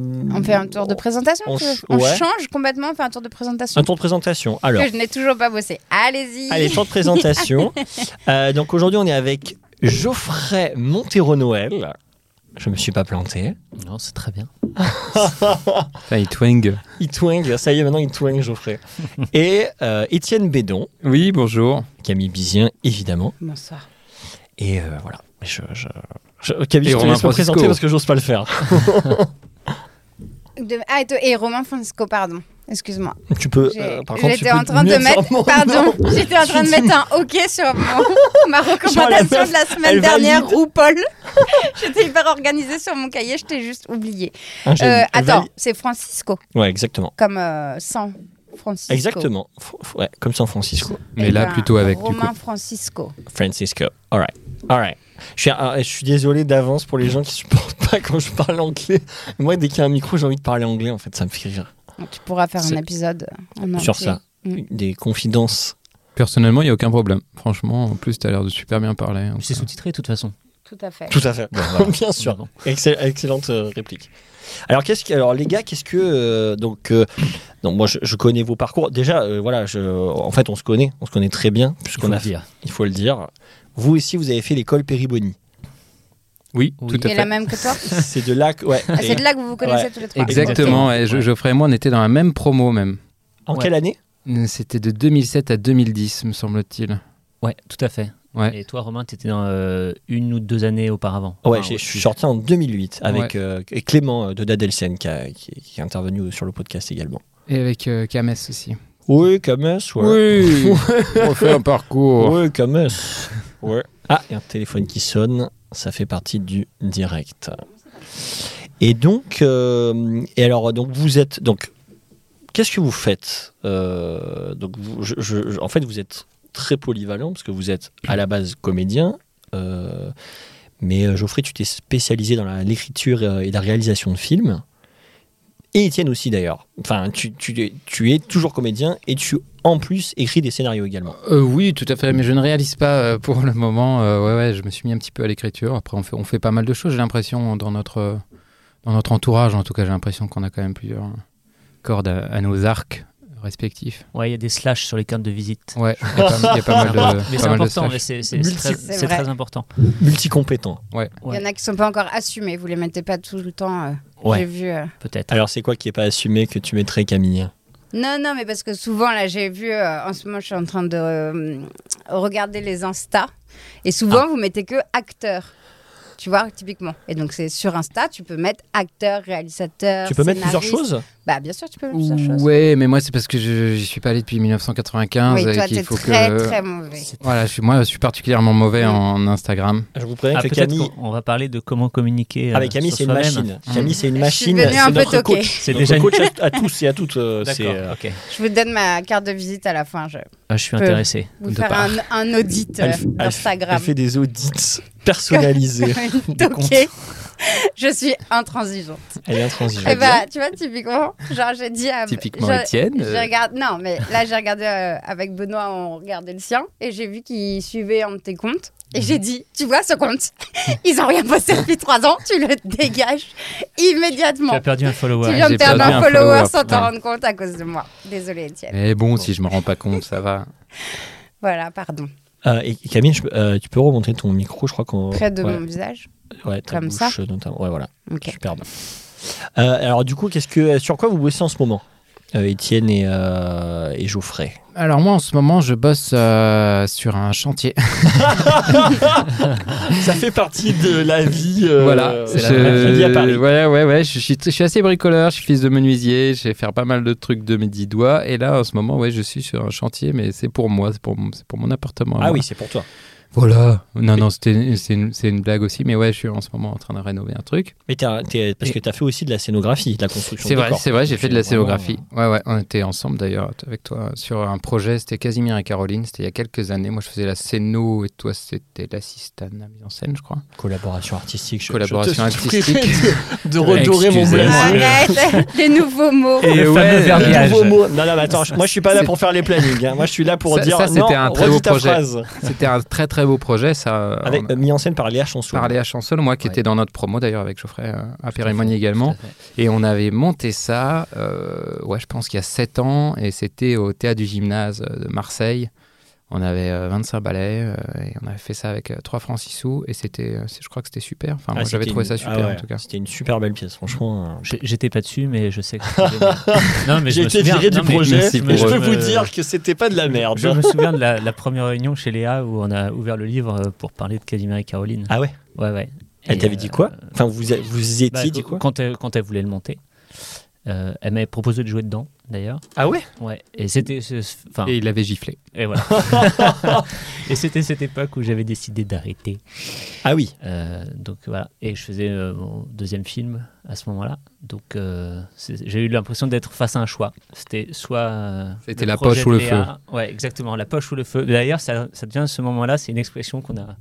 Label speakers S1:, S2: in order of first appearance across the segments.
S1: On fait un tour de présentation
S2: On
S1: tu veux
S2: ch-
S1: On
S2: ouais.
S1: change complètement, on fait un tour de présentation
S2: Un tour de présentation, alors.
S1: que je n'ai toujours pas bossé. Allez-y
S2: Allez, tour de présentation. Euh, donc aujourd'hui, on est avec Geoffrey Montero-Noël. Je me suis pas planté.
S3: Non, c'est très bien. enfin, il twang.
S2: Il twang, ça y est, maintenant il twang, Geoffrey. Et euh, Étienne Bédon,
S3: Oui, bonjour.
S2: Camille Bizien, évidemment.
S1: Bonsoir.
S2: Et euh, voilà. Je, je, je- Camille,
S3: Et
S2: je te
S3: Romain
S2: laisse me
S3: Francisco.
S2: présenter parce que j'ose pas le faire.
S1: De- Ah, et, toi- et Romain Francisco, pardon. Excuse-moi.
S2: Tu peux.
S1: J'ai-
S2: euh, par contre, tu
S1: J'étais
S2: peux
S1: en train de
S2: mieux
S1: mettre.
S2: dire mon
S1: Pardon,
S2: nom.
S1: j'étais en train de mettre un OK sur mon- ma
S2: Genre la
S1: recommandation
S2: meuf,
S1: de la
S2: elle
S1: semaine dernière,
S2: valide.
S1: RuPaul. j'étais hyper organisée sur mon cahier, je t'ai juste oublié.
S2: Un génie.
S1: Euh, attends,
S2: Vali-
S1: c'est Francisco,
S2: Ouais, exactement.
S1: comme euh, sans Francisco.
S2: Exactement. F- f- ouais, comme San Francisco.
S3: Mais
S1: Eh
S3: là,
S1: ben,
S3: plutôt avec du
S1: Romain
S3: coup.
S1: Francisco.
S2: Francisco. All right. All right. Je suis, ah, je suis désolé d'avance pour les gens qui supportent pas quand je parle anglais. Moi, dès qu'il y a un micro, j'ai envie de parler anglais. En fait, ça me fait rire.
S1: Tu pourras faire un
S2: C'est-
S1: épisode en
S2: Sur
S1: entier.
S2: ça,
S1: Mm.
S2: des confidences.
S3: Personnellement, il n'y a aucun problème. Franchement, en plus, tu as l'air de super bien parler.
S4: C'est sous-titré de toute façon.
S1: Tout à fait.
S2: Tout à fait. Bien sûr.
S4: Pardon.
S2: Excell- excellente euh, réplique. Alors, qu'est-ce que, alors les gars, qu'est-ce que euh, donc euh, non, moi je, je connais vos parcours. Déjà, euh, voilà, je, en fait, on se connaît, on se connaît très bien
S4: Il
S2: puisqu'on
S4: faut
S2: a,
S4: le dire.
S2: il faut le dire. Vous aussi, vous avez fait l'école Périboni.
S3: Oui,
S4: Oui.
S3: tout à
S1: Et la
S3: fait.
S1: même que toi
S2: C'est de là que, ouais.
S1: Ah,
S2: Et
S1: C'est de là que vous vous connaissez
S2: Ouais.
S1: tous les trois.
S3: Exactement.
S4: Exactement.
S3: ouais, Je- Geoffrey et moi, on était dans la même promo même.
S2: en
S4: Ouais.
S2: quelle année
S3: C'était de 2007 à 2010, me semble-t-il.
S4: Ouais, tout à fait.
S3: Ouais.
S4: Et toi, Romain, tu étais dans euh, une ou deux années auparavant.
S2: Ouais,
S4: Enfin,
S2: j'ai- je suis
S4: tu-
S2: sorti en 2008 avec
S3: Ouais.
S2: euh, et Clément euh, de Dadelsen qui, a- qui- qui est intervenu sur le podcast également.
S3: Et avec euh, Kames aussi.
S2: Oui, Camus, ouais.
S3: Oui On fait un parcours.
S2: Oui, Camus. Ouais. Ah, il y a un téléphone qui sonne, ça fait partie du direct. Et donc, euh, et alors, donc vous êtes donc, qu'est-ce que vous faites Euh, Donc, vous- je- je- je- en fait, vous êtes très polyvalent parce que vous êtes à la base comédien. euh, mais euh, Geoffrey, tu t'es spécialisé dans la- l'écriture euh, et la réalisation de films. Et Étienne aussi d'ailleurs. Enfin, tu, tu es- tu es toujours comédien et tu en plus écris des scénarios également.
S3: Euh, oui, tout à fait, mais je ne réalise pas euh, pour le moment. Euh, ouais, ouais, je me suis mis un petit peu à l'écriture. Après, on fait, on fait pas mal de choses, j'ai l'impression, dans notre, euh, dans notre entourage. En tout cas, j'ai l'impression qu'on a quand même plusieurs euh, cordes à, à nos arcs respectifs.
S4: Ouais, il y a des slash sur les cartes de visite.
S3: Ouais, il y a pas, il y a pas mal de,
S4: mais
S3: pas
S4: c'est
S3: mal de
S4: important,
S3: slash.
S4: mais c'est c'est- c'est très,
S1: C'est
S4: c'est
S1: vrai.
S4: très important.
S2: Multicompétent.
S1: Il y en a qui sont pas encore assumés, vous les mettez pas tout le temps. euh, J'ai vu. euh,
S4: Peut-être.
S2: Alors c'est quoi qui est pas assumé que tu mettrais Camille
S1: Non, non, mais parce que souvent, là, j'ai vu, euh, en ce moment, je suis en train de euh, regarder les Insta. Et souvent, vous mettez que acteur. Tu vois, typiquement. Et donc, c'est sur Insta, tu peux mettre acteur, réalisateur.
S2: Tu peux mettre plusieurs
S1: scénariste.
S2: choses
S1: Bah, bien sûr, tu peux mettre plusieurs choses.
S3: Ouais, mais moi, c'est parce que je j'y suis pas allé depuis 1995.
S1: Oui,
S3: et
S1: toi,
S3: qu'il
S1: t'es
S3: faut
S1: très,
S3: que...
S1: très mauvais.
S3: Voilà, je suis, moi, je suis particulièrement mauvais
S1: Mm.
S3: en Instagram.
S2: Je vous préviens
S4: Ah,
S2: que
S4: peut-être
S2: Camille...
S4: qu'on- on va parler de comment communiquer. euh,
S2: Ah mais Camille
S4: sur
S2: c'est une
S4: soi-même.
S2: machine. Camille c'est une
S1: Je suis
S2: machine.
S1: devenue un
S2: C'est
S1: peu
S2: notre
S1: toquée.
S2: coach.
S4: C'est
S2: Notre
S4: déjà une-
S2: coach à, à tous et à toutes. euh, c'est, euh,
S4: D'accord, ok.
S1: Je vous donne ma carte de visite à la fin. Je
S4: Ah, je suis
S1: Peu.
S4: intéressé.
S1: vous
S3: De
S1: faire
S3: part.
S1: un, un audit
S2: Elle
S1: euh,
S2: f- elle f-
S1: d'Instagram.
S2: Elle fait des audits personnalisés.
S1: Ok. Je suis intransigeante.
S2: elle est intransigeante.
S1: Et bah, tu vois, typiquement, genre, j'ai dit à.
S3: Typiquement euh.
S1: je-
S3: Étienne.
S1: Je regarde, non, mais là, j'ai regardé euh, avec Benoît, on regardait le sien, et j'ai vu qu'il suivait un de tes comptes. Et j'ai dit, tu vois ce compte Ils ont rien posté depuis trois ans, tu le dégages
S4: Tu
S1: immédiatement.
S4: as perdu un
S1: Tu
S4: follower.
S1: viens de
S3: j'ai
S1: perdre
S3: perdu
S1: un
S3: un
S1: follower
S3: follower,
S1: sans t'en
S3: putain.
S1: rendre compte à cause de moi. Désolée, Étienne.
S3: Mais bon, si je me rends pas compte, ça va.
S1: Voilà, pardon.
S2: Euh, et Camille, je peux- euh, tu peux remonter ton micro, je crois qu'on...
S1: Près de
S2: ouais,
S1: mon visage.
S2: ouais, ta
S1: comme
S2: bouche,
S1: ça.
S2: euh, notamment. Ouais, voilà.
S1: Ok.
S2: Superbe. Euh, alors du coup, qu'est-ce que, sur quoi vous bossez en ce moment Euh, Étienne et, euh, et Geoffrey.
S3: Alors moi en ce moment je bosse euh, sur un chantier.
S2: Ça fait partie de la vie.
S3: voilà.
S4: c'est la
S3: Euh, Je-
S4: vraie
S2: à Paris.
S3: Ouais ouais ouais. Je, suis, je suis assez bricoleur. Je suis fils de menuisier. Je sais faire pas mal de trucs de mes dix doigts. Et là en ce moment ouais je suis sur un chantier mais c'est pour moi. C'est pour, mon- c'est pour mon appartement. à
S2: Ah
S3: moi.
S2: oui, c'est pour toi.
S3: Voilà. Non, non, c'était- c'est une, c'est une blague aussi, mais ouais, je suis en ce moment en train de rénover un truc.
S2: Mais t'as- t'es- parce que tu as fait aussi de la scénographie, de la construction.
S3: C'est
S2: de
S3: vrai,
S2: décors.
S3: c'est vrai, j'ai fait de la
S2: C'est vraiment-
S3: scénographie. Ouais, ouais, on était ensemble d'ailleurs avec toi sur un projet, c'était Casimir et Caroline, c'était il y a quelques années. Moi, je faisais la scéno et toi, c'était l'assistante à la mise en scène, je crois.
S2: Collaboration artistique. je-
S3: Collaboration
S2: je te-
S3: artistique.
S2: de redorer mon
S3: Excusez-moi.
S2: blason.
S1: Arrête les nouveaux mots.
S4: Et le
S3: ouais,
S4: fameux
S3: euh,
S4: verbiage.
S2: Nouveau mot. Non, non, mais attends, je- moi je suis pas là
S3: C'est-
S2: pour faire les plannings. hein. Moi je suis là pour
S3: Ça-
S2: dire.
S3: ça, c'était
S2: non,
S3: un très
S2: redis
S3: beau
S2: ta
S3: projet. Ah,
S2: phrase.
S3: C'était un très très beau projet, ça.
S2: Avec,
S3: on a
S2: euh, mis en scène par Léa Chanson.
S3: parlé à Chansol, moi qui
S2: Ouais.
S3: était dans notre promo d'ailleurs avec Geoffrey euh, à Périmonie également. Et on avait monté ça, euh, ouais, je pense qu'il y a 7 ans, et c'était au théâtre du gymnase euh, de Marseille. On avait euh, 25 ballets, euh, et on avait fait ça avec 3 francs 6 sous, et c'était, euh, c'est- je crois que c'était super. Enfin, moi,
S2: Ah,
S3: j'avais
S2: c'était
S3: trouvé
S2: une-
S3: ça super
S2: ah ouais,
S3: en tout cas.
S2: C'était une super belle pièce, franchement. euh,
S4: J'ai- J'étais pas dessus, mais je sais que. c'était- non, mais je
S2: J'ai
S4: me
S2: été
S4: souviens-
S2: viré
S4: non,
S2: du
S4: mais-
S2: projet,
S3: merci
S2: mais je
S3: pour-
S2: peux
S4: me-
S2: vous dire que c'était pas de la Ah, merde.
S4: Je me souviens de la, la première réunion chez Léa où on a ouvert le livre euh, pour parler de Casimir et Caroline.
S2: Ah ouais
S4: Ouais, ouais.
S2: Elle
S4: Et,
S2: t'avait
S4: euh,
S2: dit quoi Enfin, vous, a- vous étiez
S4: bah,
S2: dit quoi
S4: quand elle, quand elle voulait le monter, euh, elle m'avait proposé de jouer dedans, d'ailleurs.
S2: Ah ouais
S4: Ouais. Et c'était. ce- ce- Enfin,
S3: Et il avait giflé.
S4: et voilà. et c'était cette époque où j'avais décidé d'arrêter.
S2: Ah oui.
S4: Euh, donc voilà. Et je faisais euh, mon deuxième film à ce moment-là. Donc euh, c'est- j'ai eu l'impression d'être face à un choix. C'était soit. euh,
S3: C'était
S4: le
S3: la
S4: projet
S3: poche ou
S4: de
S3: le
S4: Léa- Ouais, exactement. La poche ou le feu. D'ailleurs, ça, ça devient ce moment-là. C'est une expression qu'on a,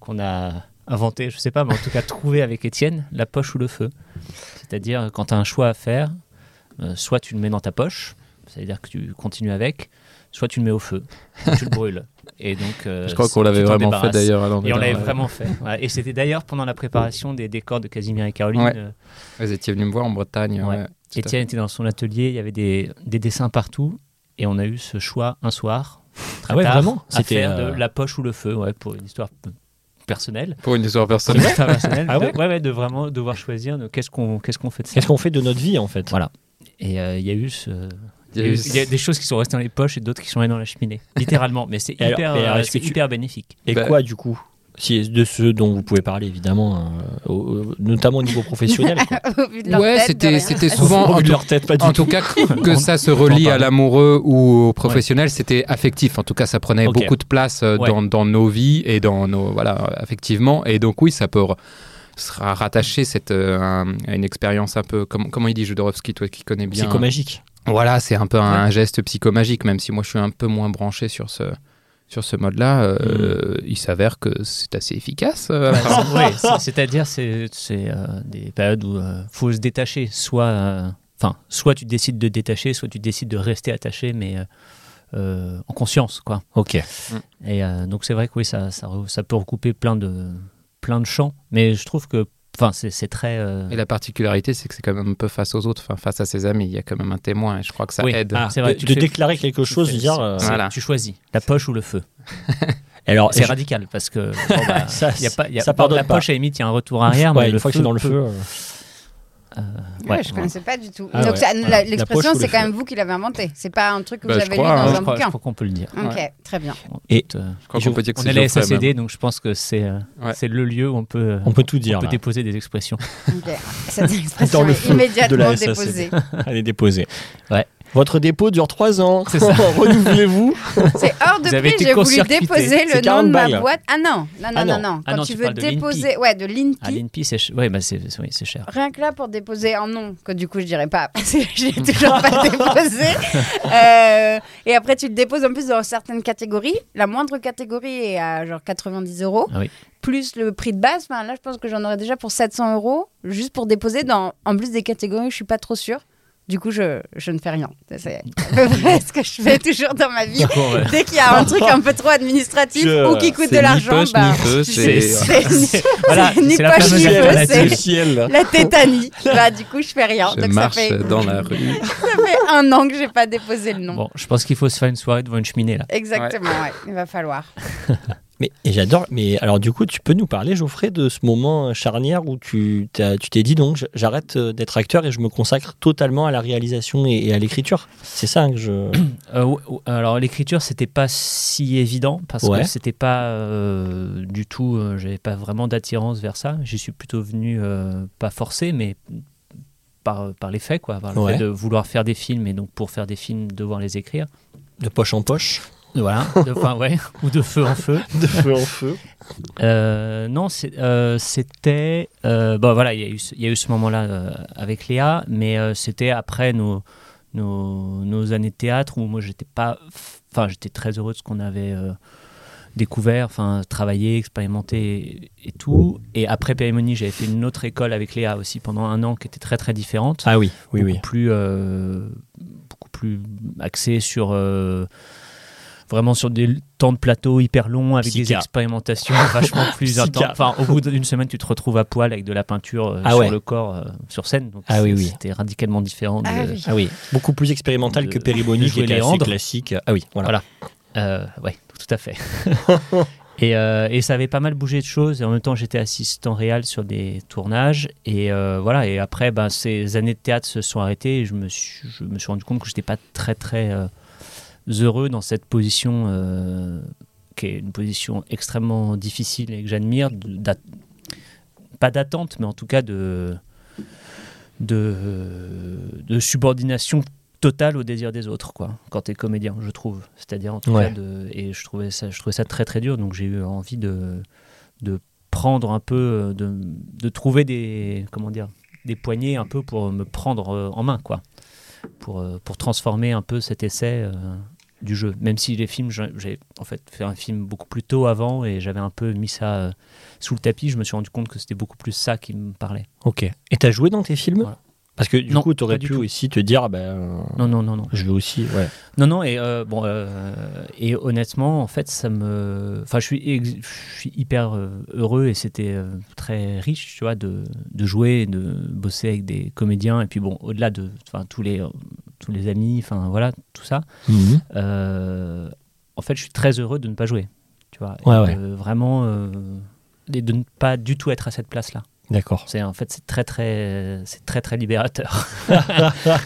S4: qu'on a inventée, je sais pas, mais en tout cas trouvée avec Étienne la poche ou le feu. C'est-à-dire, quand tu as un choix à faire, euh, soit tu le mets dans ta poche, c'est-à-dire que tu continues avec, soit tu le mets au feu, tu le brûles. Et donc, euh,
S3: Je crois qu'on
S4: tu
S3: l'avait
S4: t'en
S3: vraiment fait
S4: débarrasses.
S3: d'ailleurs. à euh,
S4: Et
S3: l'Andela,
S4: on l'avait
S3: ouais.
S4: vraiment fait. Ouais, Et c'était d'ailleurs pendant la préparation des décors de Casimir et Caroline.
S3: Ouais.
S4: euh,
S3: Vous étiez venu me voir en Bretagne.
S4: Ouais.
S3: ouais, tout à
S4: Étienne était dans son atelier, il y avait des, des dessins partout. Et on a eu ce choix un soir, très
S2: Ah ouais,
S4: tard,
S2: vraiment
S4: à
S2: C'était,
S4: faire
S2: euh,
S4: de la poche ou le feu, ouais, pour une histoire p- personnelle.
S3: fait. Pour une histoire
S4: Pour
S3: personnelle.
S4: une histoire personnelle,
S2: Ah ouais
S4: de, de vraiment devoir choisir de qu'est-ce qu'on qu'est-ce qu'on fait de ça.
S2: Qu'est-ce qu'on fait de notre vie en fait
S4: Voilà. Et euh, il y a eu ce...
S3: Il y a eu ce-
S4: il y a des choses qui sont restées dans les poches et d'autres qui sont allées dans la cheminée, littéralement. Mais c'est
S2: Et alors-
S4: hyper,
S2: et alors,
S4: euh,
S2: est-ce que
S4: c'est
S2: tu-
S4: hyper bénéfique.
S2: Et
S3: Bah-
S2: quoi du coup si, De ceux dont vous pouvez parler évidemment, euh, au- au- notamment au niveau professionnel. quoi.
S1: Au vu de leur
S3: Ouais,
S1: tête, de
S3: c'était
S1: rien. Ah,
S3: c'était
S2: Au
S3: souvent
S2: bout
S3: en
S2: de
S3: tout,
S2: leur tête, pas du
S3: en
S2: tout.
S3: tout cas que que ça se relie à l'amoureux ou au professionnel, c'était affectif. En tout cas, ça prenait
S2: Ok.
S3: beaucoup de place euh,
S4: Ouais.
S3: dans, dans nos vies et dans nos voilà affectivement. Et donc oui, ça peut re- sera rattaché cette euh, un- à une expérience un peu comme, comment il dit Jodorowsky, toi qui connais bien.
S2: Psychomagique.
S3: Voilà, c'est un peu un, un geste psychomagique, même si moi je suis un peu moins branché sur ce sur ce mode-là. euh, Il s'avère que c'est assez efficace. euh,
S4: Bah,
S3: apparemment.
S4: c'est- Mm. ouais, c'est- c'est-à-dire c'est c'est, euh, des périodes où euh, faut se détacher, soit euh, enfin soit tu décides de détacher, soit tu décides de rester attaché, mais euh, euh, en conscience quoi.
S2: Ok.
S4: Et euh, donc c'est vrai que oui ça, ça re- ça peut recouper plein de plein de champs, mais je trouve que enfin c'est c'est très euh,
S3: Et la particularité, c'est que c'est quand même un peu face aux autres, enfin, face à ses amis. Il y a quand même un témoin et je crois que ça
S4: Oui.
S3: aide.
S4: Ah, c'est vrai,
S2: de
S4: tu
S2: de
S4: fais-
S2: déclarer quelque
S4: tu
S2: chose,
S4: fais-
S2: dire.
S4: c'est-
S2: euh,
S4: c'est-
S3: Voilà.
S4: tu choisis la poche ou le feu.
S2: Alors,
S4: C'est
S2: je-
S4: radical parce que bon, bah,
S2: Ça,
S4: y a pas, y a-
S2: ça pardonne
S4: la
S2: pas.
S4: poche à la limite il y a un retour arrière,
S2: Ouais,
S4: mais
S2: une
S4: le
S2: fois que
S4: feu
S2: c'est dans le feu. euh,
S1: Ouais,
S4: ouais,
S1: je connaissais pas du tout.
S2: Ah
S1: Donc
S2: ouais.
S1: ça-
S2: Voilà. La
S1: la- l'expression,
S2: poche ou
S1: c'est
S2: le
S1: quand
S2: feu.
S1: même vous qui l'avez inventé. C'est pas un truc que
S3: Bah,
S1: vous
S3: je
S1: avez
S3: crois,
S1: lu
S3: hein.
S1: dans
S4: Ah, je
S1: un
S4: crois, je
S1: bouquin.
S4: crois qu'on peut le dire.
S1: Ok, très bien.
S2: Et
S4: Euh,
S3: Je crois qu'on peut dire que
S4: on
S3: c'est
S4: est la
S3: Geoffrey,
S4: SACD, donc je pense que c'est euh,
S3: Ouais.
S4: c'est le lieu où on peut, euh,
S2: on peut tout
S4: on
S2: dire.
S4: peut
S2: là.
S4: déposer des expressions.
S1: Ok. Cette expression
S2: le
S1: est
S2: feu de
S1: immédiatement
S2: la SACD.
S1: déposée.
S2: Elle est déposée.
S4: Ouais.
S2: Votre dépôt dure 3 ans.
S4: C'est ça.
S2: Renouvelez-vous.
S1: C'est hors de
S4: Vous avez
S1: prix,
S4: été
S1: j'ai voulu
S4: court-circuité.
S1: déposer
S2: C'est
S1: le nom
S2: 40
S1: de ma
S2: balles.
S1: boîte. Ah non, non, non,
S2: Ah
S1: non,
S2: non.
S1: non.
S4: Ah
S1: Quand
S4: non,
S1: tu
S4: tu
S1: veux
S4: parles de Ah, l'INPI.
S1: déposer, ouais, de
S4: À
S1: l'INPI,
S4: l'INPI, c'est ch- ouais, bah, c'est c'est- oui, c'est cher.
S1: rien que là pour déposer un nom, que du coup je dirais pas, parce que je l'ai toujours pas déposé. Euh, et après tu le déposes en plus dans certaines catégories. La moindre catégorie est à genre 90 euros,
S4: Ah oui.
S1: plus le prix de base. Enfin, là je pense que j'en aurais déjà pour 700 euros, juste pour déposer dans, en plus des catégories, je suis pas trop sûre. Du coup, je, je ne fais rien. Ça, C'est à peu près ce que je fais toujours dans ma vie.
S4: euh,
S1: Dès qu'il y a un truc un peu trop administratif
S2: Je-
S1: ou qui coûte
S3: c'est
S1: de l'argent,
S3: ni poche,
S1: bah,
S3: ni feu,
S1: c'est-
S3: c'est-
S1: c'est
S4: Voilà,
S1: Ni
S4: c'est la
S1: poche,
S4: fameuse
S1: ni feu,
S4: alternative.
S1: c'est-
S2: ciel.
S1: la tétanie. Bah, du coup, je fais rien.
S3: Je
S1: Donc,
S3: marche
S1: ça, fait,
S3: dans la rue.
S1: ça fait un an que j'ai pas déposé le nom.
S4: Bon, je pense qu'il faut se faire une soirée devant une cheminée là.
S1: Exactement, ouais, il va falloir.
S2: Mais et j'adore. Mais alors, du coup, tu peux nous parler, Geoffrey, de ce moment charnière où tu t'as- tu t'es dit donc j- j'arrête euh, d'être acteur et je me consacre totalement à la réalisation et, et à l'écriture. C'est ça hein, que je.
S4: Euh, ou- ou- alors l'écriture, c'était pas si évident parce
S2: Ouais.
S4: que c'était pas euh, du tout. euh, J'avais pas vraiment d'attirance vers ça. J'y suis plutôt venu euh, pas forcé, mais par, par les faits quoi, par le
S2: Ouais.
S4: fait de vouloir faire des films et donc pour faire des films devoir les écrire.
S2: De poche en poche.
S4: Voilà, de, enfin, ouais, ou de feu en feu.
S2: de feu en feu.
S4: Euh, non, c'est- euh, c'était. euh, bon, voilà, il y, a eu ce- il y a eu ce moment-là euh, avec Léa, mais euh, c'était après nos, nos, nos années de théâtre où moi j'étais pas. Enfin, j'étais très heureux de ce qu'on avait euh, découvert, enfin, travaillé, expérimenté et, et tout. Et après Pérémonie, j'avais fait une autre école avec Léa aussi pendant un an qui était très très différente
S2: Ah oui, oui, oui.
S4: beaucoup plus euh, beaucoup plus axé sur euh, vraiment sur des temps de plateau hyper longs avec des
S2: Psycha.
S4: expérimentations vachement plus
S2: Psycha.
S4: intenses. Enfin, au bout d'une semaine, tu te retrouves à poil avec de la peinture euh,
S2: Ah
S4: sur
S2: ouais.
S4: le corps euh, sur scène. Donc
S2: Ah
S4: c'est-
S2: oui, oui.
S4: c'était radicalement différent. de-
S1: Ah oui.
S2: Ah oui, beaucoup plus expérimental
S4: De-
S2: que Périboni,
S4: de
S2: qui
S4: jouer
S2: était assez
S4: Léandre.
S2: classique. Ah oui, voilà.
S4: Voilà. Euh, ouais, tout à fait. et, euh, et ça avait pas mal bougé de choses. Et en même temps, j'étais assistant réel sur des tournages. Et euh, voilà. Et après, ben, ces années de théâtre se sont arrêtées. Et je me suis, je me suis rendu compte que j'étais pas très très euh, heureux dans cette position, euh, qui est une position extrêmement difficile et que j'admire. de- d'at- Pas d'attente, mais en tout cas de de, de subordination totale au désir des autres, quoi, quand t'es comédien, je trouve. C'est-à-dire, en tout
S2: Ouais.
S4: cas, de- et je trouvais, ça, je trouvais ça très très dur, donc j'ai eu envie de, de prendre un peu, euh, de, de trouver des, comment dire, des poignées un peu pour me prendre euh, en main, quoi. Pour, euh, pour transformer un peu cet essai euh, du jeu. Même si les films, j'ai- j'ai en fait fait un film beaucoup plus tôt avant et j'avais un peu mis ça euh, sous le tapis, je me suis rendu compte que c'était beaucoup plus ça qui me parlait.
S2: Ok. Et t'as joué dans tes films
S4: Voilà.
S2: Parce que du
S4: Non,
S2: coup, t'aurais
S4: pas du
S2: pu
S4: tout.
S2: aussi te dire, ben, euh,
S4: Non, non, non, non.
S2: je vais aussi. Ouais.
S4: Non, non, et, euh, bon, euh, et honnêtement, en fait, ça me. Enfin, je suis, ex- je suis hyper euh, heureux et c'était euh, très riche, tu vois, de, de jouer, et de bosser avec des comédiens. Et puis, bon, au-delà de enfin, tous, les, euh, tous les amis, enfin, voilà, tout ça. euh, en fait, je suis très heureux de ne pas jouer, tu vois. et
S2: Ouais, ouais.
S4: de vraiment. euh, et de ne pas du tout être à cette place-là.
S2: D'accord.
S4: C'est en fait c'est très très c'est très très libérateur. mais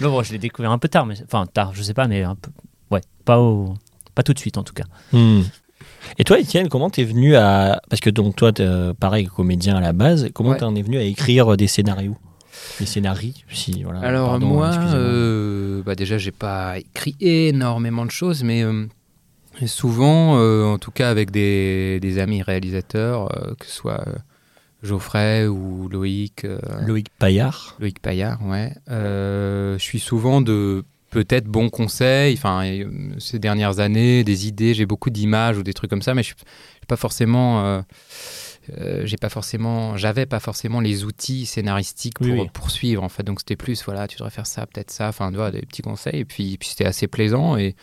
S4: bon, je l'ai découvert un peu tard, mais enfin tard, je sais pas, mais un peu ouais, pas au pas tout de suite en tout cas.
S2: Hmm. Et toi, Étienne, comment t'es venu à. Parce que donc, toi, t'es, euh, pareil, comédien à la base, comment
S3: Ouais.
S2: t'en es venu à écrire euh, des scénarios Des scénarios si, voilà,
S3: Alors
S2: pardon,
S3: moi,
S2: excusez-moi.
S3: euh, bah déjà j'ai pas écrit énormément de choses, mais euh, souvent, euh, en tout cas avec des, des amis réalisateurs, euh, que ce soit euh, Geoffrey ou Loïc, euh,
S2: Loïc Paillard.
S3: Loïc Paillard, ouais, euh, je suis souvent de peut-être bons conseils, enfin et, euh, ces dernières années, des idées, j'ai beaucoup d'images ou des trucs comme ça, mais je suis j'ai pas forcément... euh, euh, j'ai pas forcément j'avais pas forcément les outils scénaristiques pour
S2: Oui, oui.
S3: poursuivre en fait donc c'était plus voilà tu devrais faire ça peut-être ça enfin tu vois, des petits conseils et puis, puis c'était assez plaisant et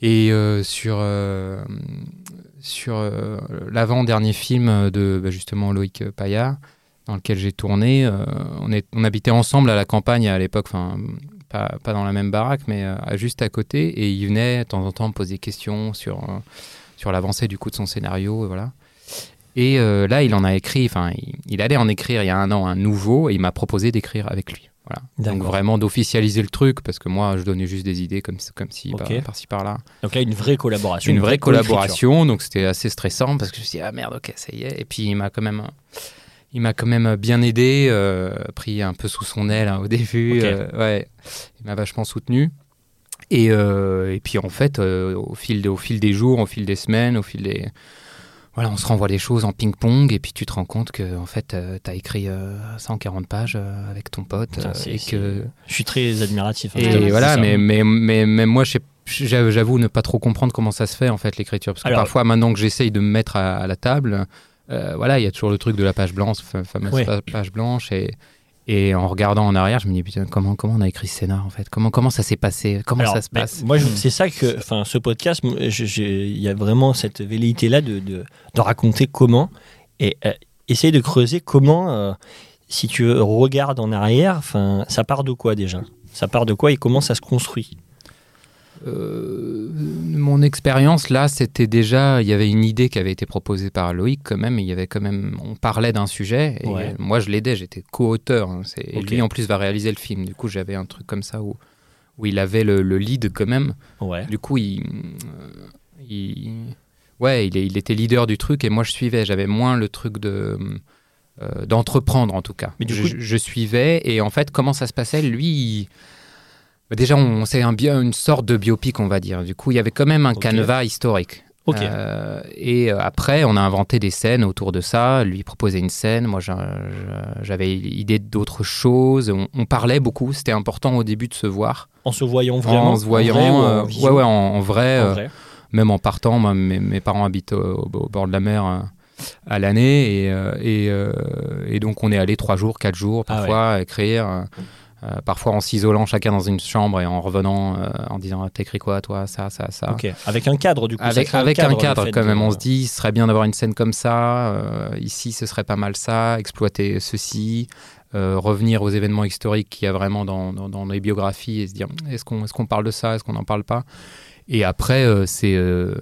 S3: et euh, sur euh, sur euh, l'avant dernier film de bah, justement Loïc Paillard dans lequel j'ai tourné euh, on est on habitait ensemble à la campagne à l'époque enfin pas, pas dans la même baraque mais euh, à- juste à côté et il venait de temps en temps me poser des questions sur euh, sur l'avancée du coup de son scénario et voilà et euh, là, il en a écrit, enfin, il, il allait en écrire il y a un an un nouveau et il m'a proposé d'écrire avec lui. Voilà. Donc
S2: D'accord.
S3: vraiment d'officialiser le truc parce que moi, je donnais juste des idées comme, comme si,
S2: Ok.
S3: par- par-ci, par-là.
S2: Donc là, une vraie collaboration.
S3: Une vraie
S2: coécriture.
S3: collaboration, donc c'était assez stressant parce que je me suis dit, ah merde, ok, ça y est. Et puis il m'a quand même. Il m'a quand même bien aidé, euh, pris un peu sous son aile hein, au début.
S2: Ok.
S3: euh, ouais, il m'a vachement soutenu. Et, euh, et puis en fait, euh, au, fil de- au fil des jours, au fil des semaines, au fil des. Voilà, on se renvoie les choses en ping-pong et puis tu te rends compte que en fait, tu as écrit euh, 140 pages euh, avec ton pote
S2: Putain,
S3: euh,
S2: c'est-
S3: et
S2: c'est-
S3: que
S2: Je suis très admiratif. hein,
S3: et
S2: je t'avoue,
S3: voilà,
S2: c'est ça.
S3: mais, mais, mais, mais moi, je sais- j'avoue j'avoue ne pas trop comprendre comment ça se fait, en fait, l'écriture. Parce que
S2: Alors-
S3: parfois, maintenant que j'essaye de me mettre à, à la table, euh, voilà, il y a toujours le truc de la page blanche, fa- fameuse
S2: Ouais.
S3: pa- page blanche. Et, et en regardant en arrière, je me dis, putain, comment, comment on a écrit ce scénar, en fait Comment, comment ça s'est passé Comment
S2: Alors,
S3: ça se
S2: ben,
S3: passe
S2: Moi, je- c'est ça que, enfin, ce podcast, m- je- je- il y a vraiment cette velléité-là de, de, de raconter comment et euh, essayer de creuser comment, euh, si tu veux, regardes en arrière, enfin, ça part de quoi déjà Ça part de quoi et comment ça se construit
S3: Euh, mon expérience là, c'était déjà, il y avait une idée qui avait été proposée par Loïc quand même. Il y avait quand même, on parlait d'un sujet. Et
S2: Ouais.
S3: Moi, je l'aidais, j'étais co-auteur. hein, c'est- et
S2: Ok.
S3: lui, en plus, va réaliser le film. Du coup, j'avais un truc comme ça où où il avait le, le lead quand même.
S2: Ouais.
S3: Du coup, il, euh, il- ouais, il, est- il était leader du truc et moi, je suivais. J'avais moins le truc de euh, d'entreprendre en tout cas.
S2: Mais du
S3: je,
S2: coup-
S3: je- je suivais et en fait, comment ça se passait Lui, il- Bah, Déjà, on, c'est un bio- une sorte de biopic, on va dire. Du coup, il y avait quand même un
S2: Ok.
S3: canevas historique.
S2: Ok.
S3: Euh, et euh, après, on a inventé des scènes autour de ça. Lui proposait une scène, moi j'a- j'a- j'avais idée d'autres choses. On, on parlait beaucoup, c'était important au début de se voir.
S2: En se voyant vraiment
S3: en se voyant,
S2: vrai ou en
S3: euh,
S2: visio
S3: ouais, ouais, en, en vrai,
S2: En
S3: euh,
S2: vrai.
S3: même en partant, moi, mes, mes parents habitent euh, au, au bord de la mer euh, à l'année et, euh, et, euh, et donc on est allé trois jours, quatre jours
S2: Ah
S3: parfois à écrire, euh, euh, parfois en s'isolant chacun dans une chambre et en revenant euh, en disant Ah, t'écris quoi toi ça ça ça.
S2: Ok. Avec un cadre, du coup. ça
S3: Avec,
S2: crée
S3: avec un
S2: le
S3: cadre
S2: fait
S3: quand
S2: de-
S3: même, on se dit, il serait bien d'avoir une scène comme ça, euh, ici ce serait pas mal ça, exploiter ceci, euh, revenir aux événements historiques qu'il y a vraiment dans, dans- dans les biographies et se dire, est-ce qu'on est qu'on parle de ça, est-ce qu'on n'en parle pas Et après, euh, c'est... euh,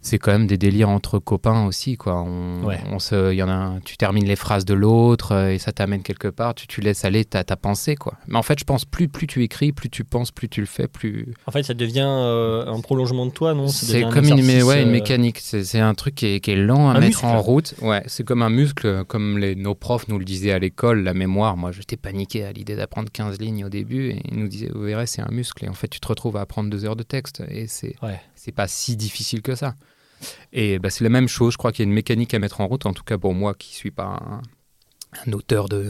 S3: c'est quand même des délires entre copains aussi, quoi. On,
S2: Ouais.
S3: on se, il y en a un- tu termines les phrases de l'autre euh, et ça t'amène quelque part. Tu, tu laisses aller ta, ta pensée, quoi. Mais en fait, je pense plus, plus tu écris, plus tu penses, plus tu le fais, plus
S2: En fait, ça devient euh, un prolongement de toi, non Ça
S3: c'est
S2: devient un
S3: comme une, mé-
S2: exercice,
S3: ouais, une
S2: euh,
S3: mécanique, c'est c'est un truc qui est, qui est lent à
S2: Un
S3: mettre en
S2: muscle.
S3: route. Ouais, c'est comme un muscle, euh, comme les, nos profs nous le disaient à l'école, la mémoire. Moi, j'étais paniqué à l'idée d'apprendre 15 lignes au début et ils nous disaient, vous verrez, c'est un muscle. Et en fait, tu te retrouves à apprendre deux heures de texte et c'est
S2: Ouais.
S3: c'est pas si difficile que ça. Et bah, c'est la même chose, je crois qu'il y a une mécanique à mettre en route, en tout cas pour moi qui suis pas un, un auteur de,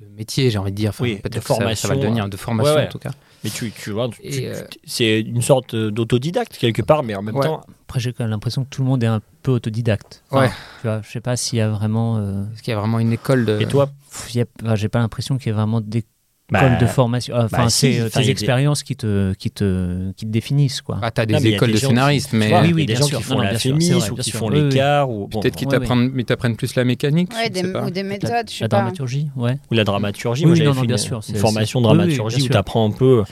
S3: de métier, j'ai envie de dire. Enfin,
S2: Oui, de
S3: peut-être que ça- ça, va le
S2: formation,
S3: devenir, de formation
S2: ouais.
S3: en tout cas.
S2: Mais tu, tu vois, tu-
S3: Et,
S2: tu- tu-
S3: euh,
S2: c'est une sorte euh, d'autodidacte quelque part, mais en même
S3: Ouais.
S2: temps,
S4: Après, j'ai quand même l'impression que tout le monde est un peu autodidacte.
S3: Ouais.
S4: Tu vois, je sais pas s'il y a vraiment. euh,
S3: Est-ce qu'il y a vraiment une école de.
S2: et toi,
S4: pff, il y a- enfin, j'ai pas l'impression qu'il y ait vraiment d'école
S2: Euh, Bah,
S4: de formation. Enfin,
S2: bah, si,
S4: c'est euh,
S2: enfin, il y a
S4: tes
S2: des-
S4: expériences qui, te, qui, te, qui te définissent, quoi.
S3: Ah, t'as
S2: Non, mais
S3: des
S2: il y a
S3: écoles
S2: des
S3: de
S2: gens qui-
S3: scénaristes, mais. euh,
S2: tu vois,
S4: Oui,
S2: il y a
S4: oui,
S2: des
S4: bien
S2: gens
S4: sûr.
S2: qui
S4: Non,
S2: font
S4: non,
S2: la
S4: bien sûr,
S2: fémis
S4: c'est vrai,
S2: ou
S4: bien
S2: qui
S4: sûr.
S2: font
S4: Oui, oui.
S2: l'écart ou, bon,
S3: Peut-être qu'ils
S4: Ouais,
S3: t'apprennent, mais t'apprennent plus la mécanique.
S1: Ouais,
S3: je
S1: des,
S3: sais pas.
S1: ou des
S4: Peut-être la-
S1: méthodes, je sais
S4: La
S1: pas.
S4: dramaturgie, ouais.
S2: ou la dramaturgie.
S4: Oui,
S2: Moi,
S4: oui,
S2: j'avais
S4: non, non,
S2: fait une,
S4: bien sûr, c'est-
S2: une formation
S4: c'est- oui, oui,
S2: dramaturgie
S4: bien
S2: où
S4: sûr.
S2: tu apprends un peu.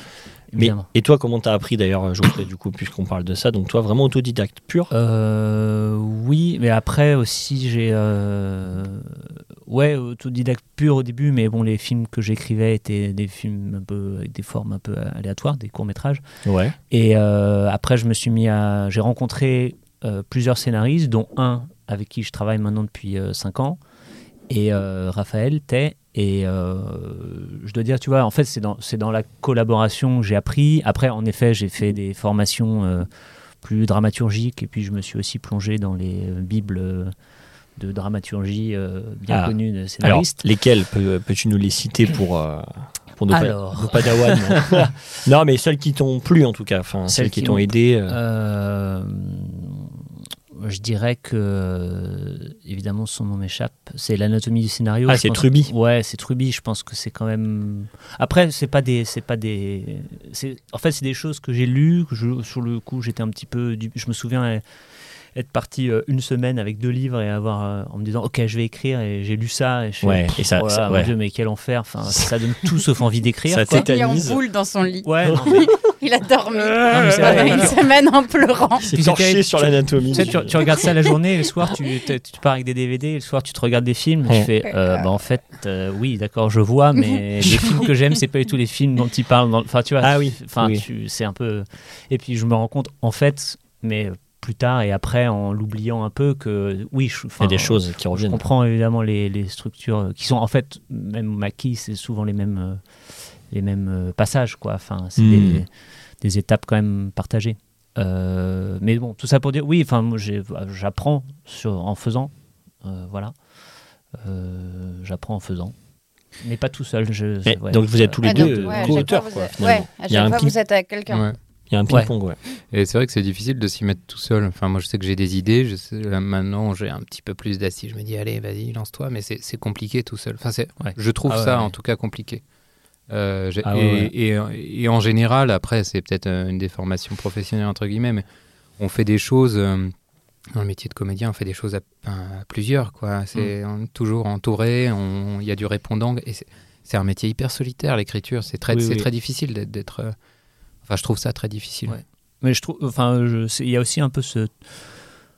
S2: Mais,
S4: évidemment.
S2: et toi, comment t'as appris d'ailleurs, Geoffrey, du coup, puisqu'on parle de ça Donc, toi, vraiment autodidacte pur
S4: Euh, oui, mais après aussi, j'ai. euh, Ouais, autodidacte pur au début, mais bon, les films que j'écrivais étaient des films un peu. avec des formes un peu aléatoires, des courts-métrages.
S2: Ouais.
S4: Et euh, après, je me suis mis à. J'ai rencontré euh, plusieurs scénaristes, dont un avec qui je travaille maintenant depuis 5 ans, et euh, Raphaël Tay. Et euh, je dois dire, tu vois, en fait, c'est dans, c'est dans la collaboration que j'ai appris. Après, en effet, j'ai fait des formations euh, plus dramaturgiques, et puis je me suis aussi plongé dans les euh, bibles euh, de dramaturgie euh, bien
S2: Ah.
S4: connues de
S2: Alors,
S4: scénaristes.
S2: lesquels peux- peux-tu nous les citer pour, euh, pour nos, pa-
S4: Alors.
S2: nos padawans hein Non, mais celles qui t'ont plu en tout cas, enfin, celles,
S4: Celles
S2: qui
S4: qui
S2: t'ont
S4: m'ont
S2: aidé. euh,
S4: Euh, je dirais que, euh, évidemment, son nom m'échappe. C'est l'anatomie du scénario.
S2: Ah,
S4: je
S2: c'est
S4: pense-
S2: Truby.
S4: Ouais, c'est Truby. Je pense que c'est quand même. Après, c'est pas des, c'est pas des. c'est- En fait, c'est des choses que j'ai lues. Que je- sur le coup, j'étais un petit peu. du- Je me souviens euh, être parti euh, une semaine avec deux livres et avoir euh, en me disant, ok, je vais écrire et j'ai lu ça et je fais,
S2: Ouais, et ça-
S4: oh là
S2: ça-
S4: là,
S2: ouais.
S4: mon Dieu, mais quel enfer. Enfin, ça donne tout sauf envie d'écrire.
S2: Ça
S4: quoi.
S1: Il est en
S2: tétanise.
S1: boule dans son lit.
S4: Ouais. non, mais-
S1: Il a dormi
S4: non, mais c'est vrai.
S1: pendant une semaine en pleurant.
S2: C'est
S4: Puis
S2: torché
S4: c'était-
S2: sur l'anatomie.
S4: Tu, sais, tu- tu regardes ça la journée, le soir tu, tu- tu pars avec des DVD, le soir tu te regardes des films,
S2: Ouais.
S4: tu fais euh, bah, en fait euh, oui d'accord je vois mais les films que j'aime c'est pas du tout les films dont ils parlent. dans- Enfin tu vois,
S2: Ah oui,
S4: enfin
S2: oui.
S4: tu- c'est un peu et puis je me rends compte en fait mais plus tard et après en l'oubliant un peu que oui je,
S2: Il y
S4: enfin,
S2: a des choses qui
S4: Ah, je
S2: reviennent.
S4: comprends évidemment les, les structures euh, qui sont en fait même au maquis c'est souvent les mêmes euh, les mêmes euh, passages quoi enfin c'est
S2: Hmm.
S4: des, des étapes quand même partagées Euh, mais bon tout ça pour dire oui enfin moi, j'ai- euh, j'apprends sur- en faisant euh, voilà Euh, j'apprends en faisant mais pas tout seul je,
S2: Mais
S4: ouais,
S2: donc, vous êtes tous les
S1: Ah,
S2: deux
S1: donc,
S2: euh,
S1: ouais, à chaque
S2: co-auteurs,
S1: fois, vous
S2: quoi,
S1: êtes-
S2: finalement.
S1: ouais, à
S2: Il y a
S1: chaque
S2: un
S1: fois,
S2: ping-
S1: vous êtes avec quelqu'un.
S3: Ouais.
S2: Il y a un
S4: Ouais.
S2: ping-pong, ouais.
S3: Et c'est vrai que c'est difficile de s'y mettre tout seul. Enfin, moi, je sais que j'ai des idées. Je sais, là, maintenant, j'ai un petit peu plus d'assises. Je me dis, allez, vas-y, lance-toi. Mais c'est c'est compliqué tout seul. Enfin, c'est-
S4: Ouais.
S3: je trouve
S4: Ah ouais,
S3: ça,
S4: ouais.
S3: en tout cas, compliqué. Euh, j'ai-
S2: Ah ouais,
S3: et, et- et en général, après, c'est peut-être euh, une déformation professionnelle, entre guillemets, mais on fait des choses. euh, dans le métier de comédien, on fait des choses à, à plusieurs, quoi. C'est
S4: Mm.
S3: on est toujours entouré, on- il y a du répondant. Et c'est- c'est un métier hyper solitaire, l'écriture. C'est très,
S4: Oui,
S3: c'est
S4: oui.
S3: très difficile d'être- d'être. euh, Enfin, je trouve ça très difficile.
S4: Ouais. Mais je trouve, enfin, je- c'est- il y a aussi un peu ce.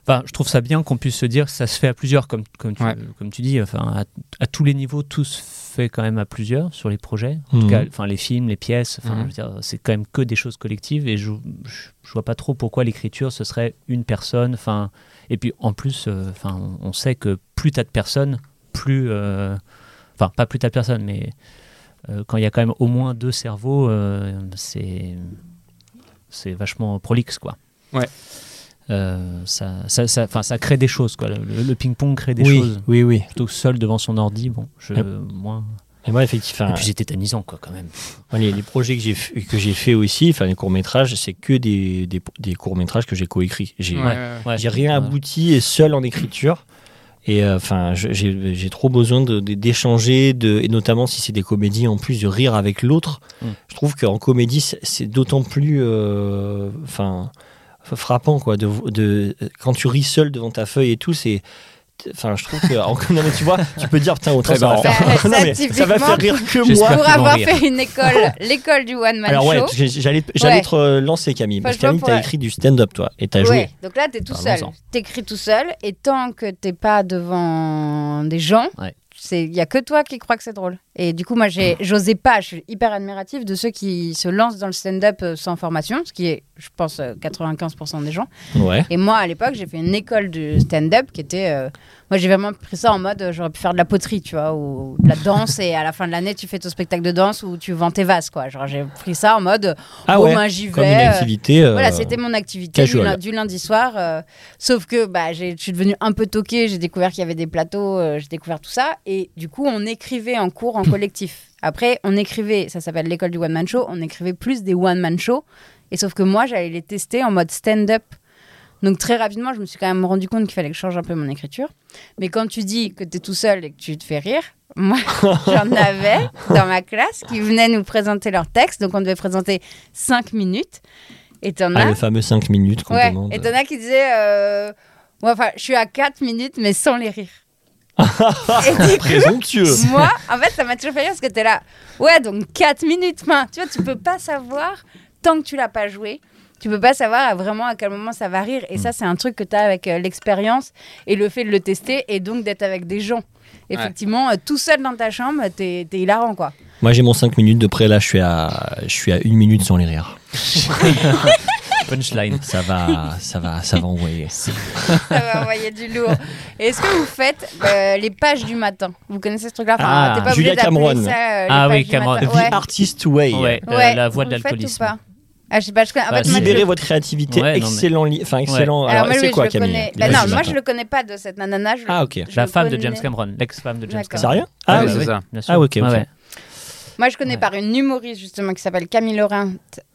S4: Enfin, je trouve ça bien qu'on puisse se dire que ça se fait à plusieurs, comme, comme, tu,
S3: Ouais.
S4: comme tu dis, enfin, à, à tous les niveaux, tout se fait quand même à plusieurs sur les projets. En
S2: Mhm.
S4: tout cas, enfin, les films, les pièces, enfin,
S3: Mhm.
S4: je veux dire, c'est quand même que des choses collectives et je, je, je vois pas trop pourquoi l'écriture ce serait une personne. Enfin, et puis en plus, euh, enfin, on, on sait que plus t'as de personnes, plus. euh, Enfin, pas plus t'as de personnes, mais euh, quand il y a quand même au moins deux cerveaux, euh, c'est c'est vachement prolixe, quoi.
S3: Ouais.
S4: Euh, ça, ça, ça- 'fin, ça crée des choses, quoi. Le, le- le ping-pong crée des
S2: oui,
S4: choses.
S2: oui, oui.
S4: Plutôt que seul devant son ordi, bon, je,
S2: Yep.
S4: moins.
S2: Et moi, effectivement,
S4: Et puis c'est tétanisant, quoi, quand même.
S2: Moi, les, les projets que j'ai f- que j'ai fait aussi, enfin les courts métrages, c'est que des, des, des courts métrages que j'ai coécrits. J'ai j'ai rien abouti et seul en écriture. Et euh, enfin, je- j'ai j'ai trop besoin de- de- d'échanger, de, et notamment si c'est des comédies, en plus de rire avec l'autre.
S4: Mm.
S2: Je trouve qu'en comédie, c'est- c'est d'autant plus, euh, enfin, f- frappant quoi. De, de quand tu ris seul devant ta feuille et tout, c'est Enfin, je trouve que. non, mais tu vois, tu peux dire, putain, autant
S3: Très
S2: ça va,
S3: marrant.
S2: faire...
S1: Ça,
S2: non, mais ça va
S1: typiquement,
S2: faire rire que
S4: j'espère
S2: moi.
S4: Pas
S1: Pour
S4: plus
S1: avoir
S4: mourir.
S1: fait une école, l'école du One Man
S2: Alors ouais,
S1: Show.
S2: j'ai- j'allais j'allais
S1: Ouais.
S2: te euh, lancer Camille, parce que
S1: Franchement,
S2: Camille t'as
S1: pour-
S2: écrit du stand-up toi, et t'as
S1: Ouais,
S2: joué.
S1: donc là, t'es tout seul.
S4: Parlons-en.
S1: T'écris tout seul, et tant que t'es pas devant des gens,
S4: Ouais.
S1: c'est il y a que toi qui crois que c'est drôle. Et du coup, moi,
S2: Ah.
S1: j'ai, j'osais pas. Je suis hyper admirative de ceux qui se lancent dans le stand-up euh, sans formation, ce qui est, je pense, euh, 95% des gens.
S2: Ouais.
S1: Et moi, à l'époque, j'ai fait une école de stand-up qui était. euh, moi, j'ai vraiment pris ça en mode euh, j'aurais pu faire de la poterie, tu vois, ou de la danse, et à la fin de l'année, tu fais ton spectacle de danse ou tu vends tes vases, quoi. Genre, j'ai pris ça en mode
S2: Ah
S1: bon,
S2: ouais.
S1: ben, j'y
S2: Comme une
S1: vais, euh,
S2: activité. euh,
S1: voilà, c'était mon activité du,
S2: casual.
S1: lin- du lundi soir. euh, sauf que bah, j'ai- je suis devenue un peu toquée, j'ai découvert qu'il y avait des plateaux, euh, j'ai découvert tout ça. Et du coup, on écrivait en cours, en collectif. Après, on écrivait, ça s'appelle l'école du one-man show, on écrivait plus des one-man show. Et sauf que moi, j'allais les tester en mode stand-up. Donc très rapidement, je me suis quand même rendu compte qu'il fallait que je change un peu mon écriture. Mais quand tu dis que tu es tout seul et que tu te fais rire, moi, j'en avais dans ma classe qui venaient nous présenter leur texte. Donc on devait présenter 5 minutes. Et t'en
S2: ah,
S1: as
S2: le fameux 5 minutes qu'on
S1: Ouais,
S2: demande.
S1: et t'en as qui disaient euh, ouais, enfin, je suis à 4 minutes, mais sans les rires. et du coup,
S2: Présomptueux.
S1: moi, en fait, ça m'a toujours fait rire parce que t'es là. Ouais, donc 4 minutes, main. Tu vois, tu peux pas savoir tant que tu l'as pas joué. Tu peux pas savoir à vraiment à quel moment ça va rire. Et ça, c'est un truc que t'as avec euh, l'expérience et le fait de le tester et donc d'être avec des gens. Effectivement, euh, tout seul dans ta chambre, t'es t'es hilarant, quoi.
S2: Moi j'ai mon 5 minutes de près là, je suis à je suis à une minute sans les rires.
S4: Punchline.
S2: Ça va, ça va, ça va envoyer.
S1: Ça va envoyer du lourd. Et Est-ce que vous faites euh, les pages du matin Vous connaissez ce truc-là enfin,
S4: Ah,
S1: t'es pas obligé
S2: Julia
S1: d'appeler
S2: Cameron.
S1: ça, euh, les
S4: Ah
S1: pages
S4: oui,
S1: du
S4: Cameron.
S1: matin.
S2: The
S1: Ouais.
S2: Artist Way.
S4: Ouais, euh,
S1: Ouais.
S4: la voie
S1: Vous
S4: de
S1: le faites
S4: l'alcoolisme.
S1: ou pas ah, je sais pas, je connais. En
S4: Bah,
S1: fait, moi,
S2: Libérer
S1: je-
S2: votre créativité,
S4: Ouais, non, mais-
S2: excellent, li- enfin excellent.
S1: Alors,
S2: Alors,
S1: moi,
S2: c'est
S1: oui,
S2: quoi
S1: je le
S2: Camille
S1: connais.
S2: les
S1: Bah,
S2: pages
S1: non,
S2: du
S1: moi,
S2: matin
S1: je le connais pas de cette nana. Je...
S2: Ah ok.
S1: je
S4: La
S1: le
S4: femme de
S1: connais.
S4: James Cameron, l'ex-femme de James
S1: D'accord.
S4: Cameron.
S2: Sérieux Ah,
S3: Ouais,
S2: bah,
S3: c'est
S2: oui.
S3: ça.
S4: bien sûr.
S2: Ah, ok, ok.
S4: Ouais, ouais.
S1: Moi, je connais
S4: Ouais.
S1: par une humoriste, justement, qui s'appelle Camille Laurent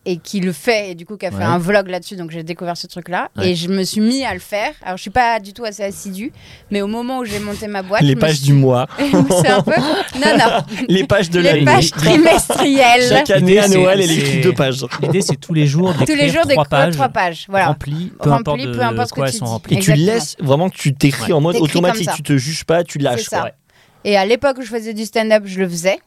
S1: et qui le fait, et du coup, qui a fait
S4: Ouais.
S1: un vlog là-dessus. Donc, j'ai découvert ce truc-là. Et je me suis mis à le faire. Alors, je suis pas du tout assez assidue, mais au moment où j'ai monté ma boîte.
S2: les
S1: je me
S2: pages
S1: suis-
S2: du mois,
S1: C'est un peu. Non, non.
S2: les pages de
S1: les
S2: l'année.
S1: pages trimestrielles.
S2: Chaque année à
S4: L'idée, c'est-
S2: Noël, elle
S4: c'est-
S2: écrit deux pages.
S4: L'idée, c'est tous les jours d'écrire
S1: Tous les jours, des
S4: trois pages,
S1: trois pages. Voilà.
S4: remplies, peu
S1: Remplies,
S4: importe de
S1: peu importe ce que
S4: quoi
S1: tu
S4: elles sont
S1: dis.
S4: remplies.
S2: Et tu
S1: Exactement.
S2: laisses vraiment que tu t'écris en mode
S1: T'écris comme
S2: automatique,
S1: ça.
S2: tu te juges pas, tu lâches.
S1: C'est ça.
S2: quoi.
S1: Et à l'époque où je faisais du stand-up, je le faisais.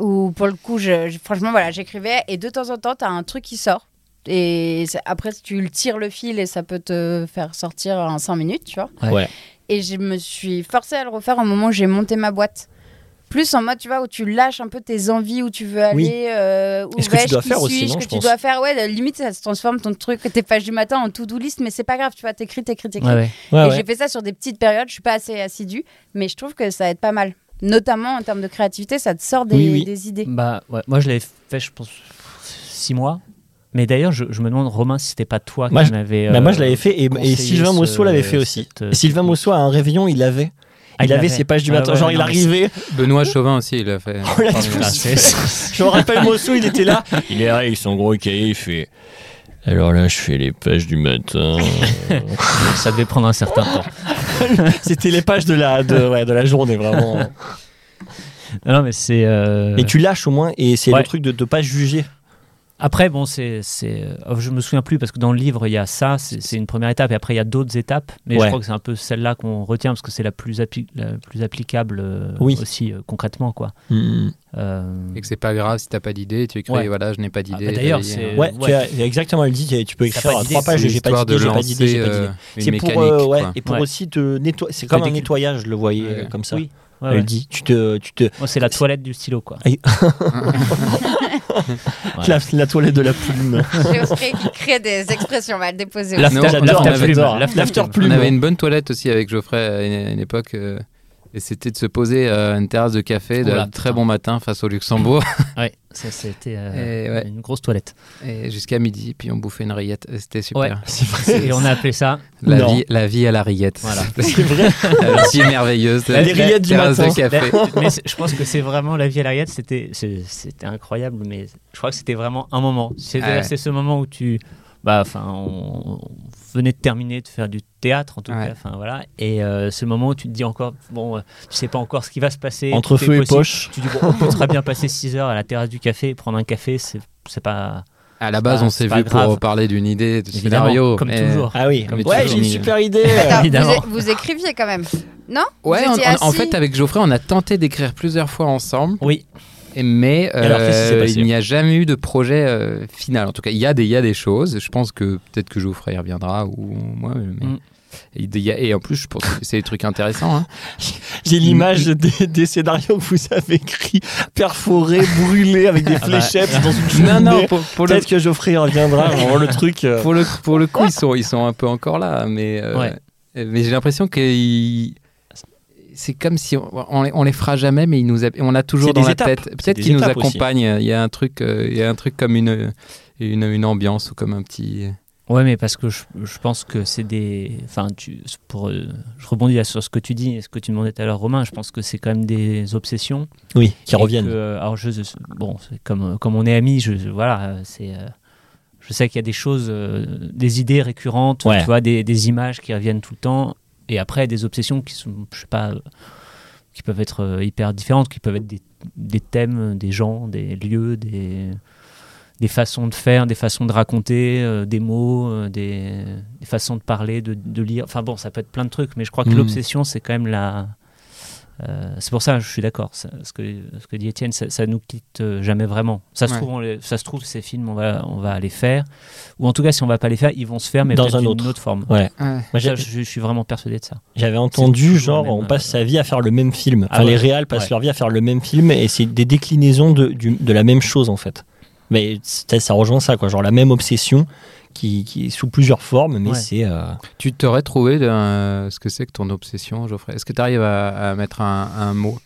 S1: Ou pour le coup, je, je- franchement, voilà, j'écrivais. Et de temps en temps, t'as un truc qui sort. Et ça- après, tu le tires le fil et ça peut te faire sortir en 5 minutes, tu vois.
S4: Ouais.
S2: Ouais.
S1: Et je me suis forcée à le refaire au moment où j'ai monté ma boîte. Plus en mode, tu vois, où tu lâches un peu tes envies, où tu veux aller,
S2: Oui.
S1: euh, où
S2: Et ce que tu
S1: vais-je,
S2: dois
S1: qui
S2: faire aussi,
S1: suis-je,
S2: non,
S1: que
S2: je
S1: tu
S2: pense.
S1: dois faire. Ouais, limite, ça se transforme ton truc, tes pages du matin en to-do list, mais c'est pas grave, tu vois, t'écris, t'écris, t'écris.
S4: Ouais, ouais.
S2: Ouais,
S1: Et
S2: Ah ouais.
S1: j'ai fait ça sur des petites périodes, je suis pas assez assidue, mais je trouve que ça aide pas mal. Notamment en termes de créativité, ça te sort des,
S2: Oui, oui.
S1: des idées.
S4: Bah, ouais. Moi, je l'avais fait, je pense, six mois. Mais d'ailleurs, je, je me demande, Romain, si c'était pas toi
S2: Moi,
S4: qui
S2: je-
S4: m'avais.
S2: Bah,
S4: euh,
S2: moi, je l'avais fait et, et
S4: conseiller
S2: Sylvain
S4: ce-
S2: Mosso l'avait fait aussi.
S4: cette, euh,
S2: Et Sylvain Mosso, à un réveillon, il l'avait.
S4: Ah,
S2: il,
S4: il
S2: avait
S4: l'avait.
S2: ses pages du
S4: Ah,
S2: matin.
S4: ouais,
S2: genre,
S4: ouais,
S2: il
S4: non, mais c'est-
S2: arrivait.
S3: Benoît Chauvin aussi, il a fait.
S2: Oh là,
S4: Pardon,
S2: putain,
S4: là,
S2: c'est-
S4: c'est-
S2: je me rappelle, Mosso, il était là. Il est là avec son gros cahier, il fait. Alors là, je fais les pages du matin.
S4: ça devait prendre un certain temps.
S2: C'était les pages de la, de, ouais, de la journée, vraiment.
S4: Non, non, mais c'est. euh,
S2: Et tu lâches au moins, et c'est
S4: Ouais.
S2: le truc de ne pas juger.
S4: Après, bon, c'est, c'est, euh, oh, je me souviens plus parce que dans le livre, il y a ça, c'est, c'est une première étape, et après, il y a d'autres étapes, mais
S2: Ouais.
S4: je crois que c'est un peu celle-là qu'on retient parce que c'est la plus, appli- la plus applicable euh,
S2: Oui.
S4: aussi euh, concrètement, quoi.
S2: Mm.
S4: Euh,
S3: Et que c'est pas grave si t'as pas d'idée, tu écris,
S4: Ouais.
S3: voilà, je n'ai pas
S2: Ah,
S3: d'idée.
S4: bah d'ailleurs,
S3: t'as dit,
S4: c'est-
S3: hein.
S2: Ouais,
S4: ouais.
S2: tu as exactement elle dit tu peux
S4: T'as pas
S2: écrire à
S4: d'idée,
S2: trois pages,
S3: C'est
S2: j'ai pas
S3: l'histoire
S2: d'idée,
S3: de
S2: j'ai pas d'idée, j'ai pas
S3: lancer,
S2: d'idée.
S3: euh, une
S2: C'est pour,
S3: mécanique,
S2: euh, ouais,
S3: quoi.
S2: et pour
S4: Ouais.
S2: aussi te nettoyer. C'est comme
S4: Te
S2: un
S4: décl-
S2: nettoyage, je le voyais euh,
S3: Ouais.
S2: comme ça.
S4: Oui, ouais,
S2: Elle
S4: ouais.
S2: dit, tu te, tu te,
S4: Oh, c'est la toilette du stylo, quoi. Ouais.
S2: la, la toilette de la plume.
S1: J'ai offert qui crée des expressions, on va le déposer.
S3: La-
S1: aussi.
S3: Non, j'adore,
S4: l'after
S3: j'adore.
S4: l'after
S2: L'after
S4: plume.
S2: plume.
S3: On avait une bonne toilette aussi avec Geoffrey à une, à une époque. euh, Et c'était de se poser euh, à une terrasse de
S2: Oh
S3: café de
S4: Oula,
S3: très bon matin face au Luxembourg
S4: Ouais, ça c'était euh,
S3: Et ouais.
S4: une grosse toilette.
S3: et jusqu'à midi. Puis on bouffait une rillette. Et C'était super.
S2: C'est vrai.
S4: Et on a appelé ça.
S3: La,
S2: Non.
S3: vie, la vie à la rillette.
S4: Voilà.
S2: C'est vrai.
S3: la vie merveilleuse. de
S2: Les
S3: la
S2: rillettes du
S3: terrasse
S2: matin.
S3: de café.
S4: Bah, mais c'est- je pense que c'est vraiment la vie à l'ariette, c'était c'est- c'était incroyable, mais je crois que c'était vraiment un moment. C'est
S3: Ah ouais.
S4: c'est ce moment où tu, bah, enfin, on, on venait de terminer de faire du théâtre en tout
S3: Ouais.
S4: cas, enfin voilà, et euh, ce moment où tu te dis encore, bon, euh, tu sais pas encore ce qui va se passer.
S2: Entre
S4: tout est
S2: feu et
S4: possible.
S2: poche.
S4: Tu dis bon, on peut très bien passer 6 heures à la terrasse du café, et prendre un café, c'est c'est pas
S3: À la base,
S2: Bah,
S4: pas-
S3: on s'est
S4: c'est pas
S3: vu
S4: grave.
S3: pour parler d'une idée, de
S4: évidemment,
S3: scénario.
S4: comme
S3: mais- euh,
S4: toujours.
S2: Ah oui.
S3: Comme
S2: ouais,
S3: toujours,
S2: j'ai une
S3: mais-
S2: super idée.
S1: Attends, vous
S4: Évidemment.
S1: é- vous écriviez quand même, non
S3: Ouais,
S1: Vous
S3: on-
S1: étiez
S3: on- en
S1: assis
S3: fait, avec Geoffrey, on a tenté d'écrire plusieurs fois ensemble,
S4: Oui,
S3: et- mais
S2: alors, qu'est-ce qui s'est
S3: euh,
S2: passé
S3: il n'y a jamais eu de projet euh, final. En tout cas, il y, a des- il y a des choses. Je pense que peut-être que Geoffrey y reviendra, ou moi. mais-
S4: Mm.
S3: Il y a- et en plus, je pense que c'est des trucs intéressants. hein.
S2: J'ai l'image des, des scénarios que vous avez écrits, perforés, brûlés avec des
S4: bah.
S2: fléchettes dans une cheminée.
S3: non, non, pour, pour le,
S2: Peut-être que Geoffrey reviendra. On voit le truc. euh,
S3: pour, le, pour le coup, ils sont, ils sont un peu encore là, mais, euh,
S4: Ouais.
S3: mais j'ai l'impression que ils- c'est comme si on, on les, on les fera jamais, mais ils nous, a- on l'a toujours
S2: C'est
S3: dans
S2: des
S3: la
S2: étapes.
S3: tête.
S2: C'est
S3: Peut-être
S2: des
S3: qu'ils nous
S2: étapes aussi.
S3: accompagnent. Il y a un truc, euh, il y a un truc comme une, une, une ambiance ou comme un petit.
S4: Ouais, mais parce que je, je pense que c'est des. Enfin, tu, pour, euh, je rebondis là sur ce que tu dis et ce que tu demandais tout à l'heure, Romain. Je pense que c'est quand même des obsessions.
S2: Oui, qui
S4: et
S2: reviennent.
S4: que, euh, alors, je, bon, c'est comme, euh, comme on est amis, je, je- voilà, euh, c'est. euh, je sais qu'il y a des choses, euh, des idées récurrentes,
S2: Ouais.
S4: tu vois, des, des images qui reviennent tout le temps, et après des obsessions qui sont, je sais pas, euh, qui peuvent être euh, hyper différentes, qui peuvent être des, des thèmes, des gens, des lieux, des, des façons de faire, des façons de raconter, euh, des mots, euh, des, des façons de parler, de, de lire. Enfin bon, ça peut être plein de trucs, mais je crois que
S2: Hmm.
S3: Mhm.
S4: l'obsession, c'est quand même la. euh, c'est pour ça, je suis d'accord. ça- Ce que, ce que dit Étienne, ça, ça nous quitte euh, jamais vraiment. Ça se
S3: Ouais.
S4: trouve, on les- ça se trouve, ces films, on va, on va les faire, ou en tout cas, si on va pas les faire, ils vont se faire, mais
S2: Dans
S4: peut-être
S2: un
S4: d'une
S2: autre.
S4: forme.
S2: Ouais. Moi,
S4: Ça,
S2: j'ai-
S4: je, je suis vraiment persuadé de ça.
S2: J'avais entendu,
S4: toujours
S2: genre,
S4: le même,
S2: on passe
S4: euh,
S2: sa vie à faire le même film.
S4: Ah
S2: Enfin, les
S4: ouais.
S2: réals passent
S4: Ouais.
S2: leur vie à faire le même film et c'est des déclinaisons de, du- de la même chose, en fait. Mais c'est- ça rejoint ça, quoi. Genre la même obsession qui, qui est sous plusieurs formes, mais
S4: Ouais.
S2: c'est. euh,
S3: Tu t'aurais trouvé d'un- ce que c'est que ton obsession, Geoffrey Est-ce que tu arrives à, à mettre un, un mot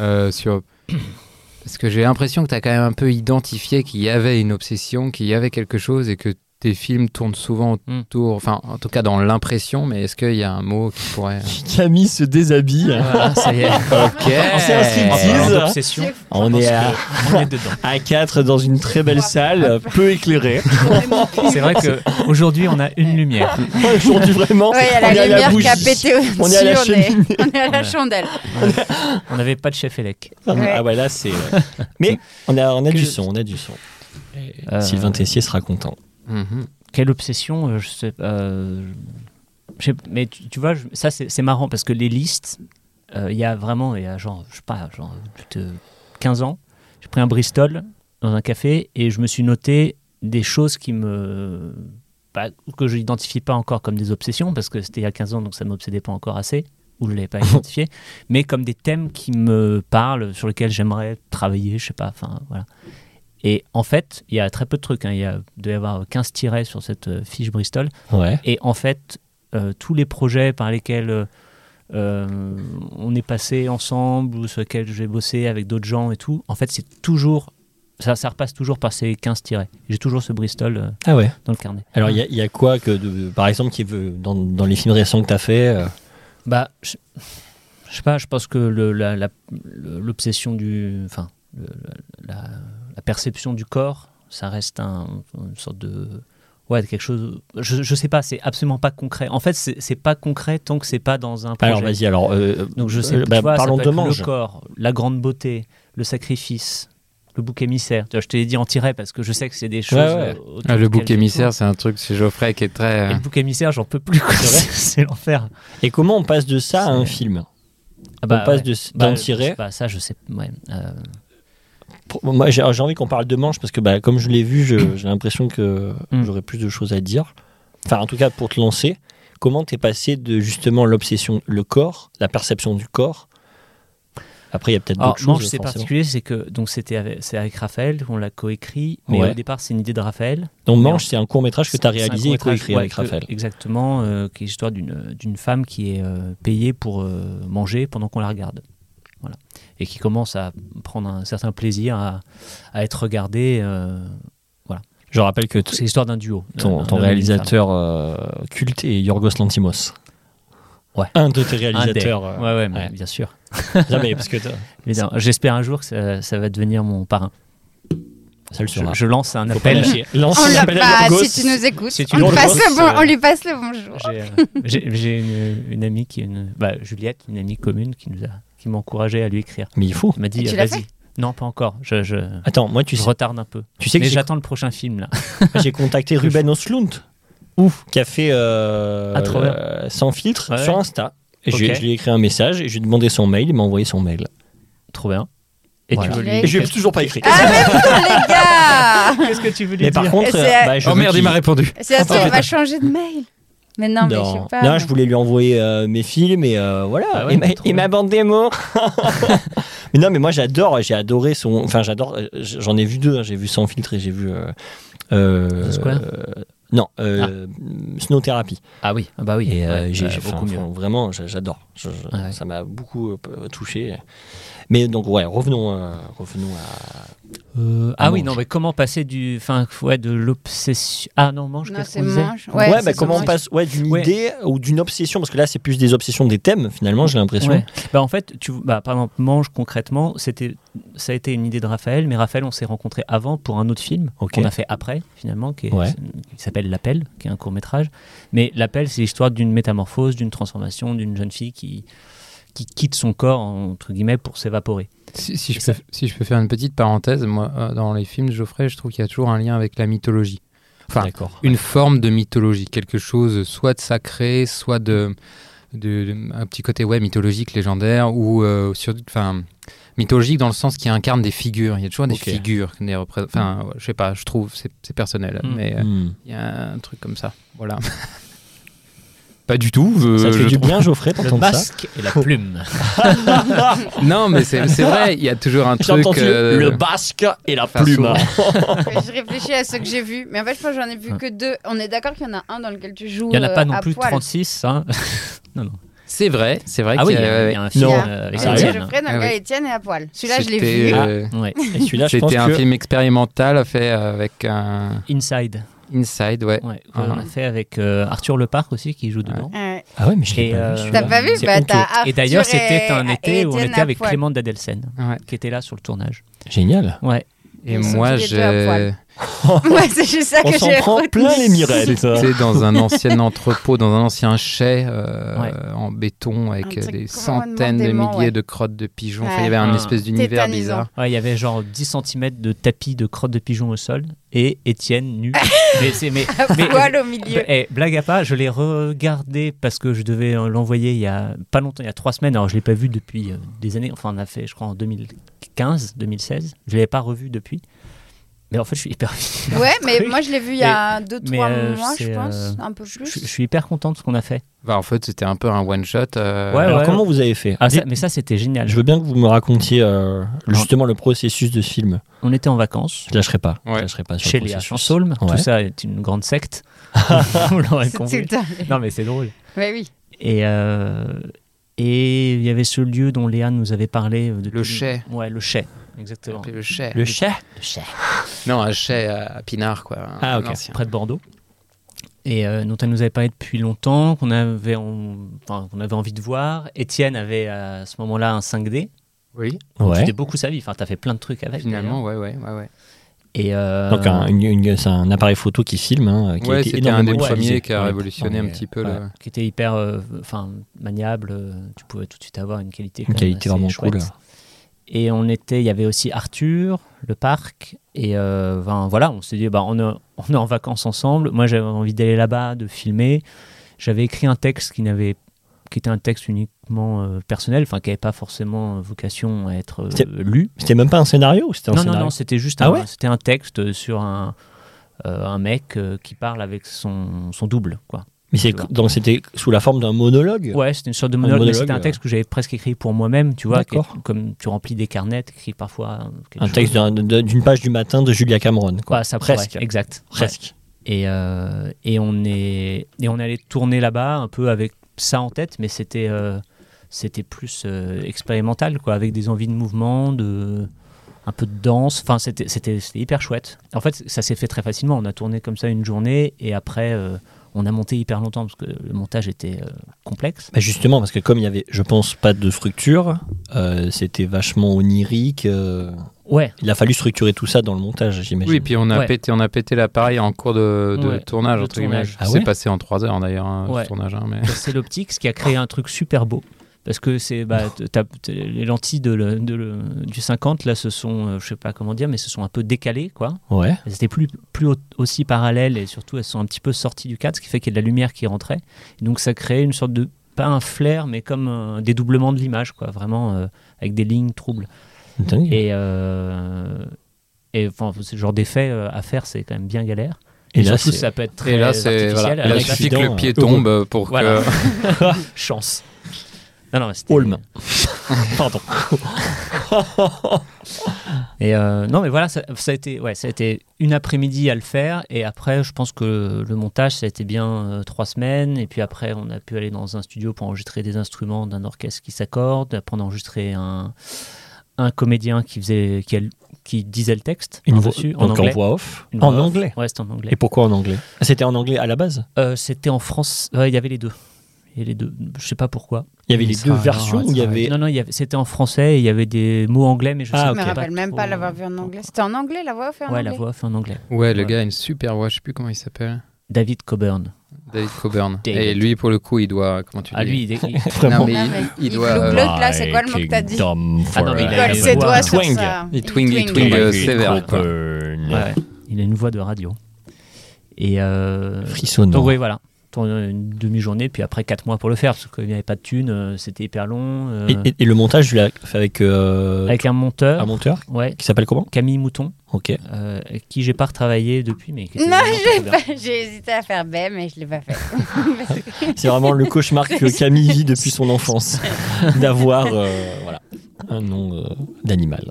S3: euh, sur. Parce que j'ai l'impression que tu as quand même un peu identifié qu'il y avait une obsession, qu'il y avait quelque chose et que tes films tournent souvent
S4: Mm.
S3: autour, enfin en tout cas dans l'impression, mais est-ce qu'il y a un mot qui pourrait.
S2: Camille se déshabille.
S4: Voilà, Ah, ça y est.
S3: Ok
S2: C'est un
S4: En parlant
S2: Tease.
S4: d'obsession,
S1: C'est-
S2: On
S4: je pense
S2: est à,
S4: que on est dedans.
S2: à 4 dans une très belle
S1: Ah,
S2: salle, peu éclairée.
S4: C'est vrai qu'aujourd'hui, on a une lumière.
S2: Aujourd'hui, vraiment,
S1: Ouais, il y a
S2: on est
S1: la
S2: à
S1: lumière
S2: bougie.
S1: qui a pété au-dessus.
S2: On est à la
S1: on est à la
S4: Ouais.
S1: chandelle.
S4: On n'avait pas de chef élec.
S1: Ouais.
S2: Ah ouais, là, c'est. Mais on a, on a
S4: Que-
S2: du son, on a du son.
S4: Euh,
S2: Sylvain Tessier sera content.
S3: Mhm.
S4: Quelle obsession euh, Je sais pas. euh, je sais- mais tu, tu vois, je- ça, c'est c'est marrant parce que les listes, euh, il y a vraiment, il y a genre, je sais pas, genre plus de 15 ans, j'ai pris un Bristol dans un café et je me suis noté des choses qui me. pas- que je n'identifie pas encore comme des obsessions parce que c'était il y a 15 ans donc ça ne m'obsédait pas encore assez ou je ne l'avais pas identifié, mais comme des thèmes qui me parlent, sur lesquels j'aimerais travailler, je sais pas, enfin voilà. Et en fait, il y a très peu de trucs, hein, il y a, il doit y avoir 15 tirets sur cette euh, fiche Bristol,
S2: Ouais.
S4: et en fait, euh, tous les projets par lesquels euh, euh, on est passé ensemble ou sur lesquels j'ai bossé avec d'autres gens et tout, en fait, c'est toujours. Ça, ça repasse toujours par ces 15 tirets. J'ai toujours ce Bristol euh,
S2: Ah ouais.
S4: dans le carnet.
S2: Alors, il y a- il y, a quoi, que de, par exemple, qui veut, dans, dans les films récents que tu as fait euh,
S4: Bah, je, je sais pas, je pense que le- la- la- le- l'obsession du. Enfin, le- la, la- la perception du corps, ça reste un- une sorte de. Ouais, quelque chose. Je, je sais pas, c'est absolument pas concret. En fait, c'est c'est pas concret tant que c'est pas dans un projet.
S2: Alors, vas-y, alors. euh,
S4: Donc je sais,
S2: euh,
S4: tu
S2: bah,
S4: vois, ça
S2: parlons
S4: peut
S2: de
S4: être
S2: mange.
S4: le corps, la grande beauté, le sacrifice, le bouc émissaire. Tu vois, je te l'ai dit en tiret parce que je sais que c'est des choses.
S2: ouais.
S4: euh, autour
S3: Ah, Le
S4: desquelles
S3: bouc
S4: je
S3: émissaire, c'est un truc chez Geoffrey qui est
S4: tourne.
S3: très. euh,
S4: Et le bouc émissaire, j'en peux plus. quoi. C'est l'enfer.
S2: Et comment on passe de ça à un film
S4: Ah bah,
S2: On passe
S4: ouais.
S2: de-
S4: Bah,
S2: d'un
S4: je sais
S2: tiret.
S4: pas, ça, je sais. ouais, euh,
S2: Pour- Moi, j'ai j'ai envie qu'on parle de manche parce que, bah, comme je l'ai vu, je- j'ai l'impression que
S4: Mm.
S2: j'aurais plus de choses à dire. Enfin, en tout cas, pour te lancer, comment t'es passé de justement l'obsession, le corps, la perception du corps Après, il y a peut-être
S4: Alors,
S2: d'autres
S4: Manche,
S2: choses.
S4: c'est
S2: forcément.
S4: particulier, c'est que donc c'était avec, c'est avec Raphaël, on l'a coécrit, mais
S2: Ouais.
S4: au départ, c'est une idée de Raphaël.
S2: Donc, Manche, c'est un court métrage que tu as
S4: C'est- c'est un
S2: réalisé et
S4: court-métrage,
S2: coécrit
S4: ouais,
S2: avec
S4: que-
S2: Raphaël.
S4: Exactement, euh, qui est l'histoire d'une d'une femme qui est euh, payée pour euh, manger pendant qu'on la regarde. Voilà. Et qui commence à prendre un certain plaisir à, à être regardée. euh,
S2: Je rappelle que t-
S4: c'est l'histoire d'un duo. euh,
S2: ton,
S4: d'un-
S2: ton
S4: d'un homme et d'une femme.
S2: réalisateur euh, culte est Yorgos Lantimos.
S4: Ouais.
S2: Un de tes
S4: Un des-
S2: réalisateurs. euh,
S4: Ouais, ouais, mais
S2: ouais.
S4: bien sûr.
S2: Jamais, parce que t'as-
S4: Évidemment. J'espère un jour que ça, ça va devenir mon parrain.
S2: ça le
S4: Je,
S2: sera.
S4: je lance un
S2: Faut pas
S4: appel.
S2: lâcher. Lance
S1: On
S2: un
S1: l'a
S2: appel à
S1: pas,
S2: Yorgos.
S1: Ah, si tu nous écoutes,
S4: si tu
S1: on,
S4: nous
S1: lui passe le
S4: écoutes,
S1: bon-
S4: euh,
S1: on lui passe le bonjour.
S4: J'ai, euh, J'ai j'ai une, une amie qui est une, bah, Juliette, une amie commune qui nous a, qui m'a encouragé à lui écrire.
S2: Mais il faut.
S4: Elle m'a dit euh,
S1: Et tu l'as
S4: vas-y. Non, pas encore. Je, je,
S2: Attends, moi, tu
S4: je
S2: sais,
S4: retarde un peu.
S2: tu sais que
S4: Mais
S2: j'ai-
S4: j'attends le prochain film là.
S2: j'ai contacté Ruben Oslund,
S4: Ouf.
S2: qui a fait euh,
S4: Ah, trop bien.
S2: euh, Sans filtre
S4: Ouais.
S2: sur Insta. Et je lui ai-
S4: Ok.
S2: je lui ai écrit un message et je lui ai demandé son mail. Il m'a envoyé son mail.
S4: Trop bien. Et
S2: Voilà.
S4: tu veux
S1: Et
S4: lui
S2: Et je
S4: qu'est-ce
S2: l'ai toujours pas écrit.
S1: Ah mais putain, les gars
S4: qu'est-ce que tu veux lui
S2: Mais
S4: dire
S2: par contre,
S1: Et
S2: euh,
S1: c'est-
S2: bah, je
S3: Oh
S2: veux
S3: merde, il
S2: qu'il-
S3: m'a répondu.
S1: C'est la seule, elle va changer de mail. Mais non, mais je sais pas.
S2: Non, je voulais lui envoyer euh, mes films et euh, voilà,
S4: Ah ouais,
S2: et, ma,
S4: trop
S2: et ma
S4: bien.
S2: bande démo. mais non, mais moi j'adore, j'ai adoré son. Enfin, j'adore, euh, j'en ai vu deux, hein, j'ai vu Sans filtre et j'ai vu. euh, euh,
S4: The Square
S2: euh, Non, euh, Snow Therapy.
S4: Ah oui, ah bah oui.
S2: Et euh,
S4: Ouais,
S2: j'ai
S4: bah,
S2: j'ai-
S4: beaucoup
S2: enfin,
S4: mieux. Ah
S2: Vraiment, j'a- j'adore. Je- je-
S4: Ouais.
S2: Ça m'a beaucoup euh, touché. Mais donc, ouais, revenons, euh, revenons à.
S4: ah oui,
S2: Mange.
S4: non, mais comment passer du, enfin, ouais, de l'obsession. Ah non, mange.
S1: Non,
S4: qu'est-ce
S1: c'est
S4: qu'on disait
S1: mange.
S2: Ouais,
S1: Ouais,
S2: bah,
S1: c'est
S2: comment on
S1: mange.
S2: passe ouais, d'une
S4: Ouais.
S2: idée ou d'une obsession Parce que là, c'est plus des obsessions des thèmes, finalement, j'ai l'impression.
S4: Ouais. Bah, en fait, tu, bah, par exemple, mange concrètement, c'était, ça a été une idée de Raphaël, mais Raphaël, on s'est rencontré avant pour un autre film
S2: Ok.
S4: qu'on a fait après finalement, qui, est-
S2: Ouais.
S4: qui s'appelle L'appel, qui est un court métrage. Mais L'appel, c'est l'histoire d'une métamorphose, d'une transformation, d'une jeune fille qui qui quitte son corps entre guillemets pour s'évaporer.
S3: Si, si je
S4: Ça-
S3: peux, si je peux faire une petite parenthèse, moi, euh, dans les films de Geoffrey, je trouve qu'il y a toujours un lien avec la mythologie. Enfin,
S2: D'accord.
S3: une forme de mythologie, quelque chose soit de sacré, soit de, de- de- un petit côté ouais mythologique, légendaire ou euh, sur, enfin mythologique dans le sens qui incarne des figures. Il y a toujours des
S2: Ok.
S3: figures, des repré- enfin ouais, je sais pas, je trouve c'est c'est personnel,
S4: Mm.
S3: mais euh,
S2: Hmm.
S3: il y a un truc comme ça. Voilà. pas du tout. euh,
S2: Ça te fait
S3: je
S2: du
S3: trouve.
S2: bien, Geoffrey,
S4: Le
S2: t'entends ça
S4: masque et la plume.
S3: Non, mais c'est c'est vrai. Il y a toujours un
S2: J'ai
S3: truc.
S2: entendu
S3: euh,
S2: le basque et la
S3: enfin,
S2: plume.
S3: souvent.
S1: Je réfléchis à ceux que j'ai vus, mais en fait, je pense que j'en ai vu que deux. On est d'accord qu'il y en a un dans lequel tu joues.
S4: Hein. Il y en a
S1: euh,
S4: pas non
S1: à
S4: plus
S1: poil.
S4: 36. hein.
S3: C'est vrai, c'est vrai.
S4: Ah oui,
S3: qu'il
S4: il y,
S3: a-
S4: a il y a un film
S2: Non.
S4: euh, avec
S1: Et
S2: Ça
S1: le
S2: a
S4: Ariane.
S1: tien, Geoffrey, dans
S3: Ah
S1: lequel
S3: oui.
S1: Étienne est à poil. Celui-là, je l'ai
S3: C'était,
S1: vu.
S3: euh,
S4: Ouais.
S2: Et celui-là, je pense
S3: C'était un
S2: que
S3: film expérimental fait euh, avec un
S4: Inside.
S3: Inside, ouais.
S4: Ouais,
S3: Ah.
S4: On a fait avec euh, Arthur Leparc aussi qui joue dedans.
S1: Ouais.
S2: Ah ouais, mais je l'ai
S4: Et,
S2: pas
S4: euh,
S2: vu. celui-là.
S1: T'as pas vu
S2: C'est
S1: bah,
S2: honteux.
S1: t'as Arthur
S4: Et d'ailleurs, c'était un
S1: et-
S4: été
S1: et
S4: où on
S1: Étienne
S4: était
S1: à
S4: avec
S1: poil.
S4: Clément Dadelsen,
S3: Ouais.
S4: qui était là sur le tournage.
S2: Génial.
S4: Ouais.
S3: Et
S1: Ils sont
S3: moi,
S1: tous les deux à
S3: j'ai.
S1: poil. Ouais, c'est juste ça
S2: On
S1: que
S2: s'en
S1: j'ai
S2: prend
S1: retenu.
S2: plein les mirettes.
S3: C'était dans un ancien entrepôt, dans un ancien chai euh,
S4: Ouais.
S3: en
S1: Un
S3: béton avec euh,
S1: truc
S3: des
S1: complètement
S3: centaines de
S1: dément,
S3: milliers
S1: ouais.
S3: de crottes de pigeons. Enfin,
S1: Ouais.
S3: il y avait un
S4: Ah.
S3: espèce d'univers
S1: Tétanisant.
S3: bizarre.
S4: Ouais, il y avait genre 10 cm de tapis de crottes de pigeon au sol et Étienne nu. mais c'est mais,
S1: À
S4: mais-
S1: poil au milieu.
S4: eh, blague à pas, je l'ai regardé parce que je devais euh, l'envoyer il y a pas longtemps, il y a trois semaines. Alors je l'ai pas vu depuis euh, des années. Enfin, on a fait, je crois, en 2015, 2016. Je l'avais pas revu depuis. Mais en fait, je suis hyper.
S1: Ouais, mais moi, je l'ai vu il y a deux,
S4: euh, mais,
S1: trois
S4: euh,
S1: mois, je
S4: c'est,
S1: pense.
S4: euh,
S1: Un peu
S4: Je, je
S1: plus.
S4: suis hyper content de ce qu'on a fait.
S3: Bah, en fait, c'était un peu un one-shot. euh,
S4: Ouais,
S2: Alors
S4: ouais.
S2: comment vous avez fait
S4: Ah, ça-
S2: Dites-
S4: mais ça, c'était génial.
S2: Je veux bien que vous me racontiez euh, justement le processus de ce film.
S4: On était en vacances.
S2: Je lâcherai pas. Je
S3: Ouais.
S2: lâcherai pas sur
S4: chez
S2: le
S4: les
S2: processus.
S4: Chansolme.
S2: Ouais.
S4: Tout ça est une grande secte. Vous
S1: C'est
S4: l'aurez
S1: tout
S4: compris.
S1: le temps.
S4: Non, mais c'est drôle.
S1: Ouais, oui.
S4: Et, euh, et il y avait ce lieu dont Léa nous avait parlé. euh, depuis-
S3: Le chai.
S4: Ouais, le chai.
S3: on
S4: Exactement.
S3: l'appelait Le chai.
S2: Le chef
S4: Le chai.
S3: Non, un chai à, à Pinard, quoi. un-
S2: Ah,
S3: un
S2: ok.
S3: ancien.
S4: Près de Bordeaux. Et euh, dont elle nous avait parlé depuis longtemps, qu'on avait, en- enfin, qu'on avait envie de voir. Étienne avait à ce moment-là un 5D.
S3: Oui.
S4: C'était
S2: Ouais.
S4: beaucoup sa vie. Enfin, t'as fait plein de trucs avec.
S3: Finalement, ouais, ouais, ouais. ouais.
S4: d'ailleurs. Et, euh,
S2: Donc un, une- une- c'est un appareil photo qui filme, hein, qui a
S3: Ouais,
S2: été
S3: c'était un des
S2: énormément
S3: premiers
S2: utilisé.
S3: qui a
S2: Ouais.
S3: révolutionné
S2: Non,
S3: un
S2: mais,
S3: petit peu
S2: ouais.
S3: le.
S4: qui était hyper euh, enfin maniable euh, tu pouvais tout de suite avoir une qualité
S2: Une
S4: quand
S2: qualité
S4: même assez
S2: vraiment cool.
S4: chouette. et on était il y avait aussi Arthur le parc et euh, ben, voilà on s'est dit bah on est on est en vacances ensemble moi j'avais envie d'aller là-bas de filmer j'avais écrit un texte qui n'avait qui était un texte uniquement euh, personnel enfin qui n'avait pas forcément euh, vocation à être euh,
S2: C'était-
S4: lu
S2: C'était même pas un scénario ou C'était un
S4: non non
S2: scénario
S4: non c'était juste
S2: Ah
S4: un,
S2: ouais
S4: c'était un texte sur un euh, un mec euh, qui parle avec son, son double quoi
S2: Mais c'est
S4: Tu vois.
S2: donc c'était sous la forme d'un monologue.
S4: Ouais, c'était une sorte de monologue, mais
S2: monologue,
S4: c'était un
S2: euh.
S4: texte que j'avais presque écrit pour moi-même, tu vois,
S2: D'accord.
S4: qui est- comme tu remplis des carnets, écris parfois euh, quelque
S2: Un
S4: chose.
S2: texte d'un- d'un- d'une page du matin de Julia Cameron. Quoi.
S4: Ouais, Bah, ça
S2: presque.
S4: presque, exact. Ouais.
S2: Presque.
S4: Et, euh, et on est et on allait tourner là-bas un peu avec ça en tête, mais c'était euh, c'était plus euh, expérimental, quoi, avec des envies de mouvement, de un peu de danse. Enfin, c'était c'était c'était hyper chouette. En fait, ça s'est fait très facilement. On a tourné comme ça une journée et après. euh, on a monté hyper longtemps parce que le montage était euh, complexe.
S2: Bah, justement, parce que comme il y avait, je pense, pas de structure, euh, c'était vachement onirique. euh,
S4: Ouais,
S2: il a fallu structurer tout ça dans le montage, j'imagine.
S3: Oui, et puis on a
S4: Ouais.
S3: pété, on a pété l'appareil en cours de, de
S4: Ouais,
S3: tournage
S4: de
S3: entre guillemets.
S4: tournage.
S2: Ah
S3: C'est
S2: ouais
S3: passé en 3 heures d'ailleurs hein, ce
S4: Ouais.
S3: tournage, hein, mais
S4: c'est l'optique, ce qui a créé un truc super beau. Parce que c'est bah, t- t'as- t- les lentilles de le- de le- du 50, là, se sont, euh, je sais pas comment dire, mais se sont un peu décalées, quoi.
S2: Ouais.
S4: Elles étaient plus, plus au- aussi parallèles et surtout elles sont un petit peu sorties du cadre, ce qui fait qu'il y a de la lumière qui rentrait. Et donc ça créait une sorte de, pas un flair, mais comme un dédoublement de l'image, quoi, vraiment euh, avec des lignes troubles.
S2: Dingue. Et,
S4: Et, euh, et enfin, ce genre d'effet euh, à faire, c'est quand même bien galère.
S2: là,
S4: surtout,
S2: c'est-
S4: ça peut être très
S3: et là c'est
S4: artificiel.
S3: voilà, là,
S4: Alors que
S3: il
S4: là,
S3: suffit que
S2: l'accident,
S3: le pied
S2: euh,
S3: tombe euh, pour
S4: Voilà.
S3: que
S4: Chance. Non, non, c'était-
S2: Holm. Pardon.
S4: Et euh, non, mais voilà, ça, ça a été, ouais, ça a été une après-midi à le faire. Et après, je pense que le montage, ça a été bien euh, trois semaines. Et puis après, on a pu aller dans un studio pour enregistrer des instruments d'un orchestre qui s'accorde. Après, on a enregistré un, un comédien qui, faisait, qui, a- qui disait le texte
S2: Une voix,
S4: par-dessus, en
S2: donc
S4: anglais.
S2: en voix off.
S4: Une
S2: en
S4: voix off.
S2: anglais.
S4: Ouais, c'était en anglais.
S2: Et pourquoi en anglais Ah, C'était en anglais à la base
S4: Euh, c'était en France. ouais, il y avait les deux. Il y avait les deux. Je sais pas pourquoi.
S2: Il y avait
S3: Il
S2: les
S3: sera
S2: deux
S3: alors,
S2: versions
S3: ouais,
S2: ou il y
S3: ça va
S2: avait.
S4: Non, non, il y avait- c'était en français. et Il y avait des mots anglais, mais je
S2: Ah,
S4: sais
S1: Je me
S2: ok.
S1: rappelle même pas
S4: trop- euh,
S1: l'avoir vu en anglais. C'était en anglais la voix fait en
S4: Ouais, la
S1: anglais
S4: voix fait en anglais.
S3: ouais, le
S4: Ouais.
S3: gars a une super voix, je sais plus comment il s'appelle,
S4: David Coburn.
S3: David Coburn.
S4: David.
S3: Et lui pour le coup, il doit comment tu
S4: Ah,
S3: dis
S4: lui, il, il-
S3: Non,
S2: Vraiment.
S3: mais
S1: Ah,
S3: il-
S1: mais
S3: il
S1: il
S3: doit
S1: glougloute,
S3: euh,
S1: là, c'est quoi le mot que t'as dit
S4: Ah non, mais il
S1: Il
S4: a
S1: colle
S4: une
S1: ses
S4: voix.
S1: doigts sur
S2: Twang.
S1: ça.
S3: Il twing, il
S1: twingue.
S3: twing euh, sévère. quoi.
S4: Ouais, il a une voix de radio. Et euh,
S2: Frissonnant.
S4: donc oui, voilà. Tourner une demi-journée, puis après 4 mois pour le faire, parce qu'il n'y avait pas de thune, euh, c'était hyper long. euh,
S2: Et, et- et le montage, je l'ai fait avec euh,
S4: avec un monteur,
S2: un monteur
S4: ouais,
S2: qui s'appelle comment
S4: Camille Mouton,
S2: Ok.
S4: euh, avec qui j'ai pas retravaillé depuis, mais qui était
S1: Non,
S4: vraiment très
S1: j'ai
S4: bien.
S1: pas- j'ai hésité à faire B, mais je l'ai pas fait. Parce que-
S2: C'est vraiment le cauchemar que Camille vit depuis son enfance, d'avoir euh, voilà, un nom euh, d'animal.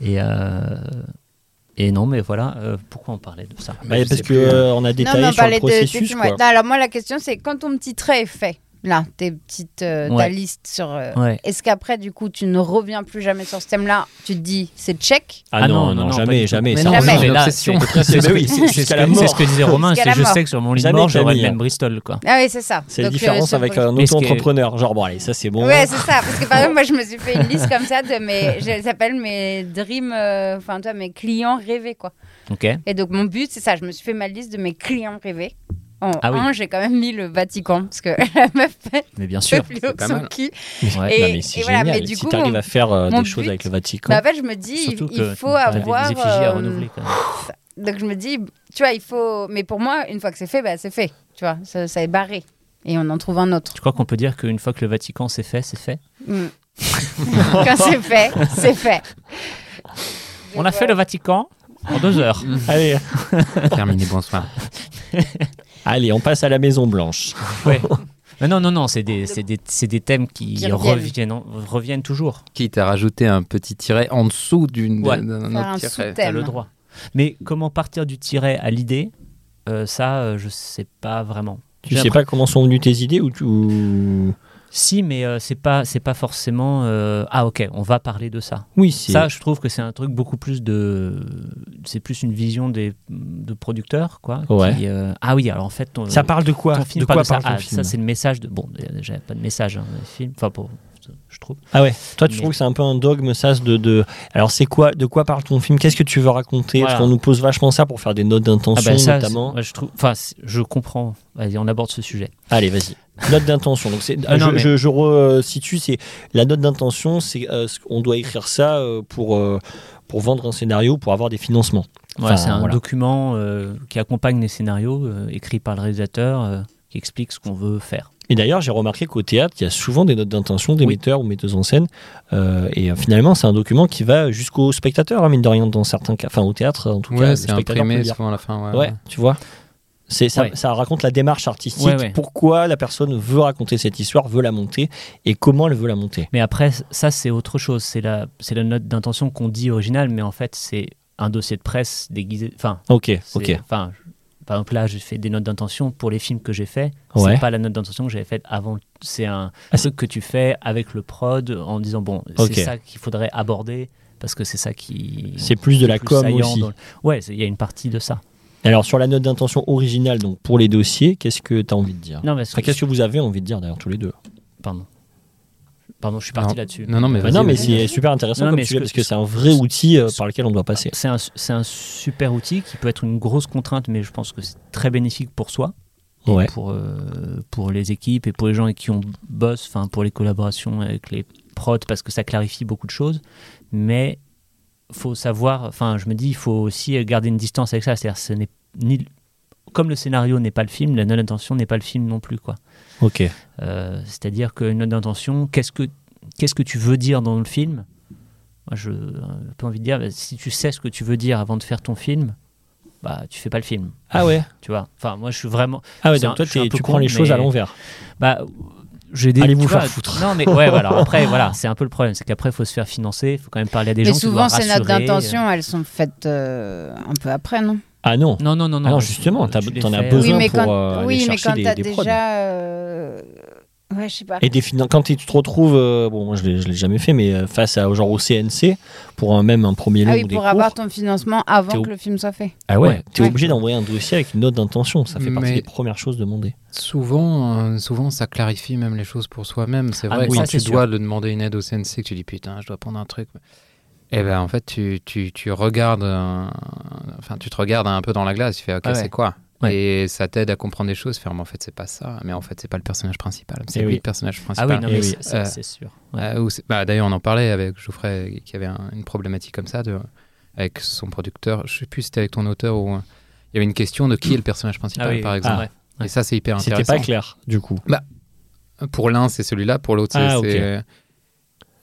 S4: Et, euh, et non, mais voilà, euh, pourquoi on parlait de ça
S2: Bah,
S3: je
S2: parce que
S3: sais plus. hein.
S2: euh, on a
S1: Non, bah,
S2: détaillé
S1: mais
S2: sur
S1: on
S2: le
S1: parlait de- de
S2: processus.
S1: films,
S2: quoi.
S1: ouais. Non, alors moi, la question, c'est quand ton petit trait est fait, là, tes petites, euh, ta
S4: Ouais.
S1: liste sur. euh,
S4: Ouais.
S1: Est-ce qu'après, du coup, tu ne reviens plus jamais sur ce thème-là Tu te dis, c'est check
S2: Ah, non, non,
S4: pas du
S2: jamais,
S4: tout.
S2: jamais.
S4: Mais
S2: ça,
S4: non,
S1: Jamais.
S4: non, mais
S3: C'est une
S4: là,
S3: obsession.
S4: c'est- c'est ce
S2: Mais oui,
S4: que-
S2: c'est
S4: c'est ce
S2: jusqu'à la
S4: que- c'est ce
S2: mort.
S4: que disait Romain,
S1: Jusqu'à
S4: c'est
S1: la
S4: je
S1: mort.
S4: sais que sur mon lit de
S2: Jamais
S4: mort, j'aurais
S2: Camille,
S4: le même
S2: hein.
S4: Bristol, quoi.
S1: Ah oui, c'est ça.
S2: C'est la
S1: Donc, euh,
S2: différence
S1: sur-
S2: avec un
S4: Mais ce qui est-
S2: auto-entrepreneur. Genre, bon, allez, ça c'est bon.
S1: Ouais, c'est ça. Parce que par exemple, moi, je me suis fait une liste comme ça de mes. Je les appelle mes dreams, euh, enfin, toi, mes clients rêvés, quoi.
S4: Ok.
S1: Et donc, mon but, c'est ça. Je me suis fait ma liste de mes clients rêvés. En
S4: Ah oui.
S1: un, j'ai quand même mis le Vatican, parce que la meuf fait
S4: Mais bien sûr.
S1: plus haut que
S3: pas
S1: son
S3: mal.
S1: cul.
S4: Ouais.
S1: Et-
S2: Non, mais c'est
S1: et voilà,
S2: génial.
S1: mais du
S2: si
S1: coup,
S2: tu arrives
S1: mon-
S2: à faire euh,
S1: mon
S2: des choses
S1: but-
S2: avec le Vatican.
S1: Mais Bah, en fait, je me dis, il,
S4: Surtout
S1: il
S4: que
S1: faut
S4: t'as des
S1: avoir.
S4: effigies à
S1: euh,
S4: renouveler, quand même.
S1: Donc je me dis, tu vois, il faut. Mais pour moi, une fois que c'est fait, bah, c'est fait. Tu vois, ça, ça est barré. Et on en trouve un autre.
S4: Tu crois qu'on peut dire qu'une fois que le Vatican s'est fait, c'est fait
S1: Mm. Quand c'est fait, c'est fait.
S4: On a fait le Vatican en deux heures.
S2: Allez, euh,
S3: Terminé, bonsoir.
S2: allez, on passe à la Maison Blanche.
S4: Ouais. Mais non, non, non, c'est des, c'est des, c'est des thèmes qui,
S1: Qui reviennent.
S4: reviennent, en- reviennent toujours.
S3: Quitte à rajouter un petit tiret en dessous d'une
S4: Ouais.
S3: d'un
S1: Faire un
S3: autre tiret.
S4: T'as
S1: Thème.
S4: le droit. Mais comment partir du tiret à l'idée euh, Ça, euh, je sais pas vraiment.
S2: Tu
S4: J'ai
S2: sais pas comment sont venues tes idées ou tu. ou-
S4: Si, mais euh, c'est pas, c'est pas forcément. euh, Ah, ok, on va parler de ça.
S2: Oui, c'est.
S4: Ça, je trouve que c'est un truc beaucoup plus de. C'est plus une vision des de producteurs, quoi. qui,
S2: Ouais.
S4: euh, Ah oui, alors en fait, ton,
S2: Ça parle de quoi
S4: ton film
S2: De quoi
S4: parle de ça.
S2: parle ton
S4: Ah,
S2: film
S4: ça, c'est le message de. Bon, déjà, pas de message, hein, dans les films. Enfin, pour... je trouve.
S2: Ah ouais. Toi, tu
S4: Mais-
S2: trouves que c'est un peu un dogme, ça, de. de... Alors, c'est quoi De quoi parle ton film Qu'est-ce que tu veux raconter
S4: Voilà.
S2: Parce qu'on nous pose vachement ça pour faire des notes
S4: Ah
S2: d'intention,
S4: bah ça,
S2: notamment.
S4: c'est- ouais, je trouve. Enfin, c'est- je comprends. Vas-y, on aborde ce sujet.
S2: Allez, vas-y. Note d'intention. Donc, c'est.
S4: Ah
S2: je,
S4: non, mais-
S2: je, je resitue. C'est la note d'intention. C'est euh, ce qu'on doit écrire ça euh, pour euh, pour vendre un scénario, pour avoir des financements.
S4: Ouais,
S2: Enfin,
S4: c'est un
S2: voilà.
S4: document euh, qui accompagne les scénarios euh, écrits par le réalisateur, euh, qui explique ce qu'on veut faire.
S2: Et d'ailleurs, j'ai remarqué qu'au théâtre, il y a souvent des notes d'intention des
S4: Oui.
S2: metteurs ou metteuses en scène. Euh, et euh, finalement, c'est un document qui va jusqu'au spectateur, hein, mine de rien, dans certains cas. Enfin, au théâtre, en tout cas.
S3: Ouais,
S2: le
S3: c'est
S2: spectateur peut
S3: imprimé
S2: le lire.
S3: souvent à la fin. ouais,
S2: Ouais,
S3: ouais.
S2: tu vois. C'est ça,
S4: Ah. Ouais.
S2: ça raconte la démarche artistique,
S4: Ouais, ouais.
S2: pourquoi la personne veut raconter cette histoire, veut la monter et comment elle veut la monter.
S4: Mais après, ça, c'est autre chose. C'est la, c'est la note d'intention qu'on dit originale, mais en fait, c'est un dossier de presse déguisé. Enfin,
S2: Ok,
S4: c'est-
S2: ok.
S4: Enfin, je- par exemple, là, j'ai fait des notes d'intention pour les films que j'ai faits.
S2: Ouais.
S4: C'est pas la note d'intention que j'avais faite avant. C'est un
S2: Ah, c'est-
S4: truc que tu fais avec le prod en disant bon,
S2: Ok.
S4: c'est ça qu'il faudrait aborder parce que c'est ça qui.
S2: C'est plus de la
S4: plus
S2: com
S4: saillant
S2: aussi.
S4: dans le- Ouais, c'est- il y a une partie de ça.
S2: Alors sur la note d'intention originale, donc pour les dossiers, qu'est-ce que tu as envie de dire
S4: Non, mais ce
S2: Enfin,
S4: que-
S2: Qu'est-ce que vous avez envie de dire d'ailleurs tous les deux
S4: Pardon. Pardon, je suis parti là-dessus.
S3: Non, non, mais
S2: Bah
S3: vas-y,
S2: Non, mais
S3: vas-y.
S2: c'est super intéressant
S4: Non,
S2: comme
S4: mais ce
S2: sujet
S4: que-
S2: parce que c'est un vrai outil euh, par lequel on doit passer.
S4: C'est un, c'est un super outil qui peut être une grosse contrainte, mais je pense que c'est très bénéfique pour soi,
S2: Ouais.
S4: pour, euh, pour les équipes et pour les gens avec qui on bosse, enfin pour les collaborations avec les prods, parce que ça clarifie beaucoup de choses. Mais faut savoir, enfin je me dis, il faut aussi garder une distance avec ça. C'est-à-dire, ce n'est ni comme le scénario n'est pas le film, la non-intention n'est pas le film non plus, quoi.
S2: Ok.
S4: Euh, c'est-à-dire qu'une note d'intention, qu'est-ce que, qu'est-ce que tu veux dire dans le film Moi, je j'ai pas envie de dire, bah, si tu sais ce que tu veux dire avant de faire ton film, bah, tu fais pas le film,
S2: Ah ouais.
S4: tu vois. Enfin, moi, je suis vraiment...
S2: Ah ouais.
S4: C'est
S2: Donc
S4: un-
S2: toi,
S4: je suis un
S2: t'es-
S4: peu
S2: tu prends
S4: con,
S2: les choses
S4: mais-
S2: à l'envers.
S4: Bah, j'ai des...
S2: Allez vous
S4: tu vois,
S2: faire foutre.
S4: Non, mais ouais, voilà. Après, voilà, c'est un peu le problème. C'est qu'après, il faut se faire financer, il faut quand même parler à des
S1: Mais
S4: gens qui
S1: souvent,
S4: doivent
S1: ces notes
S4: rassurer, euh.
S1: d'intention, elles sont faites euh, un peu après, non
S2: Ah non.
S4: Non, non, non, non.
S2: Alors justement,
S4: tu
S2: t'as-
S4: les
S2: t'en as
S4: fais-
S2: besoin.
S1: Oui, mais
S2: pour,
S1: quand,
S2: euh, aller
S1: oui, mais
S2: chercher
S1: quand
S2: des-
S1: t'as
S2: des prods.
S1: déjà. euh, Ouais, je sais pas.
S2: Et des finan- quand tu te retrouves, euh, bon, moi je l'ai je l'ai jamais fait, mais euh, face à genre au CNC pour un, même un premier long
S1: Ah oui,
S2: ou des
S1: pour
S2: cours,
S1: avoir ton financement avant
S2: T'es au-
S1: que le film soit fait.
S2: ah ouais, t'es
S1: Ouais.
S2: obligé d'envoyer un dossier avec une note d'intention. Ça fait partie
S3: Mais-
S2: des premières choses demandées.
S3: Souvent, euh, souvent, ça clarifie même les choses pour soi-même. C'est
S4: Ah,
S3: vrai
S4: mais
S3: que
S4: ça,
S3: quand
S4: c'est
S3: tu
S4: sûr.
S3: dois le demander une aide au CNC, que tu dis putain, je dois prendre un truc. Et ben en fait, tu, tu, tu regardes, un- enfin, tu te regardes un peu dans la glace. Tu fais ok,
S4: Ah ouais.
S3: c'est quoi
S4: Ouais.
S3: Et ça t'aide à comprendre des choses. Faire mais en fait, c'est pas ça. Mais en fait, c'est pas le personnage principal. C'est
S2: Eh
S3: lui
S2: oui.
S3: le personnage principal.
S4: Ah oui, non,
S2: Eh
S4: mais
S2: oui.
S4: c'est- c'est
S3: Euh,
S4: c'est sûr. Ouais.
S3: Euh, ou c'est- bah, D'ailleurs, on en parlait avec Geoffrey, qui avait un- une problématique comme ça, de, avec son producteur. Je sais plus si c'était avec ton auteur ou. euh, Il y avait une question de qui est le personnage principal,
S4: Ah oui,
S3: par
S4: oui,
S3: exemple.
S4: ouais.
S3: Et ça, c'est hyper
S2: C'était
S3: intéressant.
S2: pas clair du coup.
S3: Pour l'un, c'est celui-là, pour l'autre, c'est.
S2: Ah, ok.
S3: c'est-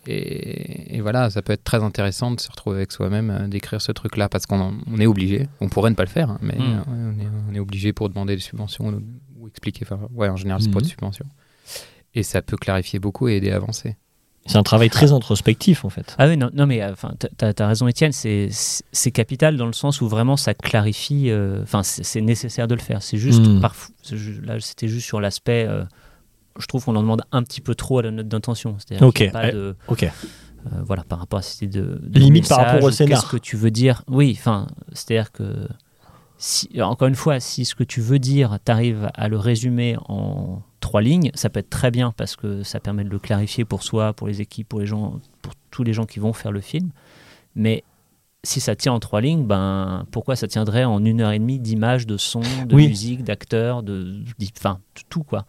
S3: Et, et voilà, ça peut être très intéressant de se retrouver avec soi-même, euh, d'écrire ce truc-là, parce qu'on en- on est obligé. On pourrait ne pas le faire, hein, mais
S4: Mm.
S3: euh, ouais, on, est, on est obligé pour demander des subventions ou, ou expliquer. Enfin, ouais, en général, c'est pour
S2: Mhm.
S3: des
S4: Hmm.
S3: subventions. Et ça peut clarifier beaucoup et aider à avancer.
S2: C'est un travail très introspectif en fait.
S4: Ah oui, non, non mais enfin, t'as as raison, Étienne, c'est- c'est c'est capital dans le sens où vraiment ça clarifie. euh, Enfin, c'est c'est nécessaire de le faire. C'est juste
S2: Mm.
S4: parfois. c'est ju- Là, c'était juste sur l'aspect. euh, je trouve qu'on en demande un petit peu trop à la note d'intention. C'est-à-dire
S2: Ok,
S4: qu'il y a pas
S2: eh,
S4: de-
S2: ok.
S4: euh, voilà, par rapport à cette idée de, de
S2: Limite par
S4: message
S2: rapport au
S4: ou
S2: scénar.
S4: Qu'est-ce que tu veux dire Oui, enfin, c'est-à-dire que si, encore une fois, si ce que tu veux dire, t'arrives à le résumer en trois lignes, ça peut être très bien parce que ça permet de le clarifier pour soi, pour les équipes, pour les gens, pour tous les gens qui vont faire le film. Mais si ça tient en trois lignes, ben pourquoi ça tiendrait en une heure et demie d'images, de sons, de
S2: Oui.
S4: musique, d'acteurs, de, d'i- enfin de tout quoi.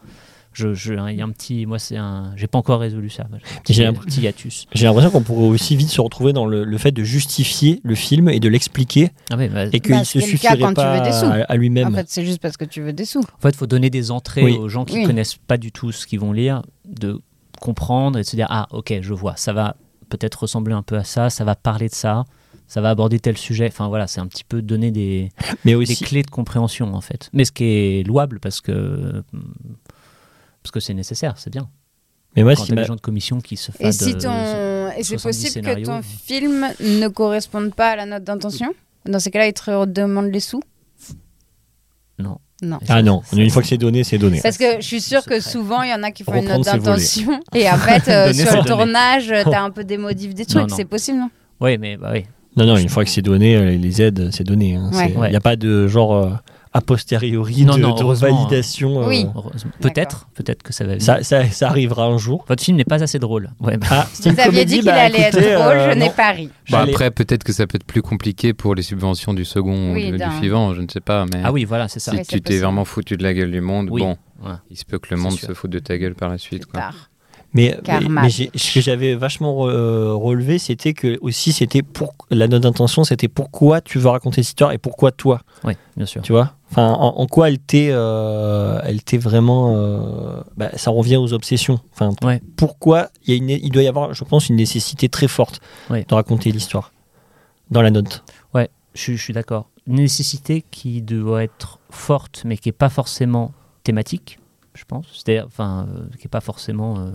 S4: Je, je- il y a un petit, moi c'est un, j'ai pas encore résolu ça.
S2: J'ai
S4: J'ai un
S2: l'impr-
S4: petit hiatus.
S2: J'ai l'impression qu'on pourrait aussi vite se retrouver dans le, le fait de justifier le film et de l'expliquer
S4: Ah ouais, bah,
S2: et qu'il
S1: Bah,
S2: se
S1: c'est le cas
S2: suffirait
S1: quand tu
S2: pas
S1: veux des sous.
S2: à, à lui-même.
S1: En fait, c'est juste parce que tu veux des sous.
S4: En fait, il faut donner des entrées
S2: Oui.
S4: aux gens qui
S1: Oui.
S4: connaissent pas du tout ce qu'ils vont lire, de comprendre et de se dire ah ok je vois, ça va peut-être ressembler un peu à ça, ça va parler de ça, ça va aborder tel sujet. Enfin voilà, c'est un petit peu donner des,
S2: mais
S4: des
S2: aussi,
S4: clés de compréhension en fait. Mais ce qui est louable parce que parce que c'est nécessaire, c'est bien.
S2: mais moi,
S4: Quand
S2: ce qui
S4: t'as
S2: m'a-
S4: des gens de commission qui se
S1: Et
S4: fadent,
S1: si
S4: euh,
S1: ton. Et c'est
S4: 70
S1: possible que
S4: scénarios.
S1: ton film ne corresponde pas à la note d'intention Dans ces cas-là, ils te redemandent les sous
S4: Non.
S1: Non.
S2: ah non,
S4: Ça,
S2: une
S4: ça-
S2: fois que c'est donné, c'est donné.
S1: Parce que je suis sûre que
S4: secret.
S1: souvent, il y en a qui font une
S2: Reprendre,
S1: note
S2: c'est voler.
S1: d'intention. Et en fait, euh,
S4: Donner,
S1: sur
S4: c'est
S1: le
S4: donner.
S1: tournage, t'as un peu des modifs des
S4: Non,
S1: trucs.
S4: non.
S1: C'est possible, non
S4: Oui, mais bah oui.
S2: Non, non, une fois que c'est donné, euh, les aides, c'est donné. Il
S1: Ouais.
S2: n'y
S4: Ouais.
S2: a pas de genre euh, a posteriori
S4: Non,
S2: de,
S4: non,
S2: de
S4: heureusement,
S2: validation. euh,
S1: Oui.
S4: Heureusement. Peut-être, peut-être que ça va. venir.
S2: ça, ça- ça arrivera un jour.
S4: Votre film n'est pas assez drôle. Ouais, bah,
S2: Ah, c'est une
S1: Vous aviez
S2: comédie,
S1: dit qu'il
S2: bah,
S1: allait
S2: écoutez,
S1: être drôle,
S2: euh,
S1: je n'ai
S2: non.
S1: pas ri.
S3: Bah
S2: J'allais-
S3: après, peut-être que ça peut être plus compliqué pour les subventions du second
S1: Oui,
S3: ou du, du
S1: d'un-
S3: suivant, je ne sais pas. Mais
S4: ah oui, voilà, c'est ça.
S3: si
S1: Oui, c'est
S3: tu t'es
S1: possible.
S3: vraiment foutu de la gueule du monde,
S4: Oui.
S3: bon,
S4: Ouais.
S3: il se peut que le
S4: C'est
S3: monde
S4: sûr.
S3: se foute de ta gueule par la suite. quoi.
S1: Tard.
S2: Mais, mais,
S1: Karma.
S2: mais j'ai- ce que j'avais vachement euh, relevé, c'était que aussi, c'était pour la note d'intention, c'était pourquoi tu veux raconter cette histoire et pourquoi toi,
S4: Oui, bien sûr.
S2: tu vois. Enfin, en, en quoi elle t'est, euh, elle t'est vraiment. euh, bah, ça revient aux obsessions. Enfin,
S4: Ouais.
S2: pourquoi il, y a une- il doit y avoir, je pense, une nécessité très forte
S4: Ouais.
S2: de raconter l'histoire dans la note.
S4: Je, suis- je suis d'accord. une nécessité qui doit être forte, mais qui n'est pas forcément thématique, je pense. C'est-à-dire, enfin, euh, qui n'est pas forcément. euh,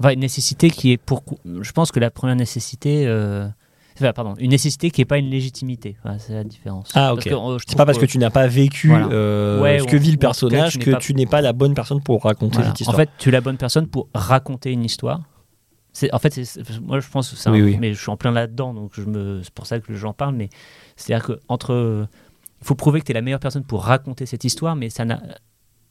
S4: Enfin, une nécessité qui est pour. Je pense que la première nécessité. euh, enfin, pardon, une nécessité qui n'est pas une légitimité. Voilà, c'est la différence. euh,
S2: Ah, ok. C'est pas parce que tu n'as pas vécu
S4: Voilà.
S2: euh,
S4: Ouais,
S2: ce que
S4: ou-
S2: vit
S4: ou en
S2: le
S4: tout cas,
S2: personnage
S4: tu n'es
S2: que
S4: pas-
S2: tu n'es pas la bonne personne pour raconter
S4: Voilà.
S2: cette
S4: En
S2: histoire.
S4: fait, tu es la bonne personne pour raconter une histoire. C'est, en fait, c'est- c'est- moi je pense que c'est un-
S3: Oui, oui.
S4: mais je suis en plein là-dedans, donc je me, c'est pour ça que j'en parle. Mais c'est-à-dire que entre, il faut prouver que tu es la meilleure personne pour raconter cette histoire, mais ça n'a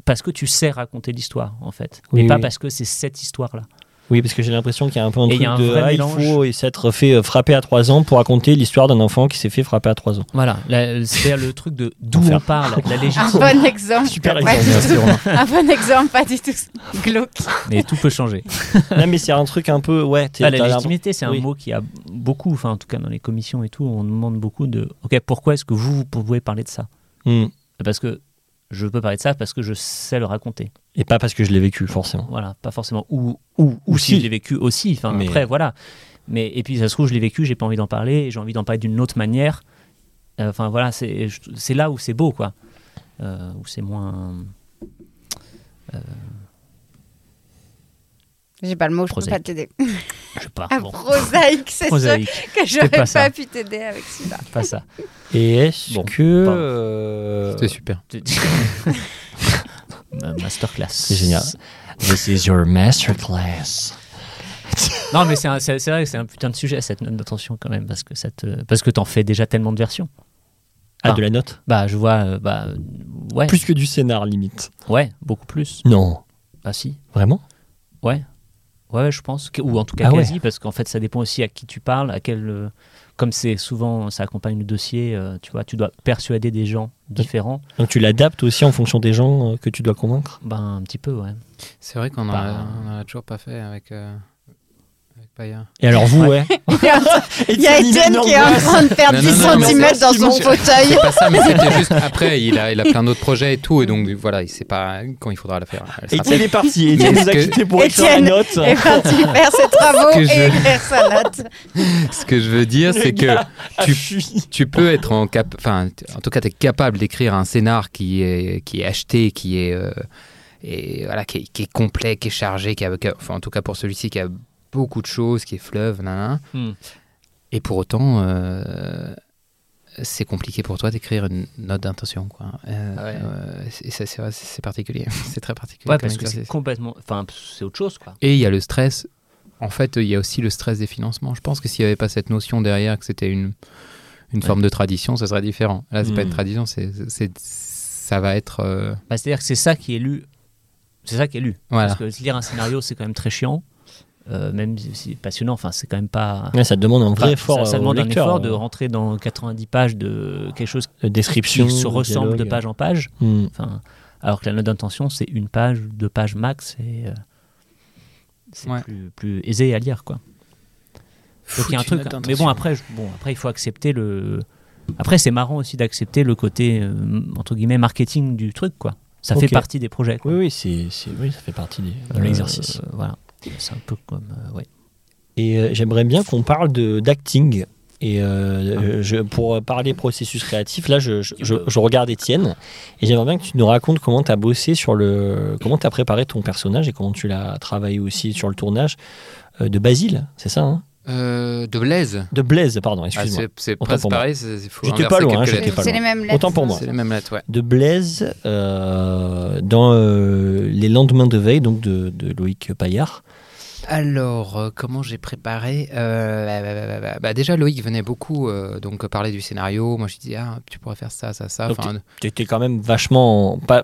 S4: parce que tu sais raconter l'histoire en fait, mais
S2: Oui,
S4: pas
S2: oui.
S4: parce que c'est cette histoire-là.
S2: Oui, parce que j'ai l'impression qu'il y a un peu un
S4: Et
S2: truc
S4: il y a un
S2: de
S4: vrai
S2: ah, il
S4: mélange.
S2: faut s'être fait euh, frapper à 3 ans pour raconter l'histoire d'un enfant qui s'est fait frapper à 3 ans.
S4: Voilà, la- c'est-à-dire le truc de d'où on
S2: Enfer.
S4: parle, la
S1: Un
S4: légitimité.
S1: bon exemple.
S2: Super
S1: Pas
S2: exemple,
S1: du
S3: merci,
S1: tout.
S3: Romain.
S1: Un bon exemple, pas du tout glauque.
S4: mais tout peut changer.
S2: non, mais c'est un truc un peu ouais. t'es-
S4: Ah,
S2: t'as
S4: la
S2: l'impression-
S4: légitimité, c'est un
S2: oui.
S4: mot qui a beaucoup, enfin en tout cas dans les commissions et tout, on demande beaucoup de. Ok, pourquoi est-ce que vous vous pouvez parler de ça
S2: Hmm.
S4: parce que je peux parler de ça parce que je sais le raconter.
S2: Et pas parce que je l'ai vécu forcément.
S4: Voilà, pas forcément ou ou, ou si,
S2: si.
S4: je l'ai vécu aussi. Enfin
S2: Mais-
S4: après voilà. Mais et puis ça se trouve je l'ai vécu, j'ai pas envie d'en parler, et j'ai envie d'en parler d'une autre manière. Euh, Enfin voilà, c'est je- c'est là où c'est beau quoi, Euh, où c'est moins.
S1: J'ai pas le mot, je peux
S4: Prosaïque.
S1: pas t'aider.
S4: Je sais pas.
S1: Ah,
S4: bon.
S1: prosaïque, c'est ça
S4: Prosaïque,
S1: que j'aurais
S4: pas
S1: pas,
S4: ça.
S1: pu t'aider avec celui-là.
S4: pas ça.
S2: Et est-ce
S4: Bon,
S2: que
S4: pardon.
S2: euh,
S3: C'était super.
S4: Ma- Masterclass.
S2: c'est génial. This is your masterclass.
S4: Non mais c'est un- c'est c'est vrai que c'est un putain de sujet cette note d'attention quand même parce que ça te parce que t'en fais déjà tellement de versions.
S2: Ah,
S4: Ah.
S2: de la note.
S4: Bah je vois euh, bah euh, ouais
S2: Plus que du scénar limite.
S4: ouais beaucoup plus.
S2: Non,
S4: Ah si,
S2: vraiment
S4: ouais. Ouais, je pense. que- Ou en tout cas
S2: Ah ouais.
S4: quasi, parce qu'en fait, ça dépend aussi à qui tu parles, à quel... euh, comme c'est souvent, ça accompagne le dossier, euh, tu vois, tu dois persuader des gens différents.
S2: Donc tu l'adaptes aussi en fonction des gens euh, que tu dois convaincre.
S4: Ben, un petit peu, ouais.
S3: C'est vrai qu'on en
S4: Bah.
S3: a, on en a toujours pas fait avec, euh, avec Paya.
S2: Et alors vous ouais.
S1: Il y a Etienne qui est en train de perdre
S3: Non,
S1: 10
S3: non, non, mais
S1: cm
S3: c'est-
S1: dans son
S3: c'est-
S1: fauteuil.
S3: C'est pas ça, mais c'était juste après. Il a, il a plein d'autres projets et tout, et donc voilà, il sait pas quand il faudra la faire. Elle sera
S2: Etienne est parti. Etienne
S3: Mais
S2: nous a
S3: est-ce que-
S2: quittés pour écrire la
S1: Étienne
S2: note.
S1: Et quand tu perds ses travaux
S3: Que
S1: et
S3: je-
S1: écrire sa note.
S3: Ce que je veux dire,
S2: Le
S3: c'est que
S2: gars
S3: tu,
S2: fui.
S3: tu peux être en cap, enfin, t- en tout cas, tu es capable d'écrire un scénar qui est, qui est acheté, qui est, euh, et voilà, qui est, qui est complet, qui est chargé, qui a, qui a- enfin, en tout cas pour celui-ci, qui a beaucoup de choses, qui est fleuve, nanana.
S4: Hmm.
S3: Et pour autant, euh, c'est compliqué pour toi d'écrire une note d'intention, quoi. Euh,
S4: Ah ouais.
S3: euh, c'est- c'est- c'est vrai, c'est- c'est particulier, c'est très particulier.
S4: Ouais,
S3: comme
S4: parce que c'est
S3: exercice.
S4: complètement... Enfin, c'est autre chose, quoi.
S3: Et il y a le stress. En fait, il y a aussi le stress des financements. Je pense que s'il n'y avait pas cette notion derrière, que c'était une, une
S4: Ouais.
S3: forme de tradition, ça serait différent. Là, c'est pas
S2: Mm.
S3: une tradition, c'est, c'est- ça va être. euh,
S4: Bah, C'est-à-dire que c'est ça qui est lu. C'est ça qui est lu.
S3: voilà.
S4: Parce que lire un scénario, c'est quand même très chiant. Euh, même si c'est passionnant, enfin, c'est quand même pas...
S2: Ouais, ça te demande un
S4: Enfin,
S2: vrai effort.
S4: ça, ça
S2: euh, au
S4: demande un
S2: lecteur,
S4: effort de
S2: euh,
S4: rentrer dans 90 pages de quelque chose
S2: de description.
S4: qui se
S2: de
S4: ressemble de
S2: dialogue.
S4: page en page.
S2: Hmm.
S4: Enfin, alors que la note d'intention, c'est une page, deux pages max, et euh, c'est
S3: Ouais.
S4: plus, plus aisé à lire, quoi. Donc il y a un truc. Mais bon, après, je- bon, après, il faut accepter le. Après, c'est marrant aussi d'accepter le côté euh, entre guillemets marketing du truc, quoi. Ça
S2: Ok.
S4: fait partie des projets. quoi.
S2: Oui, oui, c'est, c'est- oui, ça fait partie des- de
S4: Euh,
S2: l'exercice.
S4: euh, voilà. C'est un peu comme. euh, ouais.
S2: Et euh, j'aimerais bien qu'on parle de, d'acting. Et
S3: Ah.
S2: euh, je, pour parler processus créatif, là, je, je, je- je regarde Étienne. Et j'aimerais bien que tu nous racontes comment tu as bossé sur le. Comment tu as préparé ton personnage et comment tu l'as travaillé aussi sur le tournage euh, de Basile, c'est ça hein
S3: Euh, de Blaise.
S2: De Blaise, pardon,
S3: Ah,
S2: excuse-moi.
S3: c'est c'est
S2: Autant
S3: presque
S2: pour moi.
S3: pareil. c'est- c'est- faut
S2: J'étais
S3: inverser
S2: pas loin,
S3: quelques
S2: hein, j'étais
S3: lettres.
S2: pas
S1: C'est
S2: loin.
S1: les mêmes lettres.
S2: Autant pour
S1: hein.
S2: moi.
S3: C'est les mêmes lettres, ouais.
S2: de Blaise euh, dans euh, Les lendemains de veille, donc de, de Loïc Paillard.
S3: Alors, euh, comment j'ai préparé Euh, bah, bah, bah, bah, bah, Déjà, Loïc venait beaucoup euh, donc parler du scénario. Moi, je disais, ah, tu pourrais faire ça, ça, ça.
S2: Donc,
S3: Enfin,
S2: tu étais quand même vachement pas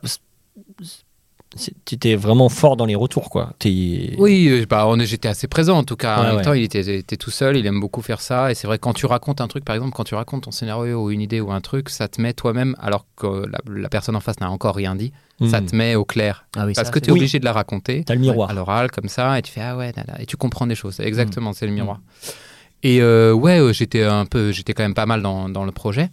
S2: tu étais vraiment fort dans les retours quoi T'es-
S3: Oui, euh, bah, on est- j'étais assez présent en tout cas.
S2: Ouais,
S3: en
S2: ouais.
S3: même temps, il était, était tout seul, il aime beaucoup faire ça. Et c'est vrai, quand tu racontes un truc, par exemple, quand tu racontes ton scénario ou une idée ou un truc, ça te met toi-même, alors que euh, la, la personne en face n'a encore rien dit,
S2: Hmm.
S3: ça te met au clair.
S4: Ah oui,
S3: Parce
S4: ça,
S3: que
S4: c'est-
S3: tu es
S2: oui.
S3: obligé de la raconter
S2: t'as le miroir
S3: à l'oral comme ça et tu fais ah ouais là, là. et tu comprends des choses exactement
S2: Mmh.
S3: c'est le miroir et euh, ouais euh, j'étais un peu j'étais quand même pas mal dans, dans le projet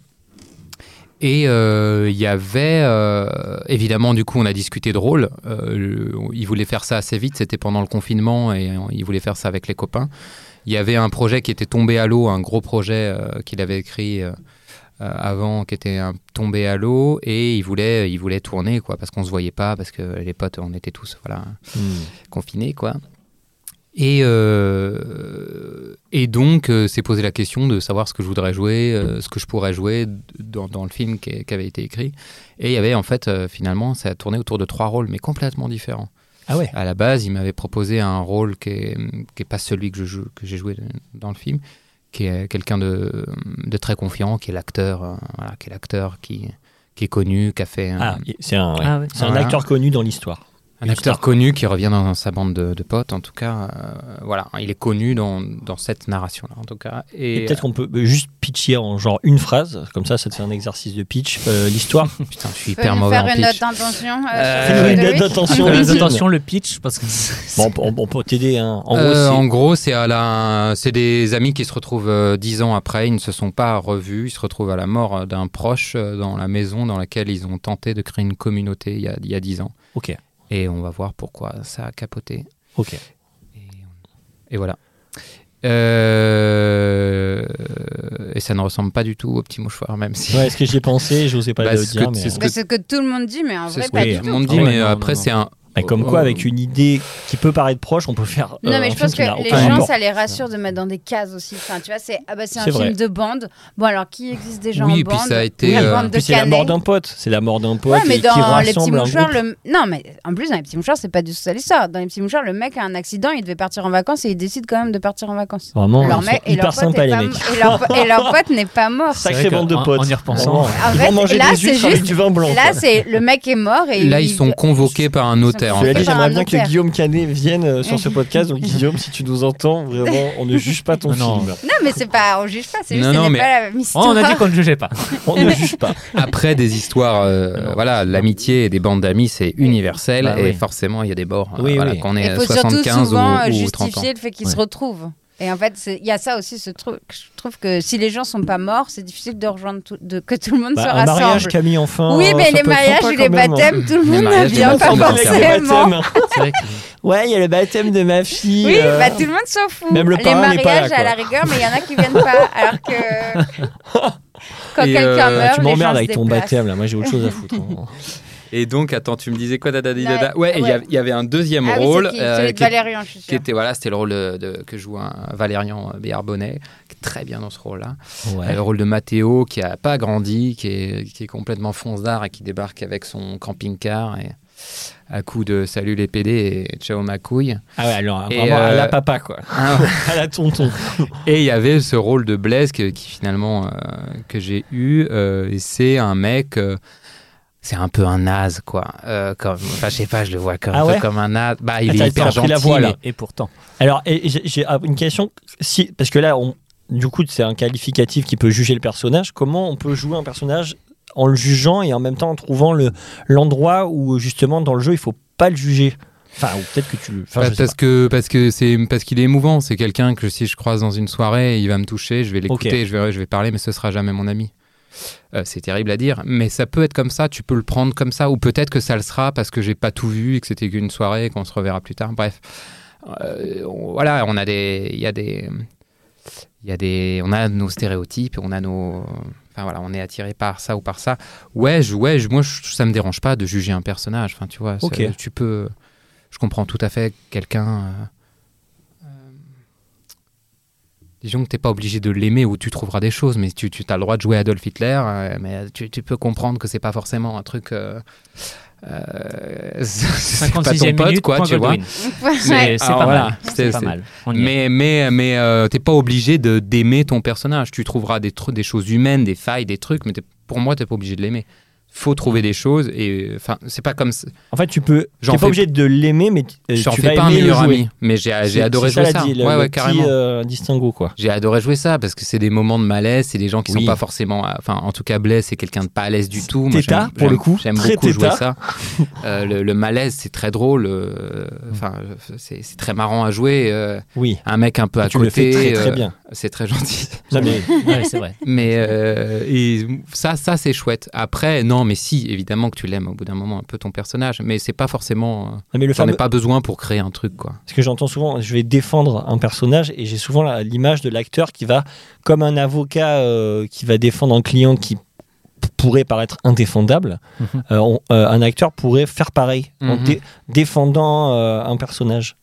S3: et euh, il y avait euh, évidemment du coup on a discuté de rôle Euh, ils voulaient faire ça assez vite c'était pendant le confinement et euh, ils voulaient faire ça avec les copains il y avait un projet qui était tombé à l'eau un gros projet euh, qu'il avait écrit euh, euh, avant qui était euh, tombé à l'eau et il voulait, il voulait tourner quoi parce qu'on se voyait pas parce que les potes on était tous voilà
S2: Hmm.
S3: confinés quoi. Et, euh, et donc, euh, s'est posé la question de savoir ce que je voudrais jouer, euh, ce que je pourrais jouer d- dans, dans le film qui, qui avait été écrit. Et il y avait en fait, euh, finalement, ça a tourné autour de trois rôles, mais complètement différents.
S2: Ah ouais
S3: À la base, il m'avait proposé un rôle qui n'est qui est pas celui que je joue- que j'ai joué dans le film, qui est quelqu'un de, de très confiant, qui est l'acteur, euh, voilà, qui est l'acteur qui, qui est connu, qui a fait un,
S2: Ah, c'est un, ouais.
S4: Ah ouais.
S2: C'est un
S3: Voilà.
S2: acteur connu dans l'histoire.
S3: un
S2: Une
S3: acteur
S2: star.
S3: connu qui revient dans sa bande de, de potes, en tout cas. euh, voilà, il est connu dans, dans cette narration-là, en tout cas.
S2: Et,
S3: Et,
S2: peut-être qu'on peut euh, juste pitcher en genre une phrase, comme ça, ça te fait un exercice de pitch. Euh, l'histoire.
S3: euh, putain, je suis
S1: Peux
S3: hyper
S1: nous
S3: mauvais en
S1: faire une note
S3: pitch.
S1: d'intention euh,
S3: Euh,
S2: Fais-nous une note
S1: sur le film de
S3: Bah,
S2: d'intention.
S1: Louis
S4: Fais
S2: Lizine.
S4: attention Ah, le pitch parce que c'est-
S2: Bon, on, on peut t'aider. hein. En
S3: Euh,
S2: gros,
S3: En
S2: c'est-
S3: gros, c'est à la- c'est des amis qui se retrouvent euh, dix ans après, ils ne se sont pas revus, ils se retrouvent à la mort d'un proche euh, dans la maison dans laquelle ils ont tenté de créer une communauté il y a, il y a dix ans.
S2: Ok.
S3: Et on va voir pourquoi ça a capoté.
S2: Ok.
S3: Et, on- et voilà. Euh, Et ça ne ressemble pas du tout au petit mouchoir, même si.
S2: Ouais, ce que j'ai pensé, je n'osais pas
S3: Bah,
S2: le
S3: c'est ce
S2: dire.
S3: que-
S2: mais,
S3: c'est ce
S2: euh,
S1: Mais c'est ce que tout le monde dit, mais en
S3: C'est
S1: vrai,
S3: ce
S1: pas
S3: que
S2: oui,
S1: du
S3: tout
S1: tout.
S3: le monde
S4: tout.
S3: dit,
S4: Ah ouais,
S3: mais
S4: non,
S3: après,
S4: non,
S3: c'est un. Oh.
S2: bah, comme quoi, avec une idée qui peut paraître proche, on peut faire. euh,
S1: Non, mais
S2: un
S1: je
S2: film
S1: pense
S2: qui
S1: que
S2: n'a
S1: les
S2: aucun
S1: gens,
S2: rapport.
S1: ça les rassure de mettre dans des cases aussi. Enfin, tu vois, c'est ah bah, c'est un
S2: C'est
S1: film
S2: vrai.
S1: de bande. Bon, alors, qui existe déjà
S3: Oui,
S1: en
S3: et puis
S1: bande
S3: ça a été,
S1: La
S3: euh,
S1: bande de
S2: Puis c'est la
S1: Canet.
S2: mort d'un pote. C'est la mort d'un pote.
S1: Ouais, mais
S2: et qui
S1: dans les petits
S2: rassemble un
S1: mouchoirs,
S2: groupe.
S1: le... non, mais en plus, dans les petits mouchoirs, c'est pas du tout ça l'histoire. Dans les petits mouchoirs, le mec a un accident, il devait partir en vacances et il décide quand même de partir en vacances.
S2: Vraiment,
S1: leur
S2: ils sont
S1: mec et leur
S2: hyper
S1: pote
S2: sympa,
S1: est
S2: les
S1: pas-
S2: mecs.
S1: et leur- et leur pote n'est pas mort.
S2: Sacrée
S4: C'est vrai
S2: bande de
S4: qu'en-
S2: potes.
S4: en y repensant,
S2: Vraiment.
S1: En
S2: Ils
S1: fait,
S2: vont manger
S1: là,
S2: des huîtres
S1: c'est
S2: avec
S1: juste-
S2: du vin blanc.
S1: Là,
S2: quoi.
S1: c'est le mec est mort et
S3: Là,
S1: il-
S3: ils sont convoqués par un notaire, en
S2: Cela dit,
S3: fait.
S1: par un
S2: j'aimerais bien
S1: notaire.
S2: que Guillaume Canet vienne euh, sur ce podcast. Donc, Guillaume, si tu nous entends, vraiment, on ne juge pas ton
S4: Non, non.
S2: film.
S1: Non, mais c'est pas, on juge pas, c'est juste
S3: Non,
S1: que ce
S3: non,
S1: n'est
S3: mais-
S1: pas la même
S4: Oh,
S1: histoire.
S4: on a dit qu'on ne jugeait pas.
S2: On ne juge pas.
S3: Après des histoires, euh,
S4: Non.
S3: voilà, l'amitié et des bandes d'amis, c'est universel
S4: Bah
S3: et
S4: oui.
S3: forcément il y a des bords. euh,
S2: Oui,
S3: voilà,
S2: oui.
S3: Qu'on est
S1: Il
S3: à
S1: faut surtout
S3: 75 ou,
S1: souvent euh,
S3: ou 30 ans.
S1: justifier le fait qu'ils se
S4: Ouais.
S1: retrouvent. Et en fait, c'est- il y a ça aussi, ce truc. Je trouve que si les gens sont pas morts, c'est difficile de rejoindre tout- de, que tout le monde
S2: Bah,
S1: se
S2: un
S1: rassemble.
S2: mariage Camille enfin.
S1: oui,
S2: euh,
S1: mais
S2: ça
S1: les
S2: peut être
S1: mariages
S2: sympa
S1: et les
S2: quand même, hein.
S1: baptêmes, tout le
S3: Les
S1: monde ne
S3: mariages, les
S1: vient pas
S3: baptêmes,
S2: Avec les
S1: forcément.
S2: baptêmes.
S4: C'est vrai que-
S2: Ouais, il y a le baptême de ma fille.
S1: Oui,
S2: euh,
S1: bah, tout le monde s'en fout.
S2: Même le
S1: les
S2: parrain n'est
S1: mariages
S2: pas là,
S1: à
S2: quoi.
S1: la rigueur, mais il y en a qui viennent pas. Alors que quand
S3: Et,
S1: quelqu'un
S2: Bah,
S1: meurt,
S3: euh,
S2: tu
S1: les gens
S2: m'emmerdes
S1: se
S2: avec ton
S1: déplacent.
S2: baptême là. Moi, j'ai autre chose à foutre. hein.
S3: Et donc, attends, tu me disais quoi, dada, dada,
S1: Ouais,
S3: dada Ouais, et il y
S1: Bah, ouais.
S3: a- il y, avait un deuxième
S1: Ah oui,
S3: rôle
S1: c'est qui-
S3: euh,
S1: celui de
S3: qui,
S1: Valérian, je suis
S3: qui
S1: sûre.
S3: était voilà, c'était le rôle de, de- que joue un Valérian euh, Béarbonnet, qui est très bien dans ce rôle-là. Euh, Le rôle de Matteo qui a pas grandi, qui est, qui est complètement fonzard et qui débarque avec son camping-car et à coup de salut les PD et ciao ma couille.
S2: Ah ouais, alors
S3: Et,
S2: vraiment à
S3: euh,
S2: la papa quoi.
S3: Hein,
S2: À la tonton.
S3: Et il y avait ce rôle de Blaise que- qui finalement euh, que j'ai eu. euh, et c'est un mec, euh, c'est un peu un naze quoi. Euh, comme, enfin, je sais pas, je le vois comme,
S2: Ah
S3: un peu
S2: ouais
S3: comme un naze. Bah, il
S2: Attends,
S3: est
S2: Ah, t'as
S3: hyper
S2: pris
S3: gentil.
S2: la voix, là.
S3: mais-
S4: Et pourtant.
S2: Alors, et j'ai j'ai une question. Si, parce que là, on, du coup, c'est un qualificatif qui peut juger le personnage. Comment on peut jouer un personnage en le jugeant et en même temps en trouvant le- l'endroit où, justement, dans le jeu, il faut pas le juger Enfin, ou peut-être que tu le. Enfin,
S3: Bah,
S2: je sais
S3: parce que parce que c'est parce qu'il est émouvant. C'est quelqu'un que si je croise dans une soirée, il va me toucher, je vais l'écouter, je vais je vais parler, mais ce sera jamais mon ami. Euh, c'est terrible à dire, mais ça peut être comme ça. Tu peux le prendre comme ça, ou peut-être que ça le sera parce que j'ai pas tout vu et que c'était qu'une soirée et qu'on se reverra plus tard. Bref, Euh, on- voilà, on a des, il y a des, il y a des, on a nos stéréotypes, on a nos, enfin voilà, on est attiré par ça ou par ça. Ouais, je, ouais, je- moi je- ça me dérange pas de juger un personnage. Enfin, tu vois, c'est-
S2: Ok.
S3: tu peux, je comprends tout à fait quelqu'un. euh, euh, Disons que t'es pas obligé de l'aimer ou tu trouveras des choses, mais tu, tu as le droit de jouer Adolf Hitler, euh, mais tu, tu peux comprendre que c'est pas forcément un truc. euh, euh, c'est pas
S4: 56
S3: ton
S4: e
S3: pote,
S4: minute,
S3: quoi,
S4: point
S3: tu vois.
S4: Godwin.
S1: Ouais.
S4: Mais c'est
S3: Alors
S4: pas
S3: voilà,
S4: mal.
S3: c'est-
S4: C'est pas
S3: c'est-
S4: mal. On y est.
S3: Mais, mais, mais euh, t'es pas obligé de d'aimer ton personnage. Tu trouveras des, tru- des choses humaines, des failles, des trucs, mais t'es- pour moi, t'es pas obligé de l'aimer. Faut trouver des choses et enfin, c'est pas comme ça.
S2: En fait, tu peux.
S3: J'en
S2: T'es pas
S3: fais-
S2: obligé de l'aimer, mais tu, euh,
S3: J'en
S2: tu
S3: fais
S2: vas
S3: pas un
S2: aimer le
S3: meilleur
S2: jouer.
S3: ami, mais j'ai j'ai
S2: C'est-
S3: adoré
S2: c'est
S3: jouer
S2: la
S3: ça.
S2: dit, le-
S3: Ouais,
S2: le
S3: ouais,
S2: petit,
S3: carrément.
S2: euh, distinguo quoi.
S3: J'ai adoré jouer ça parce que c'est des moments de malaise, c'est des gens qui
S2: Oui.
S3: sont pas forcément. à- Enfin, en tout cas, Blaise, c'est quelqu'un de pas à l'aise du tout. Moi,
S2: Tétard,
S3: j'aime-
S2: pour le
S3: j'aime-
S2: coup,
S3: J'aime
S2: très
S3: beaucoup jouer
S2: tétard.
S3: ça. Euh, le, le malaise, c'est très drôle. euh, Enfin, c'est c'est très marrant à jouer. euh,
S2: Oui.
S3: un mec un peu à
S2: tu le
S3: côté.
S2: fais très très
S3: euh,
S2: bien.
S3: C'est très gentil.
S2: Non, mais-
S4: Ouais, c'est vrai.
S3: Mais euh, et ça, ça c'est chouette. Après, non, mais si, évidemment que tu l'aimes au bout d'un moment un peu ton personnage, mais c'est pas forcément. euh,
S2: Non, mais le
S3: T'en
S2: fameux-
S3: as pas besoin pour créer un truc, quoi.
S2: Parce que j'entends souvent, je vais défendre un personnage et j'ai souvent la- l'image de l'acteur qui va, comme un avocat euh, qui va défendre un client qui p- pourrait paraître indéfendable,
S4: Mhm.
S2: euh, on- euh, un acteur pourrait faire pareil en
S3: Mhm.
S2: dé- défendant euh, un personnage.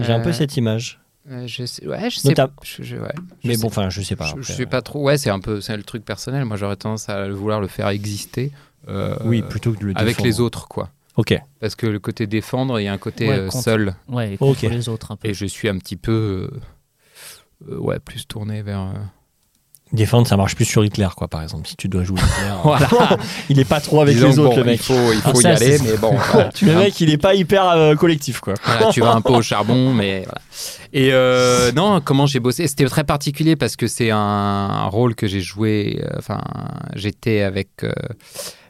S2: J'ai un peu
S3: Euh,
S2: cette image.
S3: euh, je sais, ouais, je sais
S2: Notam-
S3: je- je- ouais, je
S2: Mais
S3: sais
S2: bon, enfin, je sais pas.
S3: Je, je
S2: après. euh,
S3: suis pas trop. Ouais, c'est un peu c'est le truc personnel. Moi, j'aurais tendance à le- vouloir le faire exister. euh,
S2: oui, plutôt que de le
S3: avec les
S2: défendre.
S3: autres, quoi.
S2: Ok.
S3: Parce que le côté défendre, il y a un côté
S4: Ouais,
S3: euh,
S4: contre.
S3: seul.
S4: Ouais, et contre
S2: Ok.
S4: les autres un peu.
S3: Et je suis un petit peu. euh, euh, ouais, plus tourné vers. euh,
S2: Défendre, ça marche plus sur Hitler, quoi, par exemple. Si tu dois jouer Hitler.
S3: Voilà.
S2: il est pas trop avec
S3: disons
S2: les
S3: que
S2: autres,
S3: bon,
S2: le
S3: Il
S2: mec.
S3: faut, il
S4: Ah,
S3: faut y
S4: ça,
S3: aller,
S4: c'est-
S3: mais bon. voilà, tu
S2: Le
S3: vas un
S2: mec, il est pas hyper euh, collectif, quoi.
S3: Voilà, tu vas un peu au charbon, mais voilà. Et euh, non, comment j'ai bossé C'était très particulier parce que c'est un, un rôle que j'ai joué. euh, Enfin, j'étais avec euh,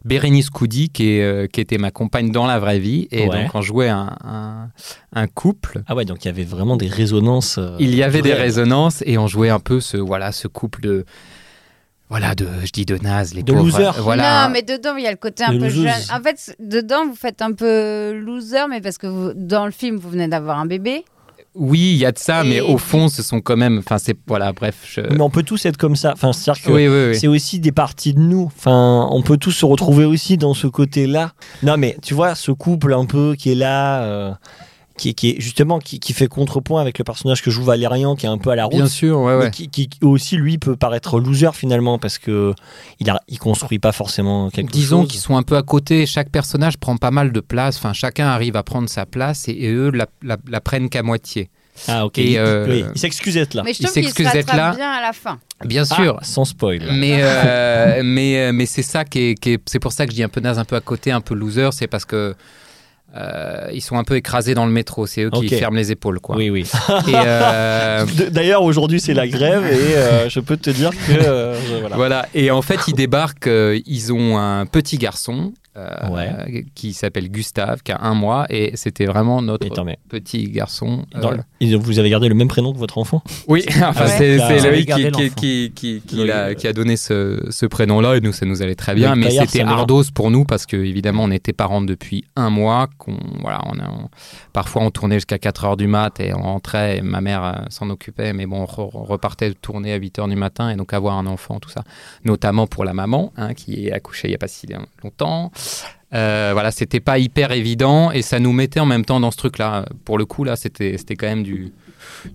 S3: Bérénice Coudi, qui, est, euh, qui était ma compagne dans la vraie vie. Et
S2: Ouais.
S3: donc, on jouait un, un, un couple.
S2: Ah ouais, donc il y avait vraiment des résonances. euh,
S3: Il y avait des
S2: réelles.
S3: résonances et on jouait un peu ce, voilà, ce couple de. Voilà, de, je dis de naze, les
S2: De
S3: pauvres.
S2: losers.
S3: Voilà.
S1: Non, mais dedans, il y a le côté un
S2: Les
S1: peu jeune.
S2: loseuses.
S1: En fait, c- dedans, vous faites un peu loser, mais parce que vous- dans le film, vous venez d'avoir un bébé.
S3: Oui, il y a de ça, mais
S1: Et-
S3: au fond, ce sont quand même. Enfin, c'est. Voilà, bref. je-
S2: Mais on peut tous être comme ça. Enfin, c'est-à-dire que
S3: Euh, Oui, oui, oui.
S2: c'est aussi des parties de nous. Enfin, on peut tous se retrouver aussi dans ce côté-là. Non, mais tu vois, ce couple un peu qui est là, euh, qui, qui est justement qui, qui fait contrepoint avec le personnage que joue Valérian, qui est un peu à la route.
S3: Bien sûr, ouais,
S2: mais
S3: ouais.
S2: Qui, qui aussi lui peut paraître loser finalement parce que il, a, il construit pas forcément quelque
S3: Disons
S2: chose.
S3: qu'ils sont un peu à côté. Chaque personnage prend pas mal de place. Enfin, chacun arrive à prendre sa place et, et eux la, la- la prennent qu'à moitié.
S2: Ah ok.
S3: Et,
S2: il,
S3: euh,
S2: oui, il s'excuse d'être là.
S1: Mais je
S3: Il
S1: trouve qu'il se
S3: s'excuse d'être
S1: rattrape
S3: là.
S1: bien à la fin.
S3: Bien
S2: Ah,
S3: sûr. Mm.
S2: sans spoil.
S3: Mais, euh, mais, euh, mais c'est ça qui est, qui est- c'est pour ça que je dis un peu naze, un peu à côté, un peu loser. C'est parce que euh, ils sont un peu écrasés dans le métro. C'est eux qui
S2: Ok.
S3: ferment les épaules, quoi.
S2: Oui, oui.
S3: Et, euh,
S2: D- D'ailleurs, aujourd'hui, c'est la grève et euh, je peux te dire que euh, je- voilà.
S3: Voilà. Et en fait, ils débarquent. euh, ils ont un petit garçon euh,
S2: Ouais.
S3: qui s'appelle Gustave, qui a un mois. Et c'était vraiment notre
S2: Et tant mieux.
S3: petit garçon.
S2: Dans-
S3: euh,
S2: et vous avez gardé le même prénom que votre enfant
S3: Oui, enfin,
S4: ouais.
S3: c'est,
S2: Ah,
S3: c'est
S2: vous
S4: avez
S3: Loïc qui,
S4: gardé
S3: qui,
S4: l'enfant.
S3: qui, qui- qui
S2: Loïc,
S3: l'a-
S2: ouais.
S3: qui a donné ce, ce prénom-là et nous, ça nous allait très bien.
S2: Loïc
S3: mais
S2: Payard,
S3: c'était
S2: ça me va.
S3: ardos pour nous parce que, évidemment, on était parents depuis un mois. Qu'on, voilà, on a- on- parfois, on tournait jusqu'à 4 heures du mat et on rentrait et ma mère euh, s'en occupait. Mais bon, on, re- on repartait tourner à 8 heures du matin et donc avoir un enfant, tout ça. Notamment pour la maman hein, qui est accouchée il n'y a pas si longtemps. Euh, voilà, c'était pas hyper évident et ça nous mettait en même temps dans ce truc-là. Pour le coup, là, c'était c'était quand même du,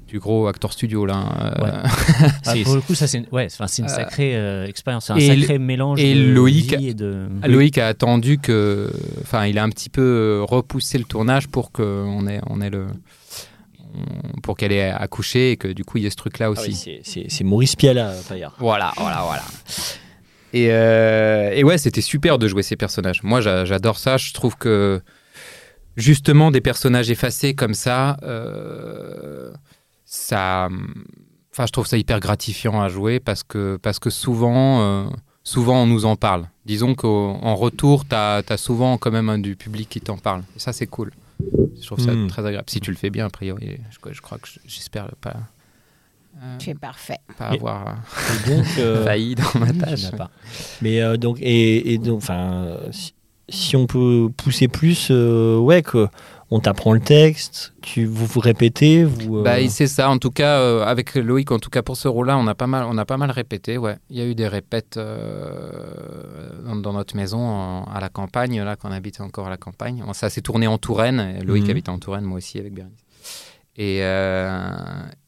S3: du gros acteur studio. Là. hein.
S4: Ouais.
S3: Euh,
S4: Ah,
S2: C'est-
S4: pour le coup, ça, c'est une, ouais, enfin, c'est une
S3: Euh,
S4: sacrée euh, expérience, c'est un
S3: et
S4: sacré mélange
S3: et
S4: de
S3: Loïc- Ah,
S4: vie et de.
S3: Loïc a attendu que, enfin, il a un petit peu repoussé le tournage pour que on ait, on ait le, on- pour qu'elle ait accouché et que du coup il y ait ce truc-là
S2: Ah
S3: aussi.
S2: oui, c'est- c'est c'est Maurice Piala, euh, Payard.
S3: Voilà, voilà, voilà. Et, euh, et ouais, c'était super de jouer ces personnages. Moi, j'a- j'adore ça. Je trouve que justement des personnages effacés comme ça, euh, ça, enfin, je trouve ça hyper gratifiant à jouer parce que parce que souvent, euh, souvent on nous en parle. Disons qu'en retour, t'as as souvent quand même un du public qui t'en parle. Et ça, c'est cool. Je trouve ça
S2: Mm.
S3: très agréable. Si tu le fais bien, a priori, je, je crois que j'espère pas, euh,
S1: Tu es parfait.
S3: pas
S2: Mais-
S3: avoir. euh,
S2: Et donc, euh,
S3: failli dans ma
S2: tu
S3: tâche.
S2: n'as pas. Mais euh, donc, et, et donc, enfin, euh, si, si on peut pousser plus, euh, ouais, que on t'apprend le texte, tu vous vous répétez, vous. euh,
S3: Bah, et c'est ça. En tout cas, euh, avec Loïc, en tout cas pour ce rôle-là, on a pas mal, on a pas mal répété. Ouais, il y a eu des répètes euh, dans, dans notre maison en- à la campagne, là, qu'on habitait encore à la campagne. On- Ça s'est tourné en Touraine. Et Loïc
S2: Mhm.
S3: habitait en Touraine, moi aussi avec Bérénice. Et, euh,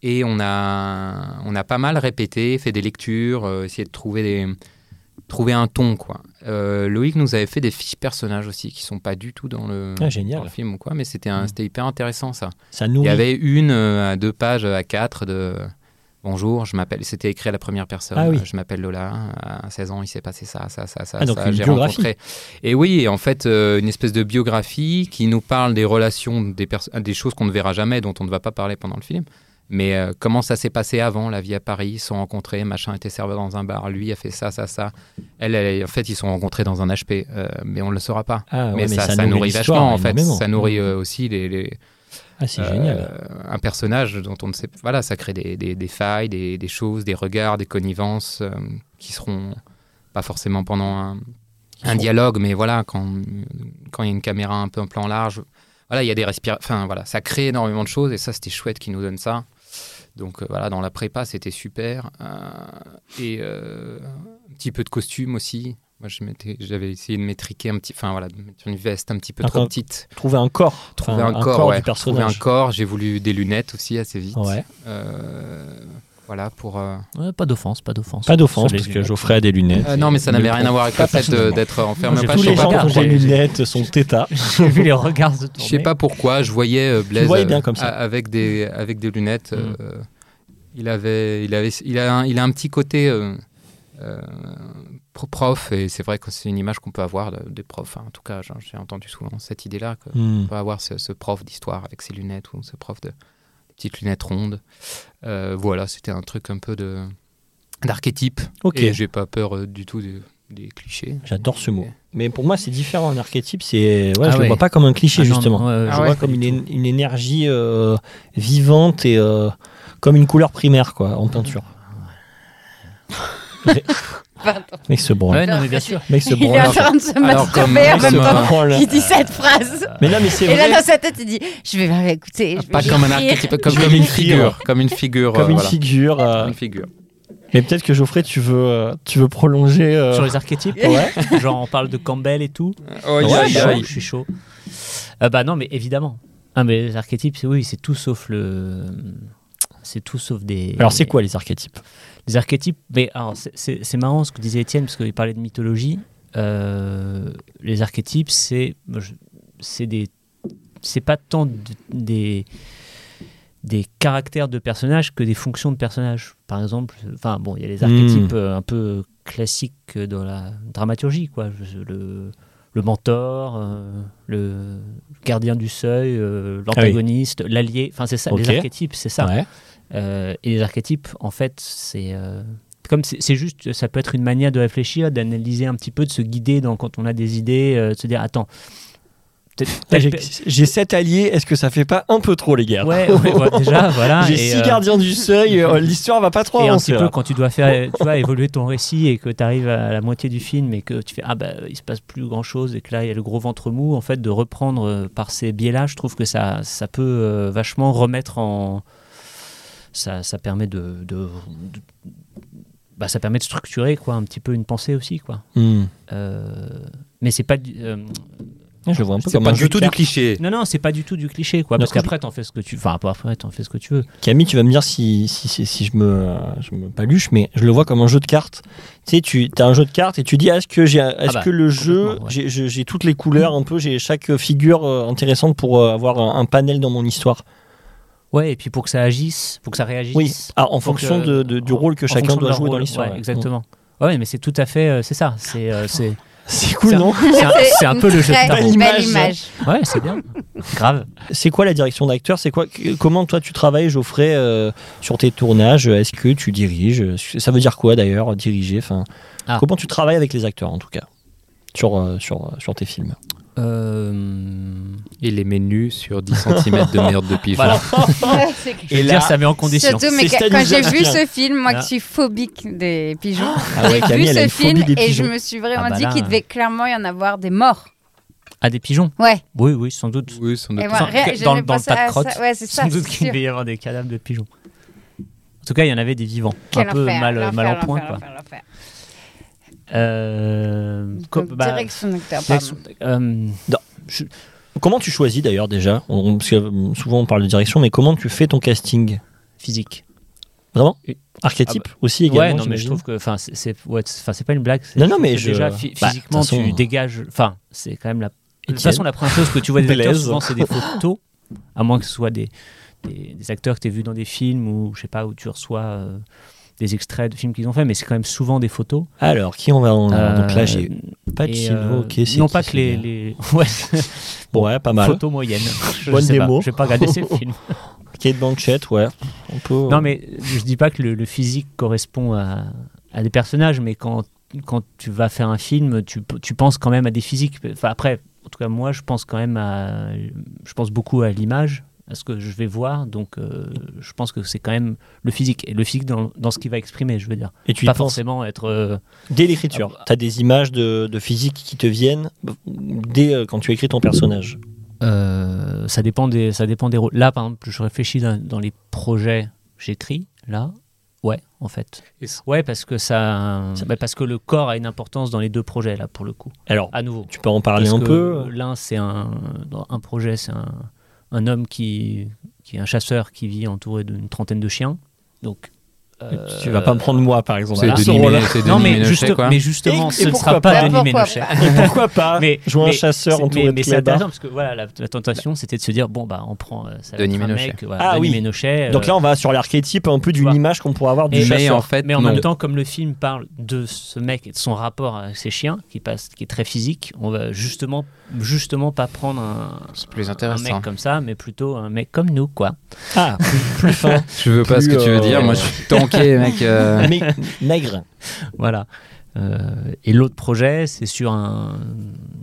S3: et on, a, on a pas mal répété, fait des lectures, euh, essayé de trouver, des, trouver un ton. Quoi. Euh, Loïc nous avait fait des fiches personnages aussi qui sont pas du tout dans le,
S2: ah,
S3: dans le
S2: génial.
S3: film ou quoi, mais c'était un-
S2: Mhm.
S3: c'était hyper intéressant ça.
S2: Ça
S3: Il
S2: nourrit.
S3: y avait une euh, à deux pages euh, à quatre de Bonjour, je m'appelle. C'était écrit à la première personne.
S2: Ah oui.
S3: Je m'appelle Lola. À 16 ans, il s'est passé ça, ça, ça, ça.
S2: Ah, donc
S3: ça.
S2: une
S3: J'ai
S2: biographie.
S3: rencontré. Et oui, et en fait, euh, une espèce de biographie qui nous parle des relations, des, perso- des choses qu'on ne verra jamais, dont on ne va pas parler pendant le film. Mais euh, comment ça s'est passé avant, la vie à Paris, ils se sont rencontrés, machin était serveur dans un bar, lui a fait ça, ça, ça. Elle, elle- en fait, ils se sont rencontrés dans un HP, euh, mais on ne le saura pas.
S2: Ah, ouais,
S3: mais, ça, ça nourrit
S2: l'histoire
S3: vachement, en fait.
S2: énormément.
S3: Ça nourrit euh, aussi les- les,
S2: Ah, c'est
S3: euh,
S2: génial.
S3: Un personnage dont on ne sait Voilà, ça crée des, des- des failles, des, des choses, des regards, des connivences euh, qui seront pas forcément pendant un. qui un dialogue, mais voilà, quand quand il y a une caméra un peu en plan large, voilà, il y a des respirations. Enfin, voilà, ça crée énormément de choses et ça, c'était chouette qu'ils nous donnent ça. Donc euh, voilà, dans la prépa, c'était super. Euh, et euh, un petit peu de costume aussi. Moi, je m'étais- j'avais essayé de m'étriquer un petit, enfin voilà, de mettre une veste un petit peu
S2: Un
S3: trop
S2: corps-
S3: petite.
S2: Trouver un corps.
S3: Trouver
S2: Enfin,
S3: un, corps, ouais.
S2: du
S3: Trouver
S2: personnage.
S3: un corps. J'ai voulu des lunettes aussi assez vite.
S2: Ouais.
S3: Euh, voilà pour. euh,
S4: Ouais, pas d'offense, pas d'offense.
S2: Pas d'offense,
S4: Sur les
S2: parce que
S4: lunettes.
S2: Geoffrey a des lunettes.
S3: euh, non, mais ça n'avait rien à voir avec le fait de- d'être
S4: Non,
S3: enfermé.
S4: j'ai
S3: pas,
S4: tous
S2: Tous
S3: je sais
S2: les gens
S3: pas
S4: pas,
S2: qui ont des
S4: j'ai-
S2: lunettes sont têtards.
S4: J'ai vu les regards se
S3: Je
S4: tourner.
S3: sais pas pourquoi, je voyais euh, Blaise
S2: voyais
S3: euh,
S2: bien comme ça.
S3: a- avec des avec des lunettes.
S4: Mm.
S3: euh, il avait il avait il a un, il a un petit côté euh, euh, pro- prof et c'est vrai que c'est une image qu'on peut avoir de- des profs. hein. En tout cas, j'en- j'ai entendu souvent cette idée-là qu'on
S2: Hmm.
S3: peut avoir ce, ce prof d'histoire avec ses lunettes ou ce prof de petites lunettes rondes. Euh, voilà, c'était un truc un peu de d'archétype.
S2: Ok.
S3: Et j'ai pas peur euh, du tout des, des clichés.
S2: J'adore ce mot. Mais pour moi, c'est différent. Un archétype, c'est. Ouais,
S4: Ah
S2: je le
S4: ouais.
S2: vois pas comme un cliché,
S4: Ah non,
S2: justement.
S4: non, ouais, ouais,
S2: je
S3: Ah
S2: le
S3: ouais,
S2: vois
S3: pas
S2: comme une, é- une énergie euh, vivante et euh, comme une couleur primaire, quoi, en peinture.
S1: Pardon.
S2: Mec, se branle.
S4: Ouais, non, mais bien sûr.
S2: Mec, se
S1: Il est en
S2: branle.
S1: train de se
S3: Alors, comme-
S1: masturber en
S3: comme-
S2: Se
S1: même temps
S2: branle.
S1: qu'il dit cette phrase.
S2: Mais non, mais c'est
S1: Et là,
S2: vrai.
S1: dans sa tête, il dit Je vais la réécouter. je vais
S3: Ah, Pas comme un
S1: l'écrire.
S3: archétype, comme,
S2: Je vais
S3: comme une
S2: l'écrire.
S3: figure, comme une figure.
S2: Comme
S3: euh,
S2: une
S3: voilà.
S2: figure. euh,
S3: Une figure.
S2: mais peut-être que Geoffrey, tu veux, euh, tu veux prolonger. euh,
S4: Sur les archétypes,
S2: Ouais.
S4: genre on parle de Campbell et tout.
S3: Oh,
S4: Ouais,
S2: aïe,
S4: je,
S2: aïe,
S4: suis chaud,
S2: aïe.
S4: je suis chaud. Ah bah non, mais évidemment. Ah, mais les archétypes, c'est oui, c'est tout sauf le. C'est tout sauf des.
S2: Alors, c'est quoi les archétypes
S4: Les archétypes. Mais alors, c'est- c'est c'est marrant ce que disait Étienne, parce qu'il parlait de mythologie. Euh, les archétypes, c'est. moi, je- C'est des. C'est pas tant de- des. Des caractères de personnages que des fonctions de personnages. Par exemple, enfin bon, il y a les
S2: Hmm.
S4: archétypes euh, un peu classiques euh, dans la dramaturgie, quoi. Je- le, le mentor, euh, le gardien du seuil, euh, l'antagoniste, l'allié. Enfin, c'est ça,
S2: Ah Ok.
S4: les archétypes, c'est ça.
S2: Ouais.
S4: Euh, et les archétypes, en fait, c'est euh, comme c'est c'est juste, ça peut être une manière de réfléchir, d'analyser un petit peu, de se guider dans, quand on a des idées, euh, de se dire attends. peut-être-
S2: J'ai-
S4: peut-être-
S2: J'ai 7 alliés, est-ce que ça fait pas un peu trop, les gars
S4: Ouais, ouais, voilà, déjà, voilà.
S2: J'ai
S4: et,
S2: 6
S4: euh,
S2: gardiens du seuil, euh, l'histoire va pas trop
S4: et un
S2: avancer.
S4: petit peu
S2: là.
S4: quand tu dois faire tu vois, évoluer ton récit et que tu arrives à la moitié du film et que tu fais ah bah il se passe plus grand chose et que là il y a le gros ventre mou en fait de reprendre euh, par ces biais là je trouve que ça ça peut euh, vachement remettre en ça, ça permet de, de- de- bah, ça permet de structurer quoi un petit peu une pensée aussi quoi
S2: Hmm.
S4: Euh, mais c'est pas du- euh,
S2: Je le vois un peu
S3: C'est
S2: comme
S3: pas
S2: un jeu
S3: du
S2: de
S3: tout du
S2: cartes.
S3: cliché.
S4: non non c'est pas du tout du cliché quoi parce
S2: D'accord.
S4: qu'après t'en fais ce que tu enfin après t'en fais ce que tu veux
S2: Camille, tu vas me dire si, si, si, si je, me, euh, je me paluche, mais je le vois comme un jeu de cartes. Tu sais, tu as un jeu de cartes et tu dis est-ce que, j'ai, est-ce
S4: bah,
S2: que le jeu,
S4: complètement, ouais.
S2: j'ai- j'ai j'ai toutes les couleurs un peu, j'ai chaque figure euh, intéressante pour euh, avoir un, un panel dans mon histoire
S4: ouais et puis pour que ça agisse pour que ça réagisse
S2: Oui, Ah, en fonction
S4: euh,
S2: de, de- du
S4: en-
S2: rôle que
S4: en
S2: chacun
S4: fonction de
S2: doit
S4: leur
S2: jouer dans
S4: rôle,
S2: l'histoire.
S4: ouais,
S2: ouais. Hmm.
S4: exactement. Ouais, mais c'est tout à fait, euh, c'est ça. C'est euh, c'est
S2: C'est cool,
S4: C'est un-
S2: non
S4: c'est un, c'est un
S1: une
S4: peu le jeu
S1: très
S4: de tarot.
S2: Belle
S1: Belle
S2: image.
S1: image.
S4: Ouais, c'est bien. Grave.
S2: C'est quoi la direction d'acteur C'est quoi que- Comment toi tu travailles, Geoffrey, euh, sur tes tournages Est-ce que tu diriges Ça veut dire quoi d'ailleurs, diriger enfin,
S4: Ah.
S2: Comment tu travailles avec les acteurs en tout cas sur, euh, sur, sur tes films
S4: Euh,
S3: Il les met nus sur 10 cm de merde de pigeon.
S4: Voilà.
S2: Et
S4: Et
S2: là,
S4: là, ça met en condition.
S1: Surtout, mais
S2: C'est
S1: que- quand j'ai
S2: Stanislas
S1: vu
S2: Pierre.
S1: ce film, moi
S4: Ah.
S1: qui suis phobique des pigeons,
S2: Ah ouais,
S1: j'ai vu
S2: Camille, elle a
S1: ce
S2: une
S1: film
S2: phobie des
S1: et je
S2: pigeons.
S1: me suis vraiment
S4: Ah bah
S1: dit
S4: là,
S1: qu'il devait clairement y en avoir des morts.
S4: À des pigeons
S1: Ouais.
S4: Oui, oui, sans doute.
S3: Oui, sans doute.
S1: Et voilà,
S4: Sans-
S1: rien-
S4: que-
S1: j'ai
S4: dans-
S1: jamais
S4: dans le
S1: pensé
S4: tas de
S1: à ça.
S4: crottes,
S1: Ouais, c'est ça.
S4: sans doute
S1: c'est
S4: qu'il
S1: sûr.
S4: devait y avoir des cadavres de pigeons. En tout cas, il y en avait des vivants.
S1: Quel
S4: un peu
S1: enfer,
S4: mal,
S1: l'enfer,
S4: mal en
S1: l'enfer,
S4: point.
S1: l'enfer,
S4: quoi.
S1: l'enfer.
S4: Euh,
S1: Donc,
S4: co- bah,
S1: direction d'acteur,
S4: direction-
S1: pardon.
S4: euh,
S2: Comment tu choisis d'ailleurs déjà On- Parce que euh, souvent on parle de direction, mais comment tu fais ton casting
S4: physique.
S2: Vraiment
S4: Oui.
S2: Archétype aussi également
S4: Ah bah. Ouais, non, mais je
S2: j'imagine
S4: trouve que. Enfin, c'est- c'est ouais, c'est- enfin, c'est pas une blague. c'est-
S2: Non, non,
S4: trouve
S2: mais
S4: que
S2: je-
S4: Déjà, phy-
S2: bah, de
S4: physiquement,
S2: toute façon,
S4: tu
S2: euh,
S4: dégages. Enfin, c'est quand même la De toute
S2: Étienne.
S4: façon, la première chose que tu vois des acteurs,
S2: Blaise.
S4: souvent, c'est des photos, à moins que ce soit des, des, des acteurs que tu as vus dans des films ou je sais pas, où tu reçois euh, des extraits de films qu'ils ont fait, mais c'est quand même souvent des photos.
S2: Alors, qui on va en... Donc là, j'ai
S4: Euh,
S2: pas de
S4: et,
S2: chino,
S4: euh,
S2: ok, c'est
S4: Non,
S2: qui,
S4: pas
S2: c'est
S4: que les.
S2: bien.
S4: les... Ouais,
S2: Ouais, pas mal.
S4: photos moyennes. Je
S2: Bonne
S4: sais pas,
S2: démo.
S4: je vais pas regarder ces films.
S2: Kate Blanchett, ouais. On peut... euh,
S4: Non, mais je dis pas que le, le physique correspond à, à des personnages, mais quand, quand tu vas faire un film, tu, p- tu penses quand même à des physiques. Enfin, après, en tout cas, moi, je pense quand même à. Je pense beaucoup à l'image, à ce que je vais voir, donc euh, je pense que c'est quand même le physique, et le physique dans, dans ce qu'il va exprimer, je veux dire.
S2: Et tu y
S4: Pas
S2: penses
S4: forcément être... euh,
S2: dès l'écriture.
S4: Ah bah.
S2: Tu as des images de, de physique qui te viennent dès euh, quand tu écris ton personnage.
S4: Euh, ça dépend des ça dépend des rôles. Là, par exemple, je réfléchis dans, dans les projets que j'écris. Là, ouais, en fait.
S3: Et c-
S4: Ouais, parce que ça,
S2: Ça-
S4: bah, parce que le corps a une importance dans les deux projets là pour le coup.
S2: Alors,
S4: À nouveau.
S2: tu peux en parler
S4: Parce
S2: un
S4: que
S2: peu
S4: L'un, c'est un dans un projet, c'est un, un homme qui qui est un chasseur qui vit entouré d'une trentaine de chiens. Donc euh,
S2: Tu vas pas me prendre moi, par exemple. Ah,
S3: C'est
S4: voilà.
S2: Denis
S3: Denis
S2: Ménochet,
S3: Ménochet, c'est
S4: non,
S3: Denis
S4: mais,
S3: Ménochet,
S4: juste-
S3: quoi.
S4: mais justement,
S2: Et-
S4: ce
S2: et
S4: ne
S2: pourquoi pas
S4: sera pas
S1: Bah,
S4: Denis
S1: pourquoi
S4: Ménochet.
S1: pas
S2: Et pourquoi pas
S4: mais,
S2: Jouer un
S4: Ah, mais-
S2: chasseur
S4: c'est-
S2: entouré
S4: mais,
S2: de
S4: mais c'est
S2: clébards.
S4: intéressant parce que voilà, la, la tentation c'était de se dire bon bah on prend euh, ça va
S3: Denis
S4: être un
S3: Ménochet.
S4: mec, voilà,
S2: Ah
S4: Denis
S2: oui.
S4: Ménochet, euh,
S2: Donc là, on va sur l'archétype un peu
S4: tu
S2: d'une
S4: vois.
S2: image qu'on pourrait avoir du
S4: Et-
S3: mais
S2: chasseur.
S3: en fait,
S4: mais en
S3: non.
S4: même temps comme le film parle de ce mec et de son rapport avec ses chiens qui passe qui est très physique, on va justement justement pas prendre un,
S3: c'est plus
S4: un
S3: intéressant.
S4: mec comme ça mais plutôt un mec comme nous quoi.
S2: Ah, plus fin,
S3: Je veux pas
S2: plus,
S3: ce que tu veux
S2: euh,
S3: dire. Moi, je suis tanké, mec. euh.
S2: mais maigre.
S4: Voilà. Euh, et l'autre projet, c'est sur un,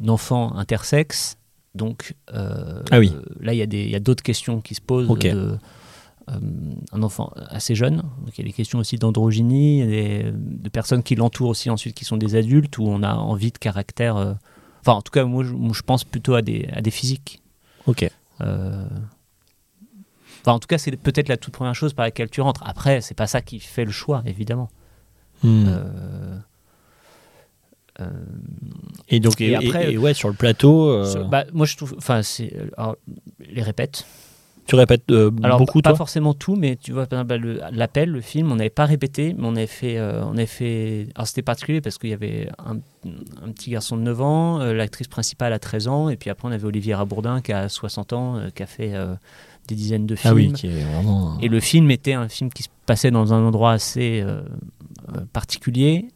S4: un enfant intersexe. Donc euh,
S2: Ah oui.
S4: euh, là, il y a des- il y a d'autres questions qui se posent.
S2: Ok.
S4: de, euh, un enfant assez jeune. Donc il y a des questions aussi d'androgynie, il y a des- de personnes qui l'entourent aussi ensuite qui sont des adultes où on a envie de caractère. euh, Enfin, en tout cas, moi, je, moi, je pense plutôt à des, à des physiques.
S2: Ok.
S4: Euh, Enfin, en tout cas, c'est peut-être la toute première chose par laquelle tu rentres. Après, c'est pas ça qui fait le choix, évidemment.
S2: Hmm. Mm.
S4: Euh, euh,
S2: Et donc, et,
S4: et après-
S2: et- et ouais, sur le plateau, euh,
S4: sur- bah, moi je trouve, enfin c'est, alors, les répètes.
S2: tu répètes euh,
S4: Alors
S2: beaucoup,
S4: pas
S2: toi
S4: forcément tout, mais tu vois, par exemple, bah, le- l'appel, le film, on n'avait pas répété, mais on avait fait, euh, on avait fait. Alors c'était particulier parce qu'il y avait un, un petit garçon de 9 ans, euh, l'actrice principale à 13 ans, et puis après on avait Olivier Rabourdin qui a 60 ans, euh, qui a fait euh, des dizaines de films.
S2: Ah oui, qui est vraiment.
S4: Et le film était un film qui se passait dans un endroit assez euh, euh, particulier,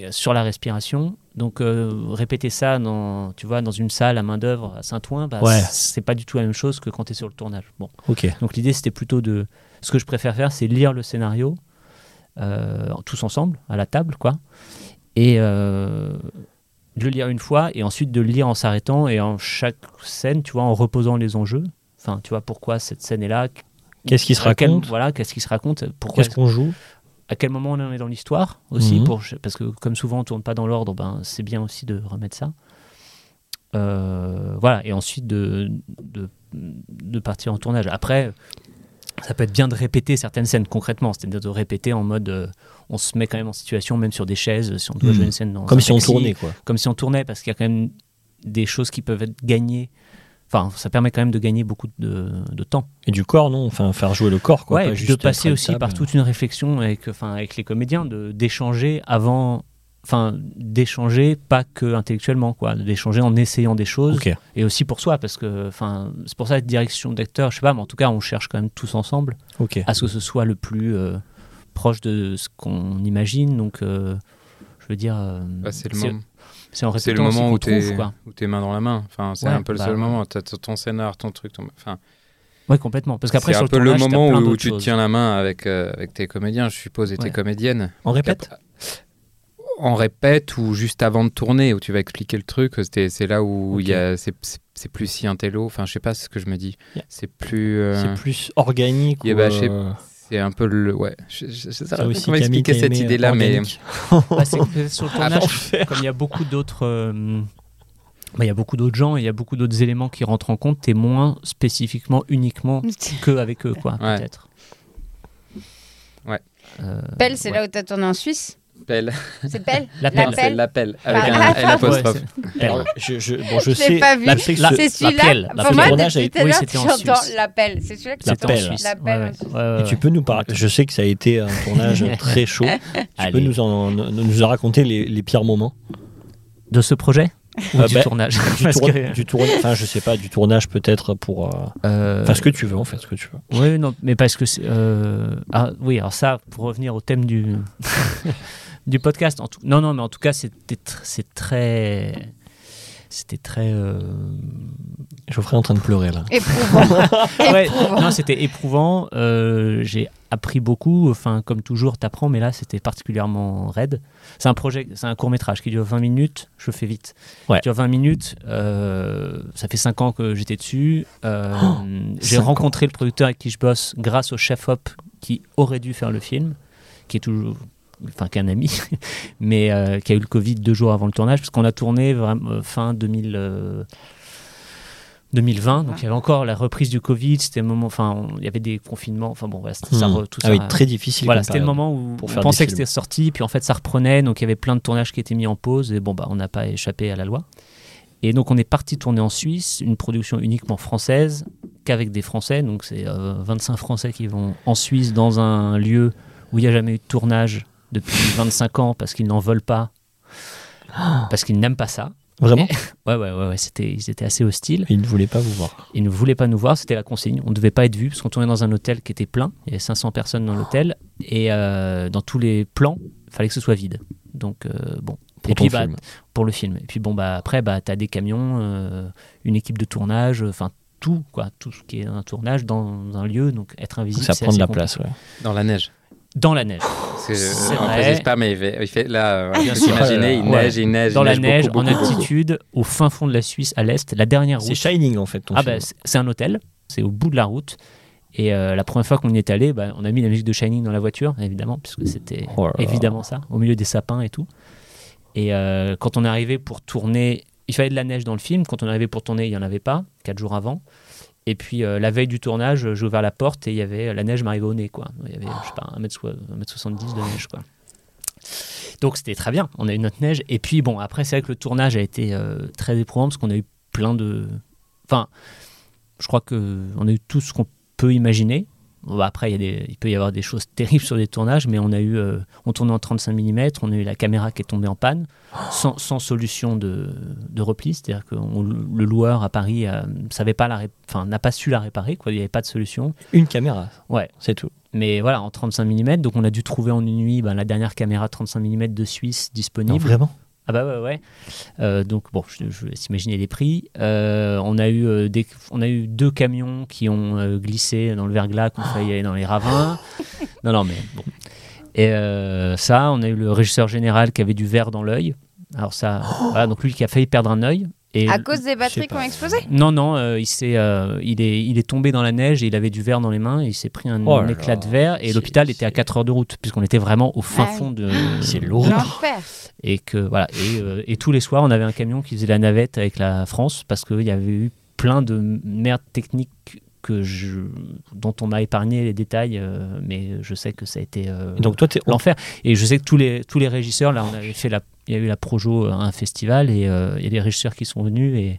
S4: euh, sur la respiration. Donc euh, répéter ça dans, tu vois, dans une salle à main d'œuvre à Saint-Ouen, bah,
S2: Ouais.
S4: c'est pas du tout la même chose que quand tu es sur le tournage. Bon.
S2: Ok.
S4: Donc l'idée c'était plutôt de, ce que je préfère faire, c'est lire le scénario euh, tous ensemble à la table, quoi, et euh, de le lire une fois et ensuite de le lire en s'arrêtant et en chaque scène, tu vois, en reposant les enjeux. Enfin, tu vois pourquoi cette scène est là,
S2: Qu'est-ce qui se
S4: à quel-
S2: raconte
S4: Voilà, qu'est-ce qui se raconte Pourquoi
S2: Qu'est-ce qu'on joue
S4: À quel moment on en est dans l'histoire aussi
S2: Mhm.
S4: pour, Parce que comme souvent on tourne pas dans l'ordre, ben, c'est bien aussi de remettre ça. Euh, voilà, et ensuite de, de, de partir en tournage. Après, ça peut être bien de répéter certaines scènes concrètement, c'est-à-dire de répéter en mode euh, on se met quand même en situation, même sur des chaises, si on doit
S2: Mhm.
S4: jouer une scène dans
S2: Comme
S4: un
S2: si on
S4: taxi,
S2: tournait, quoi.
S4: comme si on tournait, parce qu'il y a quand même des choses qui peuvent être gagnées. Enfin, ça permet quand même de gagner beaucoup de- de temps
S2: Et du corps, non Enfin, faire jouer le corps, quoi.
S4: ouais,
S2: pas
S4: et puis
S2: juste
S4: de passer
S2: être
S4: aussi
S2: table.
S4: par toute une réflexion avec, enfin, avec les comédiens, de d'échanger avant, enfin, d'échanger pas que intellectuellement, quoi, d'échanger en essayant des choses
S2: Ok.
S4: et aussi pour soi, parce que, enfin, c'est pour ça que direction d'acteur, je sais pas, mais en tout cas, on cherche quand même tous ensemble
S2: Ok.
S4: à ce que ce soit le plus euh, proche de ce qu'on imagine, donc. euh, je veux dire, euh,
S3: Bah, c'est le
S4: c'est-
S3: moment.
S4: c'est en
S3: C'est le
S4: répétant aussi
S3: moment
S4: qu'on
S3: où
S4: trouve,
S3: t'es
S4: quoi.
S3: où t'es main dans la main. Enfin, c'est
S4: Ouais,
S3: un peu le
S4: bah.
S3: seul moment. T'as ton ton scénar, ton truc. ton- Enfin,
S4: Ouais, complètement. Parce qu'après,
S3: c'est
S4: sur
S3: un
S4: le
S3: peu le
S4: tournage, t'as
S3: moment
S4: plein
S3: où
S4: d'autres
S3: tu te
S4: choses.
S3: tiens la main avec euh, avec tes comédiens, je suppose, et tes
S4: Ouais.
S3: comédiennes.
S2: On répète
S3: En répète ou juste avant de tourner où tu vas expliquer le truc. euh, C'est c'est là où il y
S2: Ok.
S3: a c'est- c'est c'est plus si intello. Enfin, je sais pas ce que je me dis.
S2: Yeah.
S3: C'est plus. euh,
S2: C'est plus organique.
S3: et
S2: ou,
S3: bah, je sais-
S2: euh,
S3: C'est un peu le. Ouais. Je, je, je sais
S2: ça
S3: pas
S2: aussi,
S3: comment
S2: Camille,
S3: expliquer
S2: t'as
S3: cette
S2: aimé, euh,
S3: idée-là, mais.
S2: organique.
S4: Bah, c'est que sur le
S3: Ah
S4: tournage,
S2: l'enfer.
S4: comme il y a beaucoup d'autres. euh, bah, il y a beaucoup d'autres gens et il y a beaucoup d'autres éléments qui rentrent en compte. T'es moins spécifiquement, uniquement que avec eux, quoi,
S3: Ouais.
S4: peut-être.
S3: Ouais.
S4: Euh,
S1: Pelle, c'est
S4: ouais.
S1: là où t'as tourné en Suisse
S3: L'appel.
S1: C'est Pelle
S4: La
S1: L'appel.
S4: pelle.
S3: Non, c'est L'appel. Avec
S1: Ah,
S3: un
S1: ah,
S3: L apostrophe.
S4: Ouais,
S2: Alors, je, je, bon, je
S1: Je l'ai
S2: sais.
S1: pas vu.
S2: la- c'est-
S4: La-
S1: C'est
S4: pelle,
S1: celui-là.
S4: la
S1: Pour moi,
S4: pelle.
S2: Oui,
S1: depuis tout à l'heure,
S4: c'était en
S1: j'entends
S4: Suisse.
S1: l'appel. C'est celui-là que
S2: La
S4: C'était
S1: t'entends.
S4: en
S2: pelle.
S4: Suisse.
S1: La
S4: Ouais,
S1: pelle en
S4: ouais.
S1: Suisse.
S4: Ouais, ouais,
S2: Et tu
S4: ouais.
S2: peux nous parler. Je sais que ça a été un tournage très chaud. Tu peux
S4: Allez.
S2: nous en nous en raconter les, les pires moments
S4: De ce projet ou
S2: Euh,
S4: du
S2: bah,
S4: tournage
S2: du,
S4: Parce
S2: tourna-
S4: que-
S2: du tourna- enfin je sais pas, du tournage peut-être pour. euh,
S4: Euh,
S2: Enfin ce que tu veux en fait, ce que tu veux.
S4: Oui, non, mais parce que. c'est, euh, ah, oui, alors ça, pour revenir au thème du, du podcast. En tout, non, non, mais en tout cas, c'était tr- c'est très. C'était très. euh,
S2: Geoffrey est en train de pleurer là.
S1: Éprouvant.
S4: ouais,
S1: Éprouvant.
S4: non, c'était éprouvant. Euh, J'ai appris beaucoup. Enfin, comme toujours, t'apprends, mais là, c'était particulièrement raide. C'est un projet, c'est un court métrage qui dure 20 minutes. Je fais vite.
S2: Ouais.
S4: Qui dure 20 minutes. euh, ça fait 5 ans que j'étais dessus. Euh, j'ai
S2: cinq ans.
S4: rencontré le producteur avec qui je bosse grâce au chef op qui aurait dû faire le film, qui est toujours, enfin, qu'un ami, mais euh, qui a eu le Covid deux jours avant le tournage, parce qu'on a tourné vraiment euh, fin 2000, euh, 2020,
S2: Ah.
S4: donc il y avait encore la reprise du Covid, c'était le moment, enfin, on- il y avait des confinements, enfin bon, voilà, c'était ça,
S2: Hmm.
S4: re- tout
S2: ah
S4: ça. euh,
S2: oui, très difficile.
S4: voilà,
S2: comme
S4: c'était le
S2: période.
S4: moment où
S2: pour
S4: on
S2: faire
S4: pensait
S2: des
S4: que
S2: films.
S4: c'était sorti, puis en fait ça reprenait, donc il y avait plein de tournages qui étaient mis en pause, et bon, bah, on n'a pas échappé à la loi. Et donc on est parti tourner en Suisse, une production uniquement française, qu'avec des Français, donc c'est euh, 25 Français qui vont en Suisse dans un lieu où il n'y a jamais eu de tournage depuis 25 ans parce qu'ils n'en veulent pas,
S2: Ah.
S4: parce qu'ils n'aiment pas ça.
S2: Vraiment
S4: Ouais, ouais, ouais, ouais c'était, ils étaient assez hostiles.
S2: Il ne voulait pas vous voir.
S4: Ils ne voulaient pas nous voir, c'était la consigne. On ne devait pas être vus parce qu'on tournait dans un hôtel qui était plein. Il y avait 500 personnes dans l'hôtel et euh, dans tous les plans, il fallait que ce soit vide. Donc, euh, bon.
S2: Pour
S4: et puis,
S2: ton
S4: bah,
S2: film.
S4: pour le film. Et puis, bon, bah, après, bah, tu as des camions, euh, une équipe de tournage, euh, enfin, tout, quoi. Tout ce qui est un tournage dans un lieu. Donc, être invisible,
S2: Ça
S4: c'est
S2: prend de
S4: assez
S2: la
S4: compliqué.
S2: place, ouais.
S3: Dans la neige.
S4: Dans la neige.
S3: Parce que,
S4: C'est
S3: euh, on
S4: vrai.
S3: faisait pas, mais il fait, il fait- là,
S4: Bien
S3: euh,
S4: sûr.
S3: imaginez, il
S4: Ouais.
S3: neige, il neige,
S4: Dans
S3: il
S4: la
S3: neige
S4: neige,
S3: beaucoup,
S4: en
S3: beaucoup, beaucoup.
S4: altitude, au fin fond de la Suisse, à l'est, la dernière route.
S2: C'est Shining en fait ton
S4: Ah
S2: film.
S4: bah, c'est- c'est un hôtel, c'est au bout de la route. Et euh, la première fois qu'on y est allé, bah, on a mis la musique de Shining dans la voiture, évidemment, puisque c'était
S2: Oh là là.
S4: évidemment ça, au milieu des sapins et tout. Et euh, quand on est arrivé pour tourner, il fallait de la neige dans le film. Quand on est arrivé pour tourner, il n'y en avait pas, quatre jours avant. Et puis euh, la veille du tournage, j'ai ouvert la porte et il y avait euh, la neige m'arrivait au nez, quoi. Il y avait, je sais pas, 1m70 de neige, quoi. Donc c'était très bien, on a eu notre neige. Et puis bon, après, c'est vrai que le tournage a été euh, très éprouvant parce qu'on a eu plein de. Enfin, je crois qu'on a eu tout ce qu'on peut imaginer. Bon, bah, après, il, y a des- il peut y avoir des choses terribles sur des tournages, mais on a eu, euh, on tournait en 35 mm, on a eu la caméra qui est tombée en panne, sans, sans solution de, de repli, c'est-à-dire que on- le loueur à Paris euh, savait pas la, ré- enfin n'a pas su la réparer, quoi, il n'y avait pas de solution.
S2: Une caméra,
S4: Ouais,
S2: c'est tout.
S4: mais voilà, en 35 mm, donc on a dû trouver en une nuit ben, la dernière caméra 35 mm de Suisse
S2: Non,
S4: disponible.
S2: vraiment
S4: Ah bah ouais, ouais. Euh, donc bon, je, je vais s'imaginer les prix. Euh, on, a eu, euh, des, on a eu deux camions qui ont euh, glissé dans le verglas, qu'on
S1: Ah.
S4: failli aller dans les ravins. non, non, mais bon. Et euh, ça, on a eu le régisseur général qui avait du verre dans l'œil. Alors ça, voilà, donc lui qui a failli perdre un œil. Et
S1: Oh. À cause des
S2: sais
S1: batteries qui
S2: pas.
S1: ont explosé
S4: non, non, euh, il, s'est, euh, il, est, il est tombé dans la neige et il avait du verre dans les mains. Et il s'est pris un,
S2: Oh là
S4: éclat
S2: là.
S4: de verre et
S2: C'est-
S4: l'hôpital était à
S2: c'est-
S4: 4 heures de route, puisqu'on était vraiment au fin
S1: Ah oui.
S4: fond de.
S2: C'est
S4: de-
S2: lourd.
S1: L'enfer.
S4: et que voilà et, euh, et tous les soirs on avait un camion qui faisait la navette avec la France parce qu'il y avait eu plein de merdes techniques que je, dont on m'a épargné les détails euh, mais je sais que ça a été euh,
S2: Et Donc toi, t'es...
S4: l'enfer et je sais que tous les tous les régisseurs là on avait fait la il y a eu la Projo euh, à un festival et euh, il y a des régisseurs qui sont venus et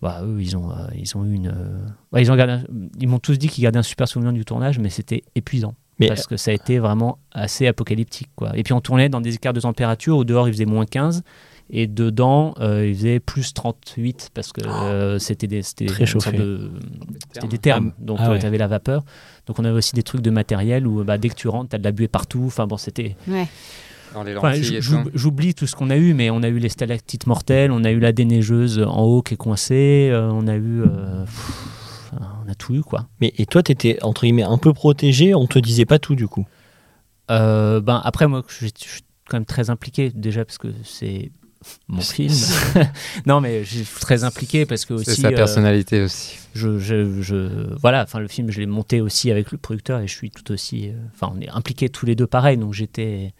S4: bah, eux ils ont euh, ils ont eu une euh, ouais, ils ont gardé un- ils m'ont tous dit qu'ils gardaient un super souvenir du tournage mais c'était épuisant
S2: mais
S4: parce que ça a été vraiment assez apocalyptique. Quoi. Et puis on tournait dans des écarts de température, au dehors il faisait moins 15, et dedans euh, il faisait plus 38, parce que euh, c'était des, c'était
S2: Oh, Très
S4: une sorte
S2: chauffé.
S4: de- c'était des thermes, donc
S2: Ah ouais.
S4: tu avais la vapeur. Donc on avait aussi des trucs de matériel où bah, dès que tu rentres, tu as de la buée partout. Enfin bon, c'était...
S1: Ouais.
S3: Dans les
S4: Enfin,
S3: lentilles et
S4: j'ou-
S3: tout.
S4: J'oublie tout ce qu'on a eu, mais on a eu les stalactites mortelles, on a eu la déneigeuse en haut qui est coincée, euh, on a eu... euh, pff, on a tout eu, quoi.
S2: Mais et toi, t'étais entre guillemets un peu protégé, on te disait pas tout du coup.
S4: Euh, ben, après, moi, je je suis quand même très impliqué, déjà, parce que c'est mon film. non, mais je suis très impliqué parce que
S3: C'est
S4: aussi,
S3: sa
S4: euh,
S3: personnalité aussi.
S4: je, je- je- voilà, enfin, le film, je l'ai monté aussi avec le producteur et je suis tout aussi, euh, enfin, on est impliqués tous les deux pareil, donc j'étais,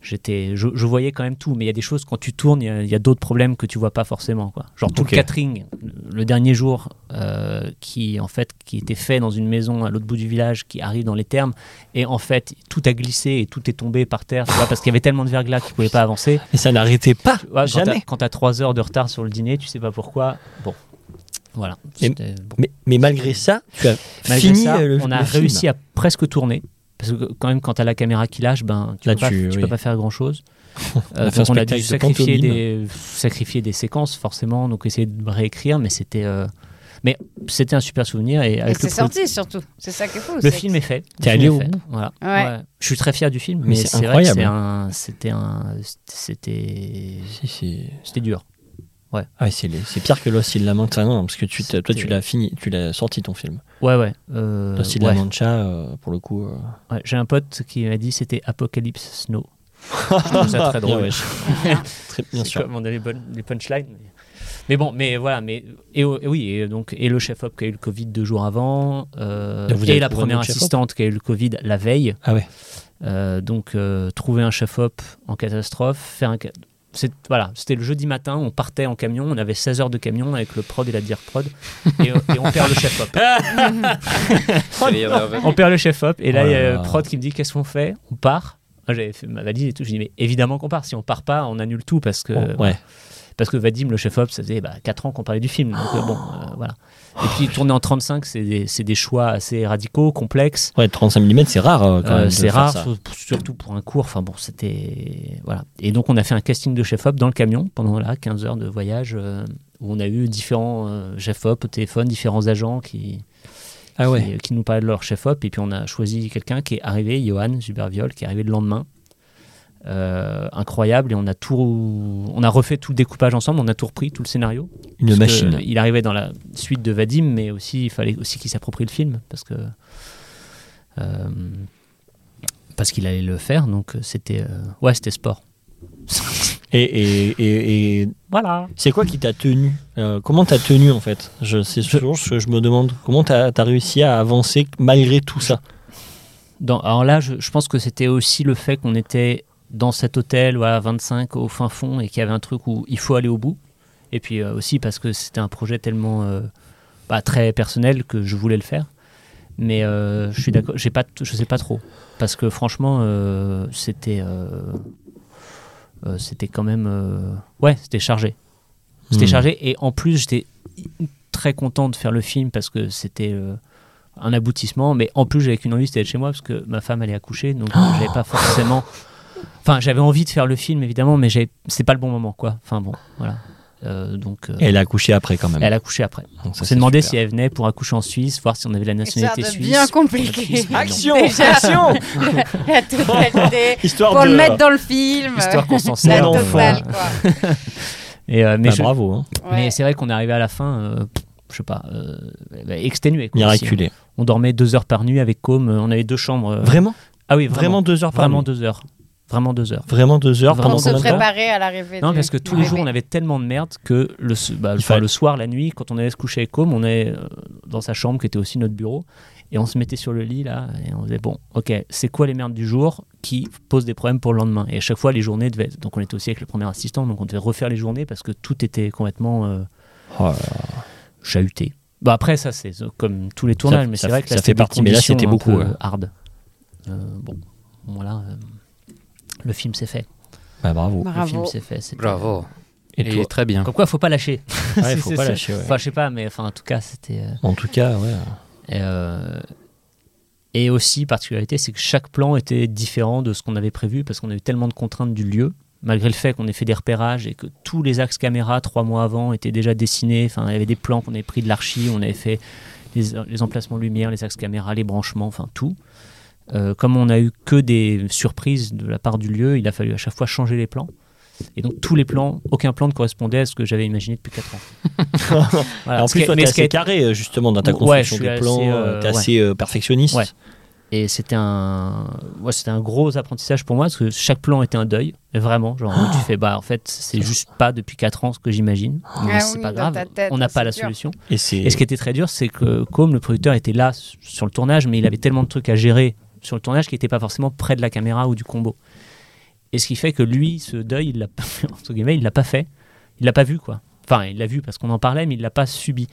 S4: j'étais, je, je voyais quand même tout, mais il y a des choses quand tu tournes, il y a- il y a, d'autres problèmes que tu vois pas forcément, quoi. Genre tout
S2: Ok.
S4: le catering, le dernier jour, euh, qui en fait, qui était fait dans une maison à l'autre bout du village, qui arrive dans les thermes, et en fait, tout a glissé et tout est tombé par terre, tu vois, parce qu'il y avait tellement de verglas qu'ils pouvaient pas avancer.
S2: Et ça n'arrêtait pas.
S4: Ouais, quand
S2: Jamais.
S4: t'as- Quand t'as 3 heures de retard sur le dîner, tu sais pas pourquoi. Bon, voilà.
S2: Et-
S4: C'était- bon.
S2: Mais, mais malgré ça, tu as
S4: Malgré
S2: fini
S4: ça,
S2: euh, le
S4: on a
S2: le film.
S4: réussi à presque tourner. Parce que quand même, quand t'as la caméra qui lâche, ben, tu,
S2: Là,
S4: peux, pas,
S2: tu-
S4: tu
S2: oui.
S4: peux pas faire grand chose.
S2: a fait un
S4: euh, on a
S2: spectacle
S4: dû
S2: de
S4: sacrifier
S2: pantomime.
S4: des, sacrifier des séquences, forcément, donc essayer de réécrire, mais c'était. euh, mais c'était un super souvenir et
S1: Et
S4: avec
S1: c'est
S4: le, pro-
S1: sorti surtout. C'est ça qui est fou.
S4: le
S1: c'est-
S4: film est fait. Le
S2: T'es
S4: film
S2: allé
S4: est
S2: au
S4: fait.
S2: bout.
S4: Voilà.
S1: Ouais.
S4: Je suis très fier du film,
S2: Mais
S4: mais,
S2: c'est
S4: c'est vrai que c'est
S2: incroyable.
S4: un, c'était un, c'était,
S2: Si, si.
S4: c'était dur. Ouais.
S2: Ah, c'est les- c'est pire que Lost in La Mancha, non, parce que tu, t'as- toi, tu
S4: C'était-
S2: l'as fini, tu l'as sorti ton film.
S4: Ouais, ouais. euh,
S2: Lost in La
S4: ouais.
S2: Mancha, euh, pour le coup. euh,
S4: Ouais, J'ai un pote qui m'a dit c'était Apocalypse Snow. Je trouve ça très
S2: bien,
S4: drôle.
S2: Ah ouais. Très- bien
S4: C'est
S2: sûr.
S4: Comme on a les, bonnes, les punchlines. Mais... mais bon, mais voilà. Mais, et, au- et oui, et donc, et le chef-op qui a eu le Covid deux jours avant, euh,
S2: Donc vous
S4: et
S2: avez
S4: la
S2: trouvé un
S4: première
S2: autre chef-op
S4: assistante qui a eu le Covid la veille.
S2: Ah ouais.
S4: Euh, donc, euh, trouver un chef-op en catastrophe, faire un. ca- c'est- Voilà, c'était le jeudi matin, on partait en camion, on avait 16 heures de camion avec le prod et la dire prod, et, euh, et on perd le chef-op. On perd le chef-op, et là,
S2: Oh
S4: il y
S2: là
S4: a le
S2: là.
S4: prod qui me dit Qu'est-ce qu'on fait On part. Moi, J'avais fait ma valise et tout. Je dis Mais évidemment qu'on part. Si on part pas, on annule tout parce que
S2: Bon, ouais.
S4: parce que Vadim, le chef-op, ça faisait 4 ans qu'on parlait du film. Donc, euh, bon,
S2: Oh.
S4: euh, voilà. Et puis, tourner en 35, c'est des, c'est des choix assez radicaux, complexes.
S2: Ouais, 35 mm, c'est rare euh, quand
S4: Euh,
S2: même. de
S4: c'est
S2: faire
S4: rare,
S2: ça.
S4: sur- surtout pour un cours. Enfin bon, c'était. Voilà. Et donc, on a fait un casting de chef-op dans le camion pendant là, 15 heures de voyage euh, où on a eu différents euh, chefs-op au téléphone, différents agents qui,
S2: Ah ouais.
S4: qui, euh, qui nous parlaient de leur chef-op. Et puis, on a choisi quelqu'un qui est arrivé, Johan Zuberviol, qui est arrivé le lendemain. Euh, incroyable et on a tout on a refait tout le découpage ensemble on a tout repris tout le scénario
S2: Une
S4: parce que
S2: machine.
S4: Il arrivait dans la suite de Vadim, mais aussi il fallait aussi qu'il s'approprie le film parce que euh, parce qu'il allait le faire. Donc euh, c'était euh, ouais, c'était sport.
S2: Et, et, et, et
S4: Voilà.
S2: c'est quoi qui t'a tenu Euh, Comment t'as tenu en fait je, C'est toujours ce que je me demande. Comment t'as as réussi à avancer malgré tout ça
S4: Dans- alors là, je, je pense que c'était aussi le fait qu'on était dans cet hôtel voilà, 25 au fin fond et qu'il y avait un truc où il faut aller au bout. Et puis euh, aussi parce que c'était un projet tellement euh, bah, très personnel que je voulais le faire. Mais euh, je suis d'accord, j'ai pas, t- je sais pas trop parce que franchement, euh, c'était, euh, euh, c'était quand même, euh, ouais, c'était chargé, c'était
S2: Hmm.
S4: chargé. Et en plus, j'étais très content de faire le film parce que c'était euh, un aboutissement. Mais en plus, j'avais qu'une envie, c'était d'être chez moi parce que ma femme allait accoucher, donc j'avais pas forcément. Enfin, j'avais envie de faire le film évidemment, mais j'avais- c'est pas le bon moment, quoi. Enfin bon, voilà. Euh, donc, euh,
S2: Et elle a accouché après quand même.
S4: elle a accouché après.
S2: Donc ça,
S4: On
S2: c'est
S4: s'est demandé
S2: super.
S4: si elle venait pour accoucher en Suisse, voir si on avait la
S1: Histoire
S4: nationalité
S1: de
S4: suisse.
S1: bien
S4: Suisse,
S1: compliqué.
S4: mais non.
S1: Déjà, la totalité.
S2: Histoire
S1: Pour
S2: de.
S1: le mettre dans le film.
S4: Histoire qu'on s'en
S1: la
S4: sert.
S2: l'enfant.
S1: totale, quoi.
S4: Et, euh, mais
S2: Bah,
S4: je-
S2: Bravo, hein.
S1: Ouais.
S4: mais c'est vrai qu'on est arrivé à la fin, euh, je sais pas, euh, bah, exténué. quoi. Si
S2: miraculé.
S4: On, on dormait deux heures par nuit avec Com. euh, On avait deux chambres. euh,
S2: Vraiment
S4: Ah oui,
S2: Vraiment
S4: vraiment,
S2: deux heures par
S4: vraiment
S2: nuit
S4: deux heures. Vraiment deux heures.
S2: Vraiment deux heures
S4: Vraiment hein.
S1: Pour
S2: pendant
S1: se
S2: combien de temps
S1: préparer à l'arrivée.
S4: Non,
S1: du-
S4: parce que tous
S1: du
S4: les jours, on
S1: bébé.
S4: avait tellement de merde que le, s- bah, enfin,
S2: fallait-
S4: le soir, la nuit, quand on allait se coucher avec Com, on est euh, dans sa chambre qui était aussi notre bureau. Et on se mettait sur le lit, là, et on disait, bon, ok, c'est quoi les merdes du jour qui posent des problèmes pour le lendemain Et à chaque fois, les journées devaient. Donc, on était aussi avec le premier assistant, donc on devait refaire les journées parce que tout était complètement euh,
S2: Oh là là.
S4: chahuté. Bah, après, ça, c'est euh, comme tous les tournages, mais
S2: ça-
S4: c'est vrai que
S2: ça
S4: là,
S2: fait
S4: c'était des
S2: partie, mais là,
S4: conditions
S2: c'était
S4: un
S2: beaucoup,
S4: peu
S2: ouais.
S4: Hard. Euh, bon, voilà, euh, le film s'est fait.
S2: Bah, bravo.
S4: Le
S1: Bravo.
S4: film s'est fait. c'était-
S3: Bravo.
S2: Et
S3: Et,
S2: toi
S3: très bien.
S4: Comme quoi, faut pas lâcher.
S2: Ouais,
S4: C'est-
S2: faut
S4: c'est-
S2: pas
S4: c'est-
S2: lâcher, ouais.
S4: Enfin, je sais pas, mais enfin, en tout cas, c'était. euh,
S2: En tout cas, ouais.
S4: et, euh, et aussi, particularité, c'est que chaque plan était différent de ce qu'on avait prévu parce qu'on a eu tellement de contraintes du lieu, malgré le fait qu'on ait fait des repérages et que tous les axes caméra trois mois avant étaient déjà dessinés. Enfin, il y avait des plans qu'on avait pris de l'archi, on avait fait les, les emplacements lumière, les axes caméra, les branchements, enfin tout. Euh, comme on a eu que des surprises de la part du lieu, il a fallu à chaque fois changer les plans. Et donc tous les plans, aucun plan ne correspondait à ce que j'avais imaginé depuis 4 ans. Voilà.
S2: en
S4: Ce
S2: plus,
S4: qui-
S2: toi,
S4: mais
S2: t'es
S4: ce qui a
S2: assez
S4: été-
S2: carré euh, justement dans ta
S4: Ouais,
S2: construction
S4: je suis
S2: des
S4: assez,
S2: plans. euh,
S4: euh,
S2: T'es
S4: ouais.
S2: assez euh, perfectionniste.
S4: Ouais. Et c'était un, ouais, c'était un gros apprentissage pour moi parce que chaque plan était un deuil, mais vraiment. Genre, où tu fais, bah en fait, c'est juste pas depuis 4 ans ce que j'imagine, mais
S1: Ah. Ah
S4: c'est
S1: oui,
S4: pas
S1: dans
S4: grave,
S1: ta tête,
S4: on n'a pas
S1: c'est
S4: la
S1: dur.
S4: solution.
S2: Et c'est.
S4: Et ce qui était très dur, c'est que comme le producteur était là s- sur le tournage, mais il avait tellement de trucs à gérer sur le tournage qu'il n'était pas forcément près de la caméra ou du combo. Et ce qui fait que lui, ce deuil, il l'a pas, entre guillemets, il l'a pas fait, il l'a pas vu quoi. Enfin, il l'a vu parce qu'on en parlait, mais il l'a pas subi.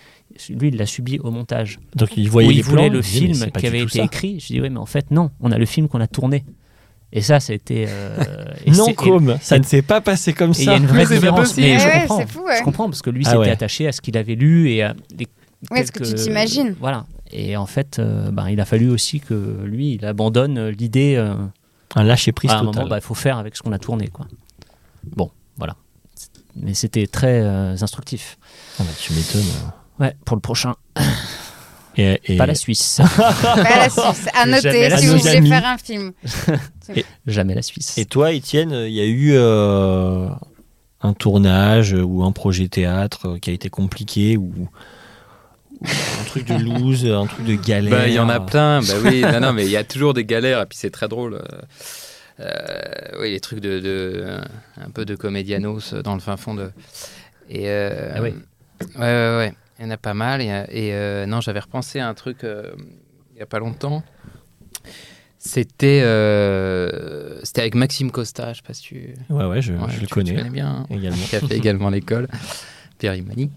S4: Lui, il l'a subi au montage.
S2: Donc, il voyait
S4: Où il
S2: les plans,
S4: voulait le
S2: il disait, mais
S4: film
S2: c'est pas du
S4: qui avait
S2: tout
S4: été
S2: ça.
S4: écrit. Je dis ouais, mais en fait non, on a le film qu'on a tourné. Et ça, c'était euh, et c'est-
S2: Non,
S4: et-
S2: comme ça
S4: et-
S2: ne s'est pas passé comme
S4: et il y a
S2: ça.
S4: une vraie
S3: Mais c'est pas
S4: différence.
S3: possible.
S4: Mais je
S1: Ouais,
S4: comprends,
S1: c'est fou, ouais.
S4: je comprends parce que lui
S2: Ah
S4: s'était
S2: ouais.
S4: attaché à ce qu'il avait lu et à les
S1: Ouais, ce que
S4: quelques-
S1: tu t'imagines.
S4: Voilà. Et en fait, euh, ben, il a fallu aussi que lui, il abandonne euh, l'idée. euh,
S2: Ah, Un lâcher prise
S4: à un
S2: total.
S4: moment, bah, il faut faire avec ce qu'on a tourné, quoi. Bon, voilà. Mais c'était très euh, instructif.
S2: Ah bah, tu m'étonnes. hein.
S4: Ouais, pour le prochain,
S2: Et, et-
S4: pas la Suisse,
S1: Pas la Suisse. À
S4: Jamais
S1: noter,
S4: la
S1: si vous
S2: Suisse.
S1: voulez faire un film.
S4: jamais la Suisse.
S2: et toi, Étienne, il y a eu euh, un- un tournage euh, ou un projet théâtre euh, qui a été compliqué ou, ou un truc de loose, un truc de galère.
S3: Bah, il y en a plein. Bah oui, non, non, mais il y a toujours des galères et puis c'est très drôle. Euh, euh, oui, les trucs de, de- un peu de comédianos dans le fin fond de. Et euh,
S4: Ah oui.
S3: Ouais, ouais, ouais. Il y en a pas mal. Et, et, euh, non, j'avais repensé à un truc euh, il y a pas longtemps. C'était euh, c'était avec Maxime Costa, je sais pas si tu.
S2: Ouais, ouais, je,
S3: Ouais,
S2: je
S3: tu-
S2: le
S3: tu
S2: connais
S3: bien. hein
S2: également.
S3: qui a fait également l'école, Pierre Imani.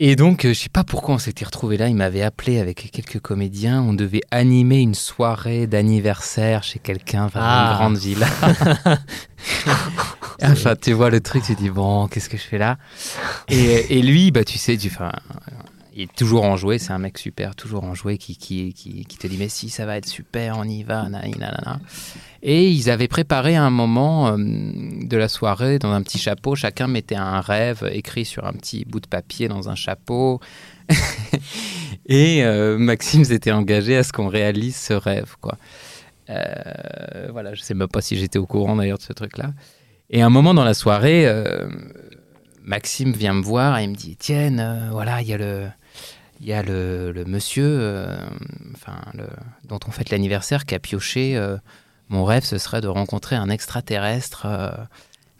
S3: Et donc, euh, je sais pas pourquoi on s'était retrouvés là. Il m'avait appelé avec quelques comédiens. On devait animer une soirée d'anniversaire chez quelqu'un, enfin, dans
S4: Ah.
S3: une grande villa. enfin, tu vois le truc, tu dis bon, qu'est-ce que je fais là et, et lui, bah, tu sais, tu, enfin, il est toujours enjoué. C'est un mec super, toujours enjoué, qui, qui, qui, qui te dit mais si, ça va être super, on y va, nani, nanana. Et ils avaient préparé un moment euh, de la soirée dans un petit chapeau. Chacun mettait un rêve écrit sur un petit bout de papier dans un chapeau. et euh, Maxime s'était engagé à ce qu'on réalise ce rêve. Quoi. Euh, voilà, je sais même pas si j'étais au courant d'ailleurs de ce truc-là. Et à un moment dans la soirée, euh, Maxime vient me voir et il me dit Tiens, euh, voilà, il y a le. Il y a le, le monsieur euh, enfin, le, dont on fête l'anniversaire qui a pioché euh, mon rêve, ce serait de rencontrer un extraterrestre. euh,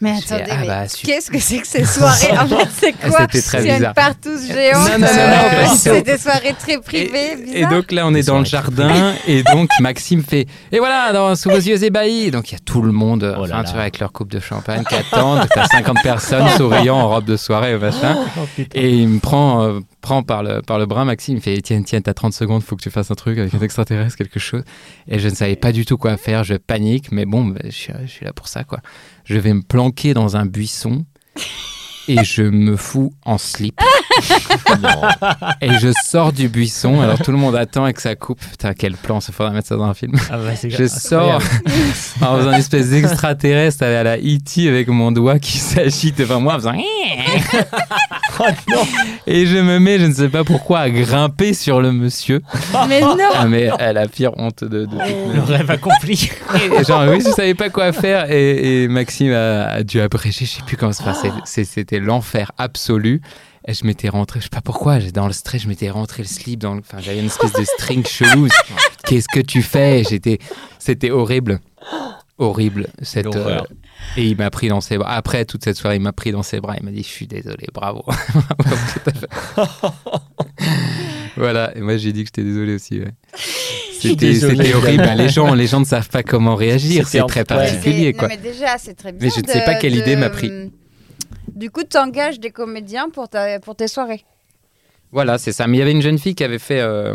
S1: Mais
S3: Je fais,
S1: attendez,
S3: ah
S1: mais
S3: bah, super.
S1: qu'est-ce que c'est que ces soirées En fait, c'est quoi
S3: Ah, C'était très
S1: C'est une
S3: bizarre.
S1: partouze géante.
S3: Non, non, non,
S1: euh,
S3: non, non.
S1: c'est des soirées très privées,
S3: et, et
S1: bizarres.
S3: donc là, on est dans le jardin, et donc Maxime fait Et voilà, dans, sous vos yeux ébahis Donc il y a tout le monde,
S2: Oh là
S3: enfin,
S2: là.
S3: tu vois, avec leur coupe de champagne qui attendent, t'as 50 personnes souriant en robe de soirée, machin. et il me prend, euh, prend par, le, par le bras, Maxime, il fait Tiens, tiens, t'as 30 secondes, faut que tu fasses un truc avec un extraterrestre, quelque chose. Et je ne savais pas du tout quoi faire, je panique, mais bon, bah, je, suis, je suis là pour ça, quoi. Je vais me planquer dans un buisson. Et je me fous en slip. Et je sors du buisson. Alors tout le monde attend avec sa coupe. Putain, quel plan, ça faudrait mettre ça dans un film.
S4: Ah bah, c'est
S3: Je sors en faisant une espèce d'extraterrestre à la E.T. avec mon doigt qui s'agite devant moi en faisant. Oh Et je me mets, je ne sais pas pourquoi, à grimper sur le monsieur.
S1: Mais non
S3: Ah, mais elle a pire honte de, de toute ma
S4: Le rêve accompli.
S3: et genre, oui, je savais pas quoi faire. Et, et Maxime a, a dû abréger, je sais plus comment se passait.
S2: Ah.
S3: C'est- C'était l'enfer absolu. Et je m'étais rentré, je sais pas pourquoi, j'étais dans le stress, je m'étais rentré le slip dans le. Enfin, j'avais une espèce de string
S2: Oh,
S3: chelou. Qu'est-ce que tu fais J'étais. C'était horrible. Horrible. Cette,
S2: L'horreur.
S3: euh, et il m'a pris dans ses bras. Après toute cette soirée, il m'a pris dans ses bras. Il m'a dit Je suis désolé, bravo. Bravo, tout à fait. voilà. Et moi, j'ai dit que j'étais désolé aussi. ouais. C'était
S2: désolé,
S3: c'était horrible. Bah,
S2: évidemment.
S3: Les gens, les gens ne savent pas comment réagir.
S2: C'était
S3: C'est
S2: en-
S3: très
S2: ouais.
S3: particulier,
S1: Non,
S3: quoi.
S1: mais déjà, c'est très
S3: Mais
S1: bizarre.
S3: je ne sais
S1: de-
S3: pas quelle idée
S1: de-
S3: m'a pris.
S1: Du coup, t'engages des comédiens pour, ta, pour tes soirées.
S3: Voilà, c'est ça. Mais il y avait une jeune fille qui avait fait, euh,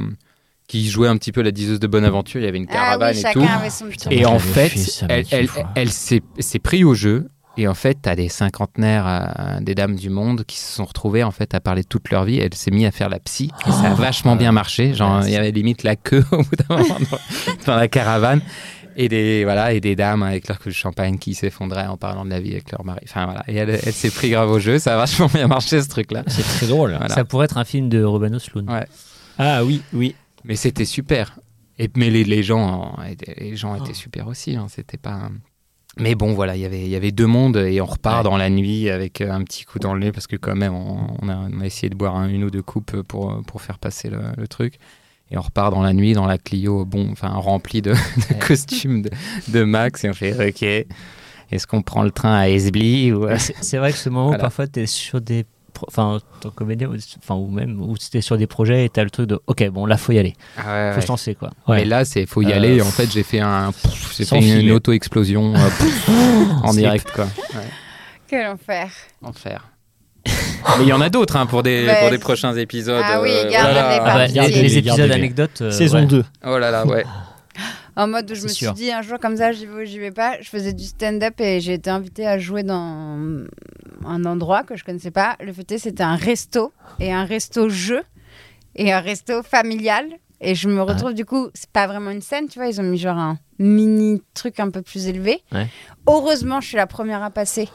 S3: qui jouait un petit peu la diseuse de bonne aventure. Il y avait une
S1: ah
S3: caravane
S1: oui,
S3: et
S1: chacun
S3: tout.
S1: avait son petit.
S2: Putain,
S3: Et
S2: Moi,
S3: en
S2: je l'avais
S3: fait,
S2: fait, ça m'a
S3: elle,
S2: tué,
S3: elle,
S2: quoi.
S3: elle s'est s'est pris au jeu. Et en fait, t'as des cinquantenaires euh, des dames du monde qui se sont retrouvées en fait à parler toute leur vie. Elle s'est mise à faire la psy et ça a vachement bien marché. Genre, il y avait limite la queue au bout d'un moment dans, dans la caravane et des voilà et des dames avec leur queue de champagne qui s'effondraient en parlant de la vie avec leur mari. Enfin voilà. Et elle, elle s'est pris grave au jeu. Ça a vachement bien marché ce truc-là.
S2: C'est très drôle.
S3: Voilà.
S4: Ça pourrait être un film de Robin Osloon.
S3: Ouais.
S2: Ah oui, oui.
S3: Mais c'était super. Et, mais les, les gens, euh, étaient- les gens étaient super aussi. hein, C'était pas. un- Mais bon, voilà, il y avait- il y avait deux mondes et on repart dans la nuit avec euh, un petit coup dans le nez parce que quand même, on, on a, on a essayé de boire un- une ou deux coupes pour, euh, pour faire passer le, le truc. Et on repart dans la nuit, dans la Clio, bon, enfin, remplie de, de costumes de, de Max. Et on fait, OK, est-ce qu'on prend le train à Esbly ou...
S4: C'est c'est vrai que ce moment, où
S3: Voilà.
S4: parfois, t'es sur des. pro- Enfin, en tant que comédien, ou- enfin, ou même, ou t'es sur des projets et t'as le truc de OK, bon, là, faut y aller.
S3: Ah ouais,
S4: Faut
S3: ouais.
S4: se lancer, quoi.
S3: Mais là, c'est faut y
S4: Euh,
S3: aller. en fait, j'ai fait un, pff, j'ai
S2: sans
S3: fait une,
S2: filet.
S3: auto-explosion euh, pff, en
S4: Slip.
S3: direct, quoi. Ouais.
S1: Quel enfer.
S3: Enfer. Mais il y en a d'autres hein, pour, des,
S1: Ouais.
S3: pour des prochains épisodes.
S1: Ah oui,
S3: euh,
S1: garde
S3: voilà.
S1: les
S4: Ah bah,
S1: parties.
S4: les, les
S2: Gardez-les,
S4: épisodes
S2: gardez-les.
S4: anecdotes. euh,
S2: Saison
S4: ouais.
S2: 2.
S3: Oh là là, ouais.
S1: En mode où je
S4: C'est
S1: me
S4: sûr.
S1: suis dit un jour comme ça, j'y vais ou j'y vais pas. Je faisais du stand-up et j'ai été invitée à jouer dans un endroit que je connaissais pas. Le fait est, c'était un resto et un resto jeu et un resto familial. Et je
S4: Ah.
S1: me retrouve du coup, c'est pas vraiment une scène, tu vois. Ils ont mis genre un mini truc un peu plus élevé.
S4: Ouais.
S1: Heureusement, je suis la première à passer.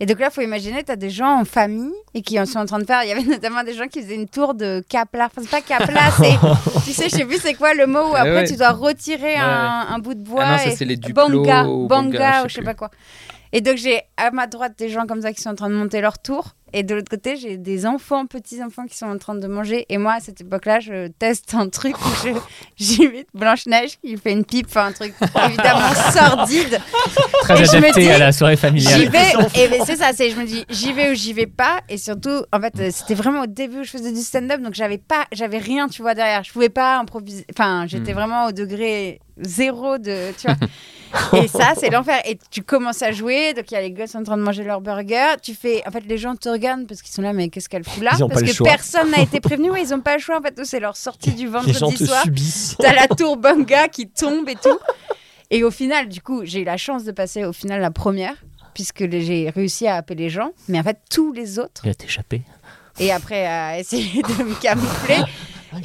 S1: Et donc là, faut imaginer, tu as des gens en famille et qui en sont en train de faire. Il y avait notamment des gens qui faisaient une tour de capla. Enfin, c'est pas capla, c'est. tu sais, je sais plus c'est quoi le mot où
S3: Ah
S1: après
S3: ouais.
S1: tu dois retirer
S4: Eh Ouais,
S1: un, un bout de bois.
S3: Ah non, ça,
S1: et-
S3: c'est les duplos
S1: Banga,
S3: ou
S1: banga,
S3: banga, je sais
S1: ou je sais
S3: plus.
S1: pas quoi. Et donc, j'ai à ma droite des gens comme ça qui sont en train de monter leur tour. Et de l'autre côté, j'ai des enfants, petits-enfants qui sont en train de manger. Et moi, à cette époque-là, je teste un truc où je- j'imite Blanche-Neige qui fait une pipe, enfin un truc évidemment sordide.
S2: Ah,
S4: Très
S1: Et je me
S4: adapté
S1: dis-
S4: à la soirée
S1: J'y
S4: familiale.
S1: vais, et ben, c'est ça, c'est, je me dis, j'y vais ou j'y vais pas. Et surtout, en fait, euh, c'était vraiment au début où je faisais du stand-up, donc j'avais pas, j'avais rien, tu vois, derrière. Je pouvais pas improviser. Enfin,
S2: Hmm.
S1: j'étais
S3: Mm.
S1: vraiment au degré zéro de, tu vois. et ça, c'est l'enfer. Et tu commences à jouer, donc il y a les gosses en train de manger leur burger. Tu fais, en fait, les gens te regardent parce qu'ils sont là, mais qu'est-ce qu'elle fout là
S2: Ils ont
S1: Parce
S2: pas le
S1: que
S2: choix.
S1: personne n'a été prévenu, ouais, ils ont pas le choix, en fait, eux, c'est leur sortie du
S2: Les gens
S1: vendredi
S2: te
S1: soir.
S2: subissent.
S1: T'as la tour Banga qui tombe et tout. Et au final, du coup, j'ai eu la chance de passer au final la première, puisque les- j'ai réussi à appeler les gens. Mais en fait, tous les autres,
S4: Il va t'échapper.
S1: et après à essayer de me camoufler.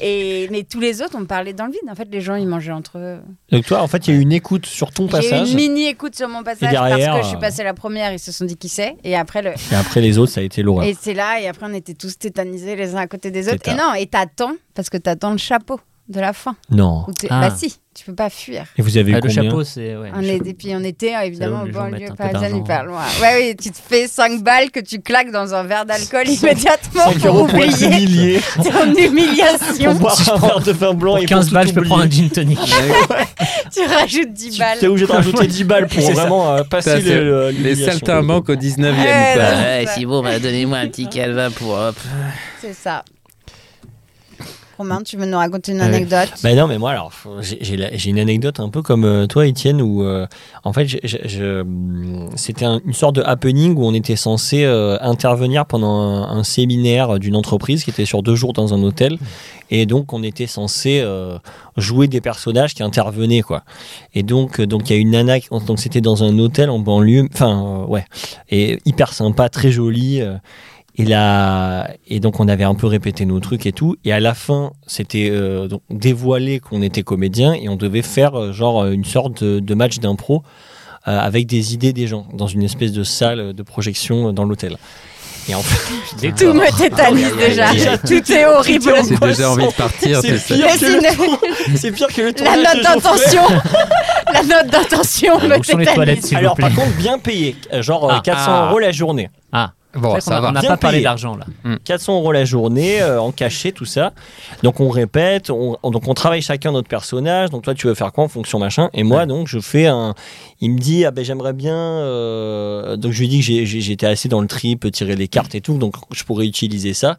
S1: Et, mais tous les autres, on parlait dans le vide. En fait, les gens, ils mangeaient entre eux.
S2: Donc toi, en fait, il y a eu une écoute sur ton
S1: J'ai eu
S2: passage.
S1: une mini écoute sur mon passage
S2: Et derrière,
S1: parce que je
S2: euh,
S1: suis passée la première. Ils se sont dit qui c'est. Et après, le,
S2: Et après, les autres, ça a été l'horreur.
S1: et c'est là, et après on était tous tétanisés les uns à côté des autres.
S2: Tétat.
S1: Et non, et t'attends, parce que t'attends le chapeau de la fin.
S2: Non.
S1: Ou t'es-
S4: Ah.
S1: Bah si, tu peux pas fuir.
S2: Et vous avez eu
S4: Ah, le
S2: combien
S4: chapeau, c'est. ouais,
S1: On
S4: le
S1: est,
S4: chapeau.
S1: et puis on était euh, évidemment
S4: où
S1: au
S4: les gens mettent
S1: banlieue
S4: un peu
S1: parisienne
S4: d'argent.
S2: hein.
S1: hyper loin. Ouais, oui, tu te fais 5 balles que tu claques dans un verre d'alcool immédiatement pour
S2: euros pour être
S1: oublier.
S2: humilié,
S1: T'es en
S2: pour
S1: humiliation.
S2: boire un verre de vin blanc
S4: Pour
S2: et
S4: 15
S2: pour
S4: balles,
S2: tout
S4: je peux
S2: oublier. Ah,
S4: prendre un gin tonic.
S1: tu rajoutes 10
S2: Tu
S1: balles.
S2: t'es obligé de rajouter 10 balles pour
S3: C'est ça.
S2: vraiment euh,
S3: Ça,
S2: passer
S3: c'est
S2: le, le-
S3: Les
S2: l'humiliation.
S3: saltimbanques au 19 e
S1: Ouais,
S3: quoi.
S1: non, c'est ça.
S5: bon, bah, donnez-moi un petit calvin pour. hop.
S1: C'est ça. Romain, tu veux nous raconter une anecdote
S2: Bah non, mais moi, alors, faut- j'ai- j'ai la- j'ai une anecdote un peu comme euh, toi, Étienne, où euh, en fait, j'ai- j'ai- je- hum, c'était un- une sorte de happening où on était censé euh, intervenir pendant un, un séminaire d'une entreprise qui était sur deux jours dans un hôtel. Et donc, on était censé euh, jouer des personnages qui intervenaient, quoi. Et donc, euh, donc il y a une nana, qui- donc c'était dans un hôtel en banlieue, enfin, euh, ouais, et hyper sympa, très jolie. euh, et là, et donc on avait un peu répété nos trucs et tout. Et à la fin, c'était euh, donc dévoilé qu'on était comédien et on devait faire euh, genre euh, une sorte de, de match d'impro euh, avec des idées des gens dans une espèce de salle de projection euh, dans l'hôtel. Et en fait,
S1: Tout me
S2: Ah
S1: tétanise déjà. Tout est horrible.
S3: C'est déjà envie de partir.
S2: c'est
S3: c'est ça.
S2: pire,
S1: Mais
S2: que le
S1: sinon-
S2: tour- c'est pire que le
S1: La
S2: tournage que Ah, j'en ferais.
S1: note d'intention La note d'intention me
S4: Où sont les toilettes,
S1: tétanise.
S4: s'il vous
S2: Alors
S4: plaît
S2: par contre, bien payé, euh, genre euh,
S4: Ah,
S2: 400
S4: ah.
S2: euros la journée.
S4: Ah,
S3: Bon,
S4: c'est vrai qu'on
S3: Oh, ça
S4: a- on
S3: va.
S4: n'a
S2: Bien
S4: pas parlé
S2: payé.
S4: d'argent là.
S2: 400 euros la journée euh, en cachet, tout ça. Donc on répète, on, on- donc on travaille chacun notre personnage. Donc toi tu veux faire quoi en fonction machin Et moi donc je fais un. Il me dit ah ben j'aimerais bien. euh, Donc je lui dis que j'ai- j'ai- j'étais assez dans le trip, tirer les cartes et tout, donc je pourrais utiliser ça.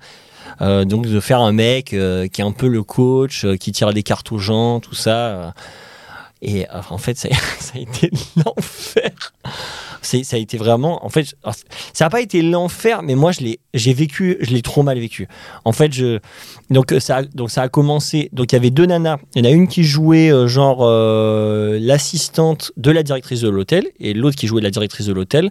S2: Euh, donc de faire un mec euh, qui est un peu le coach, euh, qui tire les cartes aux gens, tout ça. euh. Et euh, en fait ça, ça a été l'enfer. C'est- Ça a été vraiment. En fait, alors, ça n'a pas été l'enfer, mais moi, je l'ai, j'ai vécu, je l'ai trop mal vécu. En fait, je, donc euh, ça, a- donc ça a commencé. Donc il y avait deux nanas. Il y en a une qui jouait euh, genre euh, l'assistante de la directrice de l'hôtel et l'autre qui jouait la directrice de l'hôtel.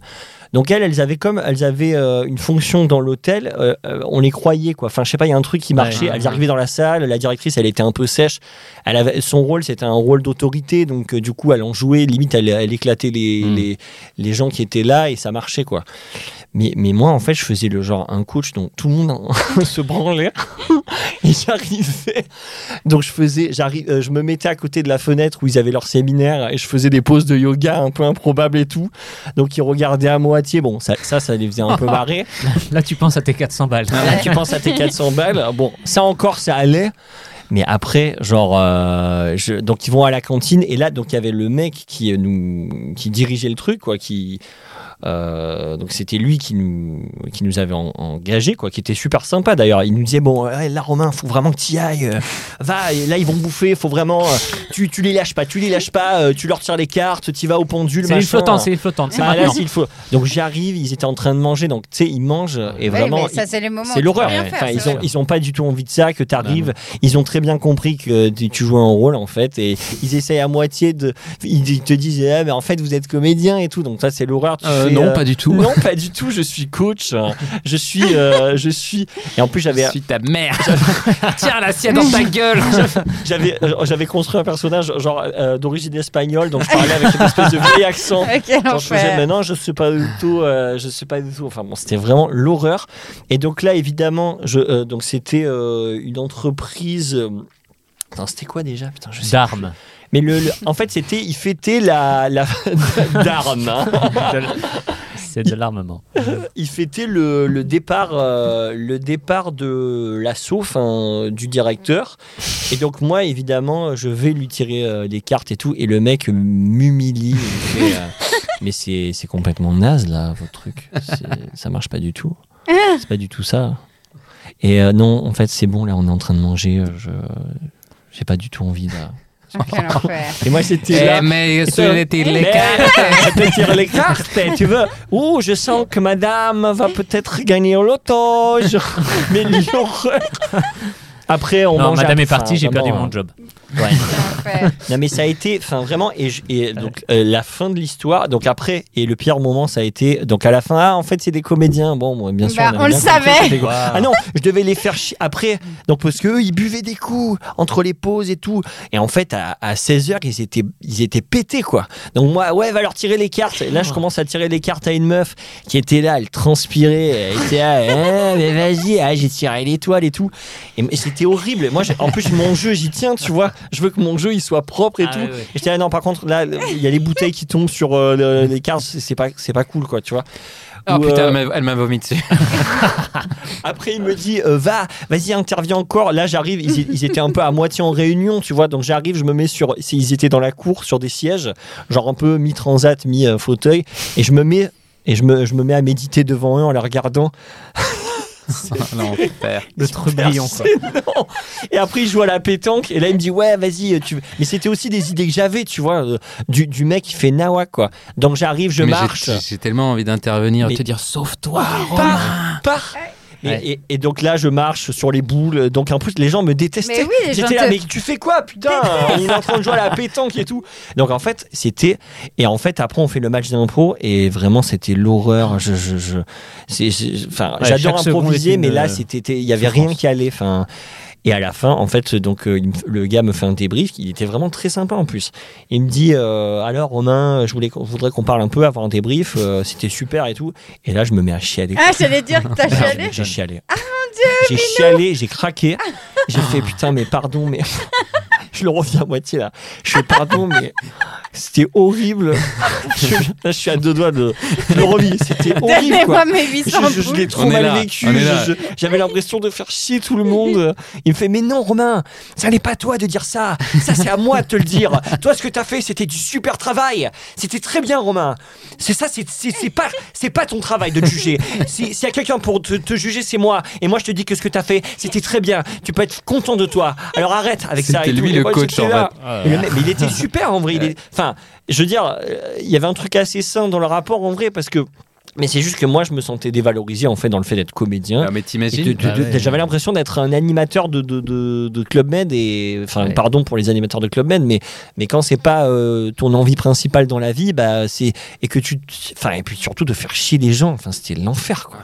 S2: Donc elles, elles avaient comme elles avaient euh, une fonction dans l'hôtel. euh, euh, on les croyait quoi. Enfin, je sais pas, il y a un truc qui marchait.
S4: ouais,
S2: elles
S4: ouais.
S2: arrivaient dans la salle. La directrice, elle était un peu sèche. Elle avait son rôle, c'était un rôle d'autorité. Donc euh, du coup, elle en jouait. Limite, elle, elle éclatait les,
S3: Mm.
S2: les les gens qui étaient là et ça marchait quoi. Mais, mais moi, en fait, je faisais le genre un coach dont tout le monde se branlait. et j'arrivais. Donc, je faisais, j'arrive, euh, je me mettais à côté de la fenêtre où ils avaient leur séminaire et je faisais des poses de yoga un peu improbables et tout. Donc, ils regardaient à moitié. Bon, ça, ça, ça les faisait un peu marrer.
S4: Là, tu penses à tes 400 balles.
S3: Ah,
S2: Là, Hein, tu penses à tes 400 balles. Bon, ça encore, ça allait. Mais après, genre, euh, je- donc ils vont à la cantine et là, donc il y avait le mec qui euh, nous, qui dirigeait le truc, quoi, qui, euh, donc c'était lui qui nous, qui nous avait en- engagé, quoi, qui était super sympa d'ailleurs. Il nous disait bon, euh, là Romain, faut vraiment que tu ailles, euh, va, et là ils vont bouffer, faut vraiment, euh, tu, tu les lâches pas, tu les lâches pas, euh, tu leur tires les cartes, tu vas au pendule,
S4: C'est une
S2: machin.
S4: flottante, c'est une flottante. C'est
S2: Ah, là,
S4: maintenant.
S2: s'il faut. Donc j'arrive, ils étaient en train de manger, donc tu sais, ils mangent et
S1: Oui,
S2: vraiment.
S1: mais ça, c'est les moments. où
S2: C'est
S1: tu
S2: l'horreur.
S1: peux rien
S2: ouais.
S1: faire,
S2: Enfin,
S1: c'est
S2: ils,
S1: vrai.
S2: ont, ils ont pas du tout envie de ça, que tu
S3: Bah
S2: arrives. Ils ont très bien compris que tu tu jouais un rôle, en fait. Et ils essayent à moitié de. Ils ils te disent, eh, mais en fait, vous êtes comédien et tout. Donc, ça, c'est l'horreur. Tu
S3: Euh,
S2: fais,
S3: non,
S2: euh,
S3: pas du tout.
S2: Non, pas du tout. Je suis coach. hein. Je suis. euh, je suis. Et en plus, j'avais.
S3: Je suis ta mère. Tiens l'assiette dans ta gueule.
S2: J'avais, euh, j'avais construit un personnage genre euh, d'origine espagnole, donc je parlais avec une espèce de vieil accent.
S1: Ah, quel
S2: Genre, je faisais,
S1: enfer.
S2: mais non, je suis pas du tout, euh, je suis pas du tout. Enfin bon, c'était vraiment l'horreur. Et donc là, évidemment, je, euh, donc c'était euh, une entreprise. euh, Attends, c'était quoi déjà Putain, je sais
S4: D'armes.
S2: plus. Mais le, le- en fait, c'était, il fêtait la, la d'armes. hein.
S4: C'est de l'armement.
S2: Il fêtait le, le départ, euh, le départ de l'assaut, enfin, du directeur. Et donc moi, évidemment, je vais lui tirer euh, des cartes et tout. Et le mec m'humilie. il me fait, euh, Mais c'est c'est complètement naze là, votre truc. C'est- Ça marche pas du tout. C'est pas du tout ça. Et euh, non, en fait, c'est bon. Là, on est en train de manger. euh, Je j'ai pas du tout envie là.
S1: Ah, quel enfer.
S2: Et moi,
S3: Eh,
S2: c'était là.
S3: mais
S2: Et toi- Mais- Elle te tire les cartes, et tu veux. Ouh, je sens que madame va peut-être gagner au loto. Je- Mais l'horreur. Après, on
S4: non,
S2: mange
S4: madame
S2: après.
S4: est partie,
S2: Enfin,
S4: j'ai perdu
S2: vraiment, hein.
S4: mon job.
S2: ouais.
S1: Quel enfer.
S2: Non, mais ça a été, enfin vraiment, et, je- et donc euh, la fin de l'histoire. Donc après, et le pire moment, ça a été. Donc à la fin, ah, en fait, c'est des comédiens. Bon, moi, bien sûr.
S1: Bah,
S2: avait
S1: on le
S2: bien compris que
S1: savait.
S2: c'était quoi. Ah non, je devais les faire chier après. Donc parce qu'eux, ils buvaient des coups entre les pauses et tout. Et en fait, à, 16h, ils étaient, ils étaient pétés, quoi. Donc moi, ouais, va leur tirer les cartes. Et là, je commence à tirer les cartes à une meuf qui était là, elle transpirait. Elle était là, Ah, mais vas-y, ah, j'ai tiré l'étoile et tout. Et mais c'était horrible. Et Moi, j'ai- en plus, mon jeu, j'y tiens, tu vois. Je veux que mon jeu, il soit propre et
S4: Ah,
S2: tout.
S4: ouais, ouais.
S2: Et J'étais là, non, par contre, là, il y a les bouteilles qui tombent sur euh, le- les cartes, c'est c'est pas, c'est pas cool, quoi, tu vois.
S3: Oh
S4: Ah,
S2: Ou,
S3: putain,
S2: euh,
S3: elle m'a- elle m'a vomi dessus.
S2: après, il me dit, euh, va, vas-y, interviens encore. Là, j'arrive, ils, ils étaient un peu à moitié en réunion, tu vois. Donc, j'arrive, je me mets sur. c'est- Ils étaient dans la cour, sur des sièges, genre un peu mi-transat, mi-fauteuil. Et je me mets. Et je me, je me mets à méditer devant eux en les regardant.
S3: L'enfer.
S4: Le trublion, quoi.
S2: C'est énorme. Et après, je joue à la pétanque. Et là, il me dit Ouais, vas-y. euh, tu... Mais c'était aussi des idées que j'avais, tu vois, euh, du, du mec qui fait nawa, quoi. Donc, j'arrive, je
S3: Mais j'ai-
S2: marche.
S3: J'ai tellement envie d'intervenir,
S2: Mais-
S3: te dire sauve-toi.
S2: Pars, pars. Et,
S4: Ouais.
S2: Ah, et- et donc là, je marche sur les boules. Donc en plus, les gens me détestaient.
S1: Mais oui, les gens
S2: J'étais là,
S1: te-
S2: mais tu fais quoi, putain On est en train de jouer à la pétanque et tout. Donc en fait, c'était. Et en fait, après, on fait le match d'impro et vraiment, c'était l'horreur. Je, je, je- c'est- c'est- Enfin,
S4: Ouais,
S2: j'adore
S4: chaque seconde
S2: improviser,
S4: est une,
S2: mais là,
S4: euh,
S2: c'était. Il y avait rien
S4: souffrance.
S2: qui allait. Enfin. Et à la fin, en fait, donc euh, il me- le gars me fait un débrief. Il était vraiment très sympa en plus. Il me dit euh, alors Romain, je voulais, qu'on- voudrais qu'on parle un peu avant un débrief. euh, c'était super et tout. Et là, je me mets à chialer.
S1: Ah, j'allais dire que t'as
S2: Ah,
S1: chialé.
S2: J'ai chialé. J'ai chialé, j'ai craqué. J'ai fait putain, mais pardon, mais. Je le reviens à moitié là. Je fais pardon, mais c'était horrible. Je- là, je suis à deux doigts de. Je le revis, c'était horrible quoi.
S1: Donnez-moi mes
S2: Je,
S1: 800
S2: je- je
S1: boules.
S2: l'ai trop
S3: On est
S2: mal
S3: là,
S2: vécu.
S3: on est là.
S2: je- je- J'avais l'impression de faire chier tout le monde. Il me fait Mais non, Romain, ça n'est pas à toi de dire ça. Ça, c'est à moi de te le dire. Toi, ce que t'as fait, c'était du super travail. C'était très bien, Romain. C'est ça, c'est- c'est c'est pas, c'est pas ton travail de te juger. Si- S'il y a quelqu'un pour te, te juger, c'est moi. Et moi, je te dis que ce que t'as fait, c'était très bien. Tu peux être content de toi. Alors arrête avec ça. et
S3: C'était
S2: tout.
S3: lui
S2: Et
S3: le
S2: moi,
S3: coach,
S2: j'étais
S3: en
S2: là.
S3: fait.
S4: Euh.
S2: Mais, le mec- mais il était super en vrai. il est- Enfin, je veux dire, euh, il y avait un truc assez sain dans le rapport en vrai parce que. Mais c'est juste que moi, je me sentais dévalorisé en fait dans le fait d'être comédien.
S3: Ah, mais
S2: Et de-
S3: t'imagines
S2: de-
S4: bah
S2: de-
S4: ouais.
S2: J'avais l'impression d'être un animateur de, de, de, de Club Med et enfin
S4: Ouais.
S2: pardon pour les animateurs de Club Med mais mais quand c'est pas euh, ton envie principale dans la vie bah c'est et que tu enfin et puis surtout de faire chier les gens enfin c'était l'enfer quoi.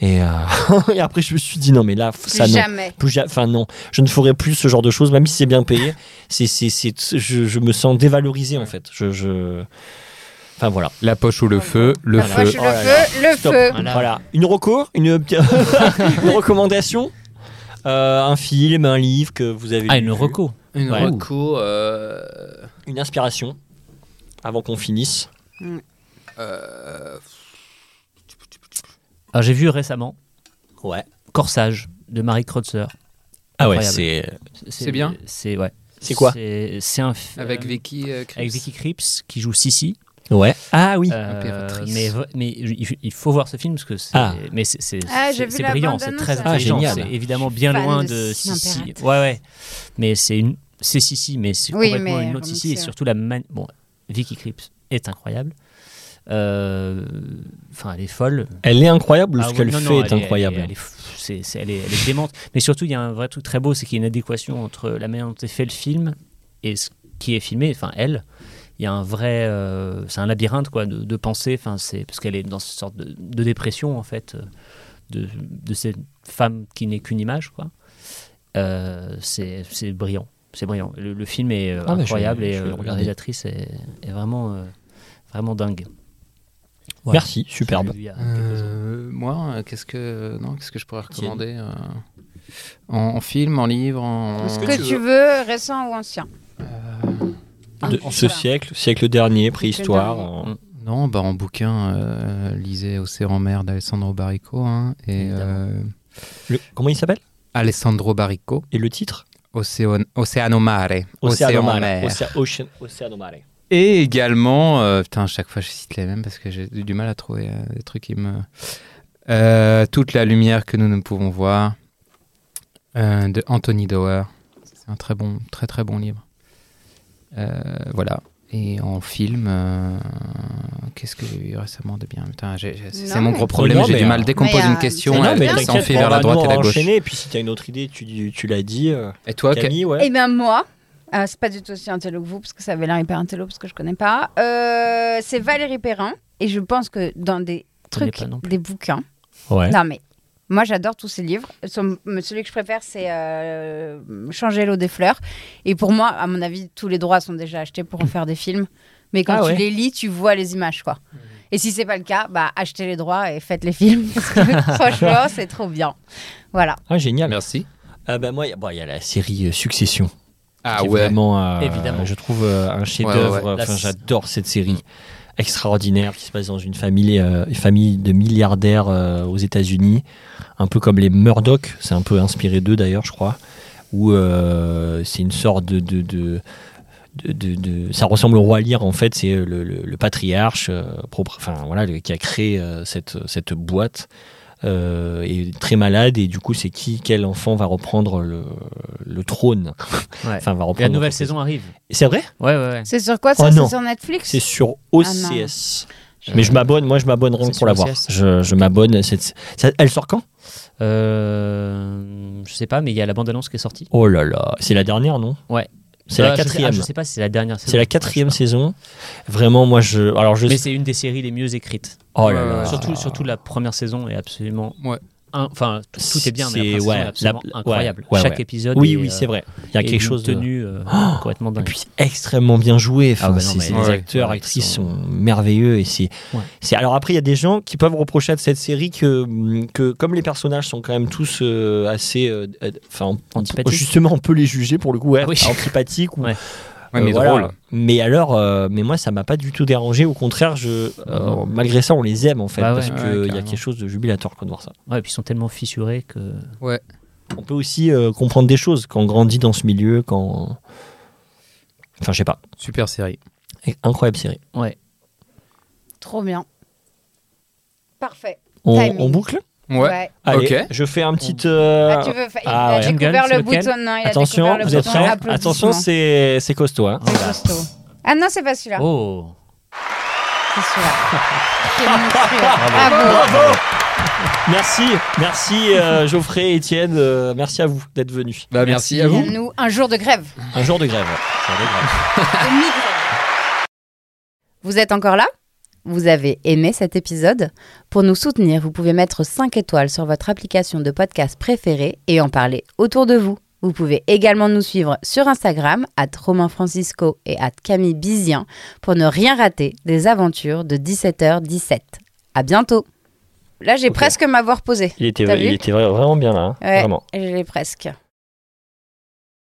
S2: Et, euh, et après je me suis dit non mais là
S1: Plus
S2: ça non
S1: jamais.
S2: plus ja- enfin non, je ne ferai plus ce genre de choses, même si c'est bien payé. C'est, c'est, c'est, je, je me sens dévalorisé en fait. Je, je... Enfin voilà.
S3: La poche ou le feu, le
S1: La poche,
S3: feu.
S1: le
S2: Oh là
S1: feu, le
S2: Stop.
S1: feu.
S2: Voilà. Une reco, une, petite- une recommandation, euh, un film, un livre que vous avez.
S4: Ah,
S2: lu,
S4: une reco.
S3: Une
S2: Ouais.
S3: roue.
S5: Cours, euh,
S2: Une inspiration. Avant qu'on finisse.
S4: Alors, j'ai vu récemment
S2: Ouais.
S4: Corsage de Marie Kreutzer.
S2: Ah ouais,
S4: Incroyable.
S2: c'est.
S3: C'est bien
S4: C'est ouais.
S2: C'est quoi
S4: C'est un f-
S3: Avec
S4: euh,
S3: Vicky euh, Chris.
S4: avec Vicky Cripps qui joue Sissi.
S2: Ouais. Ah oui.
S4: Euh,
S3: Impératrice.
S4: mais v- mais il- il faut voir ce film parce que c'est
S2: Ah.
S4: mais c'est c'est
S1: Ah, j'ai
S4: c'est-
S1: vu
S4: c'est
S1: la
S4: brillant,
S1: bande-annonce,
S4: c'est très
S1: ça.
S2: Ah,
S4: intelligent,
S2: génial.
S4: c'est évidemment bien
S1: fan
S4: loin
S1: de
S4: de
S1: Sissi
S4: Sissi.
S1: Impératrice.
S4: Ouais ouais. Mais c'est une c'est Sissi mais c'est
S1: Oui,
S4: complètement
S1: mais
S4: une autre Sissi et
S1: remixée, ouais.
S4: surtout la man... bon Vicky Cripps est incroyable. Euh, Enfin, elle est folle.
S2: Elle est incroyable,
S4: Ah
S2: ce
S4: oui,
S2: qu'elle
S4: non,
S2: fait
S4: non,
S2: est incroyable.
S4: Elle est, elle est fou- c'est- c'est- elle est- elle est démente. Mais surtout, il y a un vrai truc très beau, c'est qu'il y a une adéquation entre la manière dont est fait le film et ce qui est filmé, enfin elle. Il y a un vrai, euh, c'est un labyrinthe quoi, de, de pensée, enfin c'est parce qu'elle est dans cette sorte de, de dépression en fait, euh, de, de cette femme qui n'est qu'une image quoi. Euh, c'est c'est brillant, c'est brillant. Le, le film est
S2: Ah,
S4: euh,
S2: bah, je vais-
S4: incroyable
S2: je
S4: et
S2: vais le
S4: euh,
S2: regarder.
S4: la réalisatrice est, est vraiment, euh, vraiment dingue. Voilà.
S2: Merci, superbe.
S4: Je l'ai vu il y a quelques jours.
S1: hein.
S3: Euh, moi, euh, qu'est-ce que non, qu'est-ce que je pourrais recommander euh, en, en film, en livre,
S2: Mmh.
S3: en
S1: Ce que tu veux, récent ou ancien.
S2: De
S1: Ah,
S2: ce
S1: voilà.
S2: siècle, siècle dernier, préhistoire.
S1: dernier.
S2: euh,
S3: Non, bah en bouquin, euh, lisez Océan Mer d'Alessandro Baricco. hein, et, euh,
S2: Le- comment il s'appelle
S3: Alessandro Baricco,
S2: Et le titre
S3: Océan- Oceano Mare. Océan Mer.
S2: Océan- Ocean- Oceano Mare.
S3: Et également, euh, putain, à chaque fois je cite les mêmes parce que j'ai du mal à trouver euh, des trucs qui me. Euh, Toute la lumière que nous ne pouvons voir euh, de Anthony Dower. C'est un très bon, très très bon livre. Euh, voilà. Et en film, euh, qu'est-ce que j'ai vu récemment de bien Putain, j'ai- j'ai- C'est
S1: Non,
S3: c'est mon
S1: mais-
S3: gros problème,
S2: Non,
S3: j'ai
S2: mais,
S3: du mal.
S2: euh,
S3: Dès qu'on
S1: mais,
S3: pose
S1: euh,
S3: une question,
S1: c'est
S2: Non,
S1: normal,
S3: elle,
S2: mais
S3: elle
S2: t'inquiète,
S3: s'enfuit
S2: on
S3: vers
S2: va
S3: la droite
S2: nous
S3: et la gauche.
S2: enchaîner, et puis si t'as une autre idée, tu, tu l'as dit. euh,
S3: Et toi, Camille
S2: Camille, ouais.
S1: Eh bien, moi, euh, c'est pas du tout aussi intello que vous, parce que ça avait l'air hyper intello, parce que je connais pas. Euh, c'est Valérie Perrin, et je pense que dans des
S4: Connais
S1: trucs,
S4: pas non plus.
S1: des bouquins.
S2: Ouais.
S1: Non, mais moi, j'adore tous ces livres. Son- celui que je préfère, c'est euh, Changer l'eau des fleurs. Et pour moi, à mon avis, tous les droits sont déjà achetés pour en faire des films. Mais quand
S2: Ah
S1: tu
S2: ouais.
S1: les lis, tu vois les images, quoi. Et si c'est pas le cas, bah achetez les droits et faites les films. Parce que franchement, c'est trop bien. Voilà.
S2: Ah, génial.
S3: Merci.
S2: Ah, bah, moi, il y, a- bon, il y a la série euh, Succession.
S3: Ah
S2: qui est
S3: ouais.
S2: vraiment, euh,
S4: Évidemment.
S2: Je trouve euh, un chef-d'œuvre.
S3: Ouais, ouais,
S4: ouais.
S2: Enfin,
S4: La-
S2: j'adore cette série extraordinaire qui se passe dans une famille, euh, une famille de milliardaires euh, aux États-Unis, un peu comme les Murdoch. C'est un peu inspiré d'eux d'ailleurs, je crois. Où euh, c'est une sorte de, de, de- de- de- de- ça ressemble au roi Lear en fait. C'est le, le- le patriarche, euh, propre, enfin voilà, le- qui a créé euh, cette, cette boîte. euh, est très malade et du coup c'est qui quel enfant va reprendre le, le trône
S4: Ouais.
S2: enfin va
S4: Et la
S2: reprendre
S4: nouvelle saison arrive.
S2: c'est vrai
S4: Ouais, ouais, ouais.
S1: C'est sur quoi
S2: Oh
S1: ça
S2: non.
S1: C'est sur Netflix
S2: C'est sur
S1: Ah, non.
S2: OCS. mais je m'abonne, moi je m'abonne rien que pour
S4: C'est sur
S2: la voir.
S4: OCS.
S2: Je, je m'abonne. cette- ça- Elle sort quand
S4: Euh, je sais pas, mais il y a la bande-annonce qui est sortie.
S2: Oh là là, c'est la dernière, non
S4: Ouais.
S2: C'est
S4: Ah,
S2: la
S4: je sais- ah,
S2: quatrième.
S4: Je sais pas si c'est la dernière saison.
S2: C'est la
S4: Je
S2: quatrième
S4: sais
S2: saison. Vraiment, moi je. Alors je.
S4: pas. Mais c'est une des séries les mieux écrites.
S2: Oh là là.
S4: Surtout, surtout la première saison est absolument.
S3: Ouais.
S4: un- Enfin, tout, tout est bien, mais
S2: C'est-
S4: la première
S2: ouais,
S4: saison est absolument
S2: la- ouais,
S4: incroyable.
S2: ouais,
S4: Chaque
S2: ouais.
S4: épisode.
S2: Oui,
S4: est,
S2: oui,
S4: euh,
S2: c'est vrai. Il y a
S4: est
S2: quelque
S4: d'une
S2: chose de. Oh
S4: tenue euh, complètement
S2: Et
S4: dingue.
S2: puis c'est extrêmement bien joué. Enfin,
S4: Ah bah non,
S2: c'est-
S4: mais-
S2: c'est
S3: Ouais.
S2: les acteurs,
S4: Ouais, ils
S2: actrices sont...
S4: sont-
S2: merveilleux et c'est.
S4: Ouais.
S2: c'est- Alors après, il y a des gens qui peuvent reprocher à cette série que, que comme les personnages sont quand même tous euh, assez, euh, euh, enfin, on-
S4: Antipathiques.
S2: Justement, on peut les juger pour le coup, ouais,
S4: Ah oui.
S2: antipathiques ou
S4: Ouais.
S3: Ouais,
S2: Euh,
S3: mais
S2: voilà.
S3: drôle.
S2: Mais alors, euh, mais moi, ça m'a pas du tout dérangé. Au contraire, je, euh, malgré ça, on les aime en fait,
S4: Bah ouais.
S2: parce
S3: Ouais,
S2: qu'il y a
S3: carrément.
S2: quelque chose de jubilatoire quand on voit ça.
S4: Ouais, et puis ils sont tellement fissurés que.
S2: On peut aussi euh, comprendre des choses quand on grandit dans ce milieu, quand. Enfin, je sais pas.
S3: Super série.
S2: Incroyable série.
S4: Ouais.
S1: Trop bien. Parfait.
S2: On,
S1: Timing.
S2: on boucle
S3: Ouais.
S2: Allez,
S3: Ok.
S2: je fais un petit. euh,
S1: Ah, tu veux faire... Il
S2: Ah
S1: a
S2: ouais.
S1: découvert le
S4: Jingle, c'est lequel
S1: bouton. Non, il a
S2: Attention,
S1: découvert
S2: vous
S1: le
S2: êtes
S1: bouton.
S2: prêts
S1: Applaudissements.
S2: Attention, c'est c'est costaud. hein.
S1: C'est costaud. Ah non, c'est pas celui-là.
S4: Oh
S1: C'est celui-là. C'est monstrueux. Bravo.
S2: Merci, merci euh, Geoffrey, Étienne, euh, merci à vous d'être venus.
S3: Bah, merci à vous.
S1: Nous, un jour de grève.
S2: Un jour de grève. ouais. Jour de grève.
S1: De mi-grève. Vous êtes encore là Vous avez aimé cet épisode Pour nous soutenir, vous pouvez mettre 5 étoiles sur votre application de podcast préférée et en parler autour de vous. Vous pouvez également nous suivre sur Instagram, à Romain Francisco et à Camille Bizien, pour ne rien rater des aventures de 17h17. À bientôt Là, j'ai
S2: Ok.
S1: presque m'avoir posé.
S2: Il était,
S1: T'as vu
S2: il était vra- vraiment bien là. hein.
S1: Ouais,
S2: Vraiment.
S1: je l'ai presque.